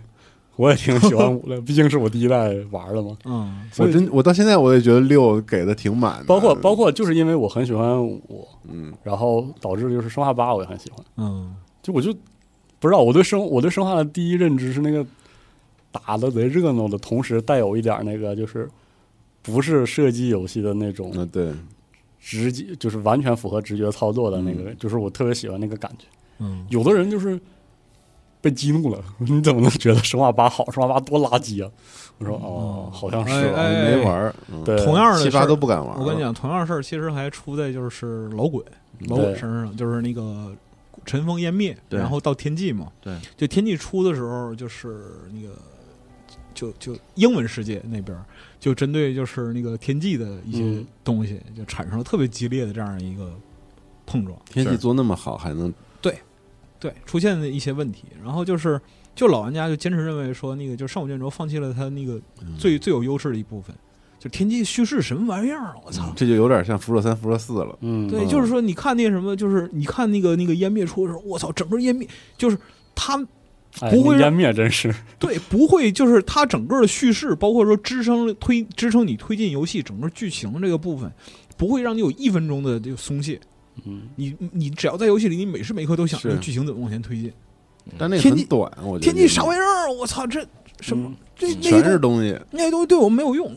Speaker 1: 我也挺喜欢五的，毕竟是我第一代玩的嘛。
Speaker 2: 嗯，
Speaker 1: 所
Speaker 3: 我
Speaker 1: 以
Speaker 3: 真我到现在我也觉得六给的挺满的，
Speaker 1: 包括包括就是因为我很喜欢五，
Speaker 3: 嗯，
Speaker 1: 然后导致就是生化八我也很喜欢。
Speaker 2: 嗯，
Speaker 1: 就我就不知道我对生我对生化的第一认知是那个打的贼热闹的同时，带有一点那个就是不是射击游戏的那种
Speaker 3: 嗯对，
Speaker 1: 直接，就是完全符合直觉操作的那
Speaker 3: 嗯
Speaker 1: 个，就是我特别喜欢那个感觉。
Speaker 2: 嗯，
Speaker 1: 有的人就是被激怒了， [LAUGHS] 你怎么能觉得生化八好？生化八多垃圾啊！我说哦，好像是、啊
Speaker 2: 哎哎
Speaker 3: 没玩儿，嗯
Speaker 1: 对，
Speaker 2: 同样的
Speaker 3: 七
Speaker 2: 事儿
Speaker 3: 八都不敢玩儿了。
Speaker 2: 我跟你讲，同样的事儿其实还出在就是老鬼，老鬼身上，就是那个尘封湮灭，
Speaker 4: 对
Speaker 2: 然后到天际嘛，
Speaker 4: 对，
Speaker 2: 就天际出的时候，就是那个就就英文世界那边儿就针对就是那个天际的一些
Speaker 1: 嗯
Speaker 2: 东西，就产生了特别激烈的这样一个碰撞，
Speaker 3: 天气
Speaker 4: 是
Speaker 3: 做那么好，还能
Speaker 2: 对，出现了一些问题，然后就是。就老玩家就坚持认为说，那个就上古卷轴放弃了他那个
Speaker 3: 嗯
Speaker 2: 最最有优势的一部分，就天际叙事什么玩意儿啊！我操，
Speaker 3: 这就有点像辐射三、辐射四了。
Speaker 1: 嗯，
Speaker 2: 对，
Speaker 3: 嗯
Speaker 2: 就是说，你看那什么，就是你看那个那个湮灭出的时候，我操，整个湮灭就是他
Speaker 1: 哎
Speaker 2: 不会
Speaker 1: 那
Speaker 2: 让
Speaker 1: 湮灭真是
Speaker 2: 对不会，就是他整个的叙事，包括说支撑推支撑你推进游戏整个剧情这个部分，不会让你有一分钟的这个松懈。
Speaker 1: 嗯。
Speaker 2: 你你只要在游戏里，你每时每刻都想
Speaker 3: 是
Speaker 2: 着剧情怎么往前推进。
Speaker 3: 但那个
Speaker 2: 天
Speaker 3: 很
Speaker 2: 气
Speaker 3: 短，我觉得
Speaker 2: 天际啥玩意儿？啊我操，这什么
Speaker 1: 嗯？
Speaker 2: 这那
Speaker 3: 全
Speaker 2: 些东
Speaker 3: 是东西，
Speaker 2: 那些东西对我们没有用。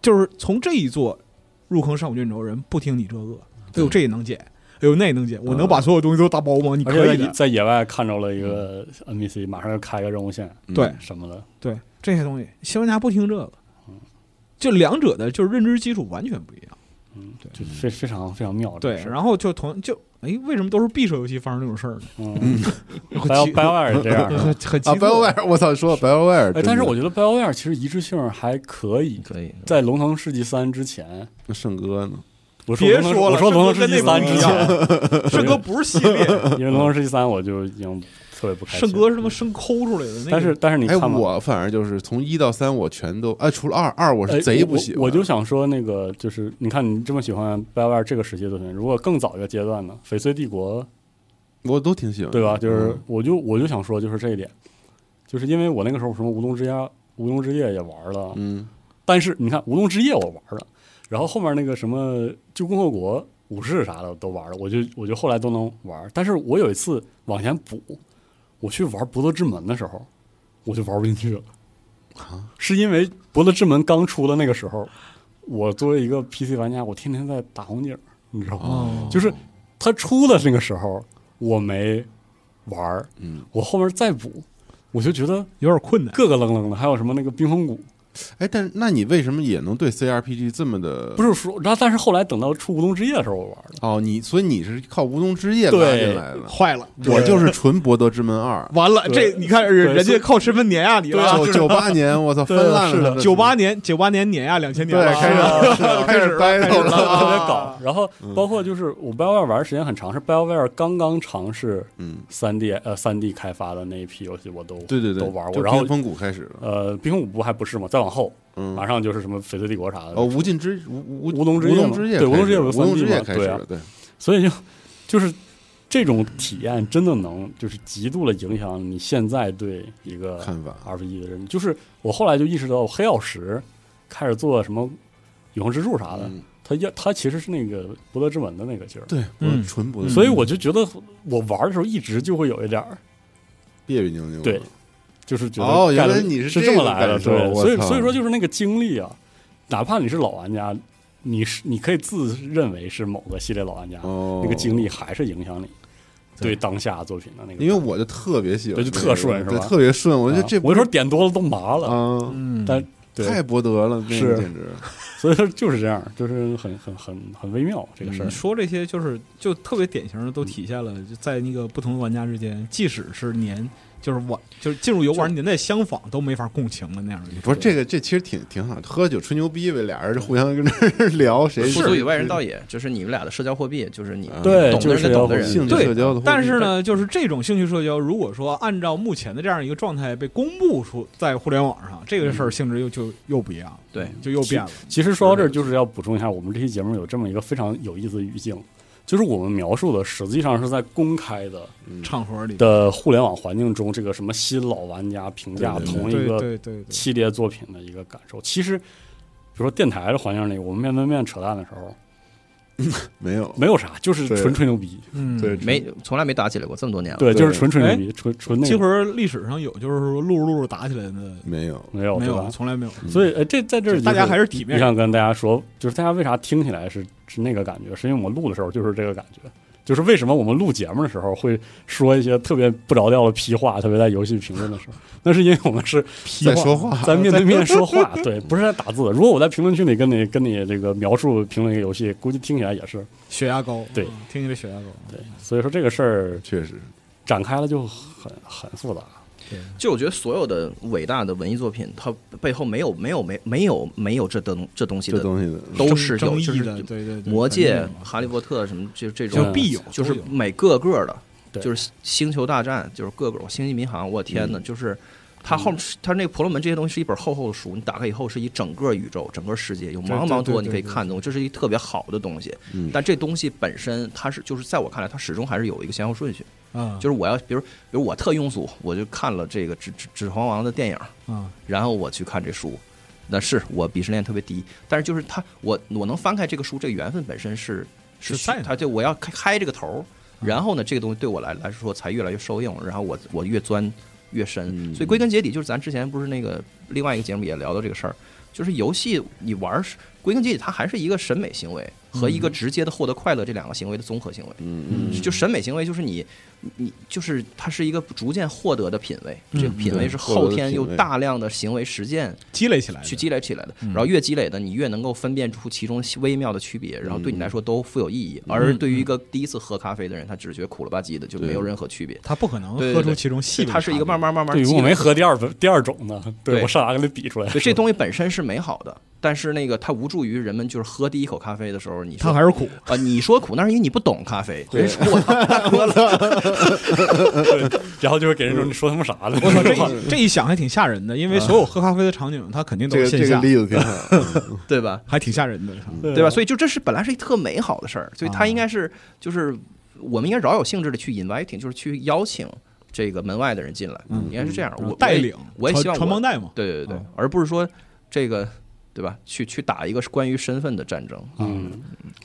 Speaker 2: 就是从这一座入坑上古卷轴，人不听你这个，哎呦这也能解，哎呦那也能解，我能把所有东西都打包吗？你
Speaker 1: 嗯而
Speaker 2: 可
Speaker 1: 且
Speaker 2: 以
Speaker 1: 在
Speaker 2: 的。
Speaker 1: 在野外看着了一个 NPC，马上要开个任务线
Speaker 3: 嗯
Speaker 2: 嗯对
Speaker 1: 什么的，
Speaker 2: 对这些东西，新玩家不听这个，就两者的就是认知基础完全不一样。
Speaker 1: 嗯，
Speaker 2: 对
Speaker 1: 就非非常非常妙。
Speaker 2: 对，
Speaker 1: 然后
Speaker 2: 然后就同就哎，为什么都是匕首游戏发生这种事儿呢？
Speaker 1: 嗯
Speaker 2: 很 [LAUGHS]
Speaker 1: ，Bio
Speaker 2: 奇
Speaker 1: BioWare 也这样
Speaker 2: 很很奇
Speaker 3: 啊
Speaker 2: 怪。
Speaker 3: ，BioWare，我操，说 BioWare，
Speaker 1: 哎，但是
Speaker 3: 真的
Speaker 1: 我觉得 BioWare 其实一致性还可以，
Speaker 4: 可以。
Speaker 1: 在《龙腾世纪三》之前，
Speaker 3: 那圣哥呢？
Speaker 1: 我说
Speaker 2: 别
Speaker 1: 龙腾
Speaker 2: 说了
Speaker 1: 我说《龙腾世纪
Speaker 2: 圣
Speaker 1: 三
Speaker 2: 哥》
Speaker 1: 之
Speaker 2: 跟那
Speaker 1: 前，
Speaker 2: 圣哥不 [LAUGHS] 是系
Speaker 1: [LAUGHS]
Speaker 2: 列，
Speaker 1: 因为《龙腾世纪三》我就已经特别不开心。
Speaker 2: 圣哥是他妈生抠出来的那个。
Speaker 1: 但是但是你
Speaker 3: 哎，
Speaker 1: 看嘛，
Speaker 3: 我反正就是从一到三我全都，哎，除了二，二我
Speaker 1: 哎
Speaker 3: 是贼不喜欢，
Speaker 1: 我我就想说那个，就是你看你这么喜欢 BioWare 这个时期的作品，如果更早一个阶段呢，《翡翠帝国》
Speaker 3: 我都挺喜欢的，
Speaker 1: 对吧？就是
Speaker 3: 嗯
Speaker 1: 我就我就想说就是这一点，就是因为我那个时候什么《无冬之夜》《无冬之夜》也玩了，
Speaker 3: 嗯，
Speaker 1: 但是你看《无冬之夜》我玩了，然后后面那个什么《旧共和国》武士啥的都玩了，我就我就后来都能玩。但是我有一次往前补，我去玩《伯乐之门》的时候，我就玩不进去了，是因为《伯乐之门》刚出的那个时候，我作为一个 PC 玩家，我天天在打红警，你知道吗？
Speaker 2: 哦，
Speaker 1: 就是它出的那个时候我没玩儿，
Speaker 3: 嗯，
Speaker 1: 我后面再补，我就觉得
Speaker 2: 有点困难。
Speaker 1: 咯咯楞楞的，还有什么那个冰风谷。
Speaker 3: 哎，但是那你为什么也能对 CRPG 这么的
Speaker 1: 不是
Speaker 3: 是？
Speaker 1: 说，然后但是后来等到出《无冬之夜》的时候，我玩的。
Speaker 3: 哦，你所以你是靠《无中之夜》拉
Speaker 1: 对
Speaker 3: 进来的，
Speaker 2: 坏了，
Speaker 1: 对
Speaker 3: 我就是纯《博德之门二》
Speaker 2: 完了，这
Speaker 1: 对
Speaker 2: 你看
Speaker 1: 对
Speaker 2: 人人
Speaker 1: 所
Speaker 2: 家
Speaker 1: 以
Speaker 2: 靠身份碾压你
Speaker 1: [LAUGHS] 对
Speaker 2: [LAUGHS]
Speaker 1: 啊
Speaker 2: 了。
Speaker 3: 九九八年，我操，翻
Speaker 1: 对啊
Speaker 3: 烂
Speaker 1: 是
Speaker 3: 了
Speaker 1: 的
Speaker 3: 他的，
Speaker 2: 九八年，九八年碾压两千年
Speaker 3: 对
Speaker 2: 了，
Speaker 3: 开始是
Speaker 1: [LAUGHS]
Speaker 3: 啊开始
Speaker 2: 开始
Speaker 3: battle
Speaker 1: 特
Speaker 3: 了，
Speaker 1: [LAUGHS] 别搞，然后包括就是我 BioWare 玩的时间很长，是 BioWare 刚刚尝试
Speaker 3: 嗯，
Speaker 1: 三 D 呃三 D 开发的那一批游戏，我都
Speaker 3: 对对对，
Speaker 1: 都玩
Speaker 3: 就
Speaker 1: 过。然后
Speaker 3: 冰风谷开始了，
Speaker 1: 呃，《冰风五部》还不是嘛，再往后
Speaker 3: 嗯
Speaker 1: 马，上就是什么《翡翠帝国》啥的。
Speaker 3: 哦，无尽之无无
Speaker 1: 呃无龙之
Speaker 3: 无
Speaker 1: 夜
Speaker 3: 龙
Speaker 1: 嘛
Speaker 3: 之夜开始
Speaker 1: 对无龙之夜有
Speaker 3: 了，无
Speaker 1: 个
Speaker 3: 龙之
Speaker 1: 3D
Speaker 3: 夜
Speaker 1: 嘛
Speaker 3: 开始
Speaker 1: 对啊
Speaker 3: 了，对，
Speaker 1: 所以就就是这种体验真的能就是极度的影响你现在对一个
Speaker 3: 看法
Speaker 1: RPG 的人。就是我后来就意识到，黑曜石开始做什么永恒之柱啥的，
Speaker 3: 嗯
Speaker 1: 它要它其实是那个伯乐之门的那个劲儿。
Speaker 3: 对，
Speaker 2: 嗯
Speaker 3: 我纯博德之门，
Speaker 1: 所以我就觉得我玩的时候一直就会有一点儿，
Speaker 3: 别别扭扭，
Speaker 1: 对，就是觉得
Speaker 3: 哦原来
Speaker 1: 干了
Speaker 3: 你是
Speaker 1: 是
Speaker 3: 这
Speaker 1: 么
Speaker 3: 个
Speaker 1: 来的，
Speaker 3: 感受
Speaker 1: 对，
Speaker 3: 我
Speaker 1: 所以
Speaker 3: 操
Speaker 1: 所以说就是那个经历啊，哪怕你是老玩家，你是你可以自认为是某个系列老玩家，
Speaker 3: 哦，
Speaker 1: 那个经历还是影响你对当下作品的那个感受，啊
Speaker 3: 因为我就特别喜欢
Speaker 1: 对
Speaker 3: 这
Speaker 1: 就
Speaker 3: 个，
Speaker 1: 特顺是
Speaker 3: 对，
Speaker 1: 吧
Speaker 3: 特别顺，我觉得
Speaker 1: 啊
Speaker 3: 这
Speaker 1: 我有时候点多了都麻了，
Speaker 3: 啊，
Speaker 2: 嗯，
Speaker 1: 但
Speaker 3: 太
Speaker 1: 对，
Speaker 3: 博德了，那个
Speaker 1: 是
Speaker 3: 简直，
Speaker 1: 所以说就是这样，就是很很很很微妙这个事儿
Speaker 2: 你，说这些就是就特别典型的，都体现了就在那个不同的玩家之间，即使是年就是玩，就是进入游玩
Speaker 4: 就
Speaker 2: 年代相仿都没法共情的那样的一种。
Speaker 3: 不是这个，这其实挺挺好，喝酒吹牛逼呗，俩人就互相跟那儿 [LAUGHS] 聊谁
Speaker 4: 不足以外人道也，就是你们俩的社交货币，就是你
Speaker 3: 啊
Speaker 1: 对
Speaker 4: 懂的
Speaker 1: 就是
Speaker 4: 人跟懂的
Speaker 1: 要
Speaker 4: 人，
Speaker 3: 性质
Speaker 2: 对
Speaker 3: 社交的，
Speaker 2: 但是，呢，就是这种兴趣社交，如果说按照目前的这样一个状态被公布出在互联网上，这个事儿性质又就又不一样了，
Speaker 4: 对
Speaker 2: 就又变了。
Speaker 1: 其实说到这儿，就是要补充一下，我们这期节目有这么一个非常有意思的语境，就是我们描述的实际上是在公开的
Speaker 2: 场合里，
Speaker 1: 的互联网环境中，这个什么新老玩家评价
Speaker 3: 对对对
Speaker 1: 同
Speaker 2: 对
Speaker 1: 一个
Speaker 2: 对对对，
Speaker 1: 系列作品的一个感受。其实，比如说电台的环境里，我们面对面扯淡的时候，
Speaker 3: 没有
Speaker 1: 没有啥，就是
Speaker 3: 对
Speaker 1: 纯吹牛逼。
Speaker 2: 嗯，
Speaker 3: 对
Speaker 4: 没从来没打起来过，这么多年了。
Speaker 1: 对，
Speaker 3: 对哎
Speaker 1: 就是纯吹牛逼，纯纯那
Speaker 2: 这
Speaker 1: 个
Speaker 2: 会儿历史上有，就是说露着露着打起来的，
Speaker 3: 没有，
Speaker 1: 没有
Speaker 2: 没
Speaker 1: 对
Speaker 2: 有，
Speaker 1: 吧？
Speaker 2: 从来没有。
Speaker 1: 所以，呃，这在这儿
Speaker 2: 嗯就大家还
Speaker 1: 是
Speaker 2: 是体面
Speaker 1: 你
Speaker 2: 上，
Speaker 1: 想跟大家说，就是大家为啥听起来是是那个感觉，是因为我们录的时候就是这个感觉。就是为什么我们录节目的时候会说一些特别不着调的屁话，特别在游戏评论的时候，那是因为我们
Speaker 2: [LAUGHS]
Speaker 1: 是
Speaker 3: 在说话，
Speaker 1: 咱面对面说话，对，不是在打字。如果我在评论区里跟你跟你这个描述评论一个游戏，估计听起来也是
Speaker 2: 血压高，
Speaker 1: 对
Speaker 2: 嗯，听起来血压高，
Speaker 1: 对。所以说这个事儿
Speaker 3: 确实
Speaker 1: 展开了就很很复杂。
Speaker 2: 对，
Speaker 4: 就我觉得所有的伟大的文艺作品，它背后没有没有没没有没有这东这东西
Speaker 3: 这
Speaker 4: 的，
Speaker 3: 东西的
Speaker 4: 都是有
Speaker 2: 争
Speaker 4: 就
Speaker 2: 议
Speaker 4: 是
Speaker 2: 的，对对对，
Speaker 4: 魔戒
Speaker 2: 肯定、的
Speaker 4: 哈利波特什么就这
Speaker 1: 就
Speaker 4: 种
Speaker 2: 就必有，
Speaker 4: 就是
Speaker 2: 都有
Speaker 4: 每个个的，
Speaker 1: 对
Speaker 4: 就是星球大战，就是各个星际迷航，我天呐，就是它后面是它那个婆罗门这些东西是一本厚厚的书，你打开以后是一整个宇宙、整个世界，有茫茫多
Speaker 2: 对对对
Speaker 4: 你可以看懂，这是一特别好的东西
Speaker 3: 嗯。
Speaker 4: 但这东西本身它是就是在我看来，它始终还是有一个先后顺序。
Speaker 2: 啊，
Speaker 4: 就是我要比如比如我特庸俗，我就看了这个《指指指环王》的电影，
Speaker 2: 啊，
Speaker 4: 然后我去看这书。那是我鄙视链特别低，但是就是他，我我能翻开这个书，这个缘分本身是
Speaker 2: 是在的
Speaker 4: 他就我要开开这个头儿，
Speaker 2: 嗯
Speaker 4: 然后呢，这个东西对我来来说才越来越受用，然后我我越钻越深，
Speaker 3: 嗯
Speaker 4: 所以归根结底就是咱之前不是那个另外一个节目也聊到这个事儿，就是游戏你玩儿是归根结底它还是一个审美行为和
Speaker 2: 嗯
Speaker 4: 一个直接的获得快乐这两个行为的综合行为。
Speaker 3: 嗯
Speaker 4: 就审美行为就是你，你就是它是一个逐渐获得的品味，这个
Speaker 2: 嗯
Speaker 4: 品味
Speaker 3: 对
Speaker 4: 是
Speaker 3: 获得的
Speaker 4: 后天
Speaker 3: 品
Speaker 4: 又
Speaker 3: 味
Speaker 4: 大量的行为实践
Speaker 2: 积累起来的，
Speaker 4: 去积累起来的，
Speaker 2: 嗯
Speaker 4: 然后越积累的，你越能够分辨出其中微妙的区别，然后对你来说都富有意义。而对于一个第一次喝咖啡的人，他只觉得苦了吧唧的，就没有
Speaker 3: 对
Speaker 4: 任何区别。
Speaker 2: 他不可能
Speaker 4: 对对
Speaker 2: 喝出
Speaker 4: 对
Speaker 2: 其中细微的
Speaker 4: 它是一个慢慢慢慢积
Speaker 1: 对，
Speaker 4: 累的。
Speaker 1: 我没喝第二本第二种呢，对
Speaker 4: 对
Speaker 1: 我上哪给你比出
Speaker 2: [LAUGHS]
Speaker 1: 来？
Speaker 4: 对这东西本身是美好的，但是那个它无助于人们就是喝第一口咖啡的时候，你
Speaker 2: 差别，他
Speaker 4: 说
Speaker 2: 还是
Speaker 4: [LAUGHS]
Speaker 2: 苦，
Speaker 4: 啊，你说苦，那是因为你不懂咖啡。
Speaker 1: 对
Speaker 4: 我操，喝了，
Speaker 1: 然后就是给人说你说他妈啥呢？
Speaker 2: 我操，这一这一想还挺吓人的，因
Speaker 4: 啊
Speaker 2: 为所有喝咖啡的场景，他肯定都
Speaker 3: 这
Speaker 2: 是
Speaker 3: 个
Speaker 2: 线
Speaker 3: 这个
Speaker 2: 下，
Speaker 3: 例子挺
Speaker 1: [LAUGHS]
Speaker 3: 好，
Speaker 4: [LAUGHS] 对吧？
Speaker 2: 还挺吓人的，操
Speaker 1: [LAUGHS] 对
Speaker 4: 对吧？所以就这是本来是一特美好的事儿，所以
Speaker 2: 啊
Speaker 4: 它应该是就是我们应该饶有兴致的去 inviting，就是去邀请这个门外的人进来，
Speaker 2: 嗯
Speaker 4: 应该是这样。我
Speaker 2: 带领，
Speaker 4: 我也
Speaker 2: 传
Speaker 4: 希望
Speaker 2: 传
Speaker 4: 我
Speaker 2: 帮带嘛，
Speaker 4: 对对对
Speaker 2: 啊，
Speaker 4: 而不是说这个对吧？去去打一个关于身份的战争。
Speaker 1: 嗯，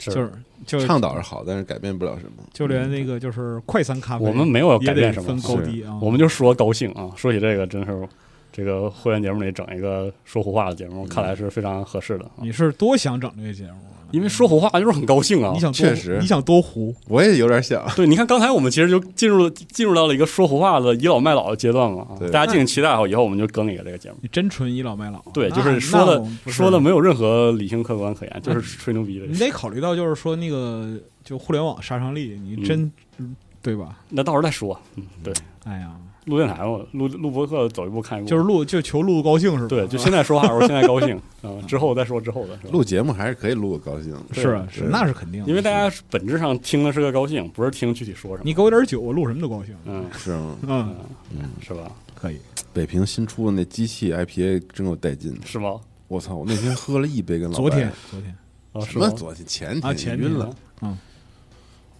Speaker 1: 是
Speaker 2: 就是就
Speaker 3: 倡导是好，但是改变不了什么。
Speaker 2: 就连那个就是快餐咖啡，
Speaker 1: 我们没有要
Speaker 2: 也
Speaker 1: 改
Speaker 2: 得
Speaker 1: 变什么
Speaker 2: 分，高低啊，
Speaker 1: 我们就说高兴啊。说起这个，真是这个会员节目里整一个说胡话的节目，看来是非常合适的啊。
Speaker 2: 你是多想整这个节目啊，
Speaker 1: 因为说胡话就是很高兴啊
Speaker 2: 你。想多
Speaker 3: 确实
Speaker 2: 你想多糊，
Speaker 3: 我也有点想，
Speaker 1: 对，你看刚才我们其实就进入了进入到了一个说胡话的倚老卖老的阶段嘛啊。
Speaker 3: 对
Speaker 1: 大家敬请期待啊，以后我们就更一个这个节目。
Speaker 2: 你真纯倚老卖老，
Speaker 1: 对，
Speaker 2: 那
Speaker 1: 就是说
Speaker 2: 那
Speaker 1: 的
Speaker 2: 我们不是
Speaker 1: 说的没有任何理性客观可言，就是
Speaker 2: 嗯
Speaker 1: 吹牛逼的
Speaker 2: 你。得考虑到，就是说那个就互联网杀伤力，你真、
Speaker 1: 嗯
Speaker 2: 对吧？
Speaker 1: 那到时候再说。嗯，对，
Speaker 2: 哎呀，
Speaker 1: 录电台嘛，录录播客走一步看一步。
Speaker 2: 就是录就求录高兴是吧？
Speaker 1: 对，就现在说话的时候，现在高兴啊，之后再说之后的。是吧
Speaker 3: 录节目还是可以录个高兴的，
Speaker 2: 是啊
Speaker 3: 对
Speaker 2: 是，那是肯定的。
Speaker 1: 因为大家本质上听的是个高兴，不是听具体说什么。
Speaker 2: 你给我点酒，我录什么都高兴。
Speaker 1: 嗯
Speaker 3: 是吗？
Speaker 2: 嗯，
Speaker 1: 嗯，是吧？
Speaker 2: 可以。
Speaker 3: 北平新出的那机器 IPA 真够带劲的，
Speaker 1: 是吗？
Speaker 3: 我操！我那天喝了一杯跟老白
Speaker 2: 昨天昨天
Speaker 1: 啊，
Speaker 3: 什
Speaker 1: 是
Speaker 3: 么
Speaker 1: 吗？
Speaker 3: 昨天前
Speaker 2: 啊
Speaker 3: 天
Speaker 2: 前天
Speaker 3: 晕了，
Speaker 2: 嗯，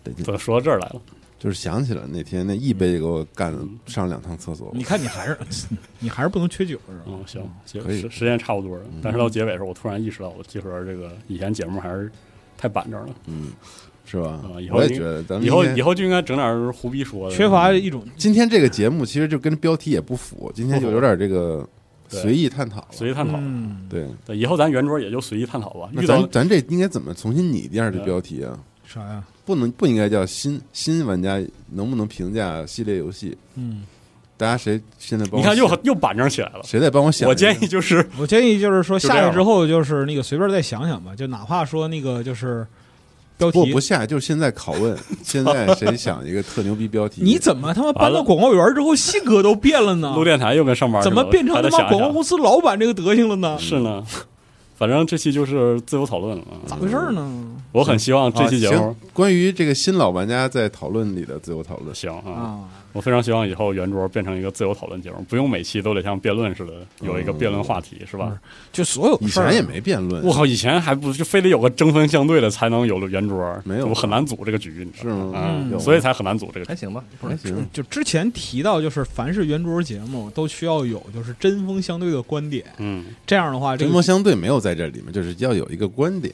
Speaker 3: 得劲
Speaker 1: 怎，么嗯说到这儿来了？
Speaker 3: 就是想起了那天那一杯给我干上两趟厕所，
Speaker 2: 你看你还是 [LAUGHS] 你还是不能缺酒是吧？
Speaker 1: 嗯，行，行
Speaker 3: 可以嗯
Speaker 1: 时时间差不多了。但是到结尾的时候，我突然意识到，我集合这个以前节目还是太板正了。
Speaker 3: 嗯，是吧
Speaker 1: 啊以？后
Speaker 3: 我也
Speaker 1: 应
Speaker 3: 觉得咱们
Speaker 1: 以后
Speaker 3: 应该
Speaker 1: 以后就应该整点儿胡逼说的，
Speaker 2: 缺乏一种
Speaker 3: 今天这个节目其实就跟标题也不符，今天就有点这个
Speaker 1: 对
Speaker 3: 随意探讨了，
Speaker 1: 随意探讨。
Speaker 2: 嗯，
Speaker 3: 对。
Speaker 1: 对，以后咱圆桌也就随意探讨吧。
Speaker 3: 那
Speaker 1: 遇到
Speaker 3: 咱咱这应该怎么重新拟定这标题啊？
Speaker 2: 啥呀？
Speaker 3: 不能不应该叫新新玩家能不能评价系列游戏？
Speaker 2: 嗯，
Speaker 3: 大家谁现在帮我
Speaker 1: 你看又
Speaker 3: 想
Speaker 1: 又板正起来了。
Speaker 3: 谁在帮我想一个？
Speaker 1: 我建议就是
Speaker 2: 我建议就是说
Speaker 1: 就这
Speaker 2: 下
Speaker 1: 样
Speaker 2: 来之后，就是那个随便再想想吧，就哪怕说那个就是标
Speaker 3: 不
Speaker 2: 题
Speaker 3: 不。下，就是现在
Speaker 1: [LAUGHS]
Speaker 3: 拷问，现在谁想一个特牛逼标题？
Speaker 2: 你怎么他妈
Speaker 1: 完
Speaker 2: 搬
Speaker 1: 了
Speaker 2: 到广告园之后性格都变了呢？
Speaker 1: 录电台又跟上班似
Speaker 2: 怎
Speaker 1: 的
Speaker 2: 么变成
Speaker 1: 还
Speaker 2: 他
Speaker 1: 得
Speaker 2: 妈
Speaker 1: 想嗯一
Speaker 2: 广告
Speaker 1: 想
Speaker 2: 公司老板这个德行了呢？
Speaker 1: 是呢，反正这期就是自由讨论了。啊
Speaker 2: 咋回事儿？呢？
Speaker 1: 我很希望这期节
Speaker 3: 啊
Speaker 1: 目
Speaker 3: 行关于这个新老玩家在讨论里的自由讨论，
Speaker 1: 行啊，
Speaker 2: 啊，
Speaker 1: 我非常希望以后圆桌变成一个自由讨论节目，不用每期都得像辩论似的有一个辩论话题，是吧？
Speaker 2: 就所有
Speaker 3: 以
Speaker 2: 事儿
Speaker 3: 前也没辩
Speaker 2: 嗯
Speaker 3: 论，
Speaker 1: 我靠，以前还不就非得有个针锋相对的才能有了圆桌，
Speaker 3: 没有
Speaker 1: 我很难组这个局，你知
Speaker 3: 是
Speaker 1: 道
Speaker 3: 吗？
Speaker 1: 啊
Speaker 2: 嗯
Speaker 3: 有，
Speaker 1: 所以才很难组这个局
Speaker 4: 还。行吧，不
Speaker 3: 还
Speaker 4: 是
Speaker 3: 行，
Speaker 2: 就之前提到，就是凡是圆桌节目都需要有就是针锋相对的观点，
Speaker 1: 嗯，
Speaker 2: 这样的话，这
Speaker 3: 针
Speaker 2: 个
Speaker 3: 锋相对没有在这里面，就是要有一个观点，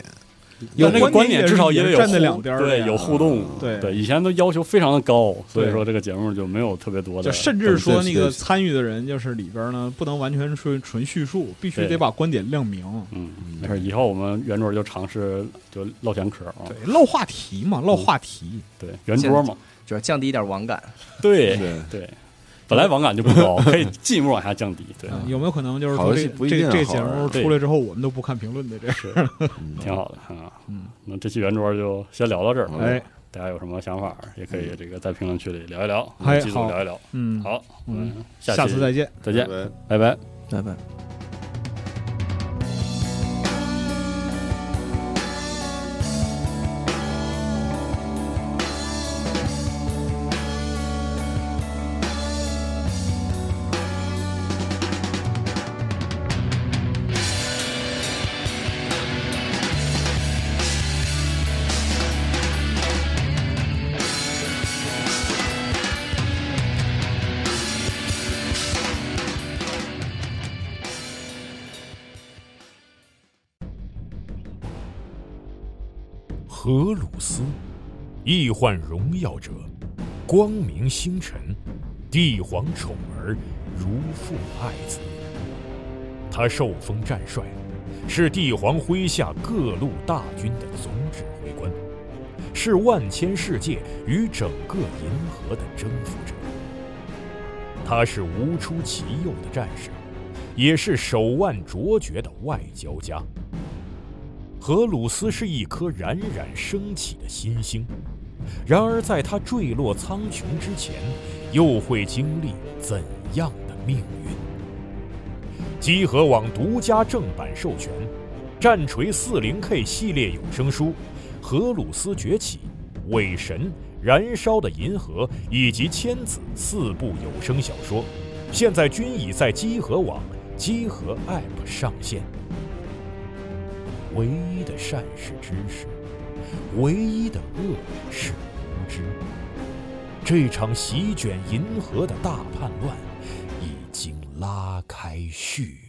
Speaker 2: 有
Speaker 1: 但这个观点至少也
Speaker 2: 也
Speaker 1: 得
Speaker 2: 是
Speaker 1: 有
Speaker 2: 站在
Speaker 1: 互
Speaker 2: 两边儿的
Speaker 1: 对，
Speaker 2: 呀嗯
Speaker 1: 有互动，
Speaker 2: 对
Speaker 1: 对，以前都要求非常的高，所以
Speaker 2: 对
Speaker 1: 说这个节目就没有特别多的
Speaker 2: 就，甚至说那个参与的人，就是里边呢不能完全纯纯叙述，必须
Speaker 1: 对
Speaker 2: 得把观点亮明，
Speaker 1: 嗯，没事，以后我们圆桌就尝试就唠闲嗑啊
Speaker 2: 对，，唠话题嘛，唠话题。
Speaker 1: 对，圆桌嘛，
Speaker 4: 主要降低一点网感。
Speaker 1: 对
Speaker 3: 对
Speaker 1: 对，本来网感就不
Speaker 2: [LAUGHS]
Speaker 1: 高，可以进一步往下降低，对，
Speaker 2: 嗯有没有可能就是
Speaker 3: 好
Speaker 2: 说
Speaker 3: 游
Speaker 2: 这
Speaker 3: 戏不一
Speaker 2: 这
Speaker 3: 定
Speaker 2: 这
Speaker 3: 好
Speaker 2: 节
Speaker 3: 玩
Speaker 2: 目
Speaker 3: 儿
Speaker 1: 对
Speaker 2: 出来之后，我们都不看评论的这？
Speaker 1: 是挺好的啊。
Speaker 2: 嗯，
Speaker 1: 那这期圆桌就先聊到这儿，
Speaker 2: 哎，嗯
Speaker 1: 大家有什么想法儿也可以这个在评论区里聊一聊，
Speaker 2: 哎
Speaker 1: 记录
Speaker 2: 好
Speaker 1: 聊一聊。
Speaker 2: 嗯，，
Speaker 1: 好，我们下
Speaker 2: 下
Speaker 1: 期
Speaker 2: 次再见。
Speaker 1: 再见
Speaker 3: 拜，拜
Speaker 1: 拜拜。
Speaker 4: 拜拜。
Speaker 5: 荷鲁斯，易患荣耀者，光明星辰，帝皇宠儿，如父爱子。他受封战帅，是帝皇麾下各路大军的总指挥官，是万千世界与整个银河的征服者。他是无出其右的战士，也是手腕卓绝的外交家。荷鲁斯是一颗冉冉升起的新星，然而在他坠落苍穹之前，又会经历怎样的命运？积禾网独家正版授权，《战锤 40K 系列有声书》《荷鲁斯崛起》《伪神》《燃烧的银河》以及《千子》四部有声小说，现在均已在积禾网、积禾 App 上线。唯一的善是知识，唯一的恶是无知。这场席卷银河的大叛乱已经拉开序幕。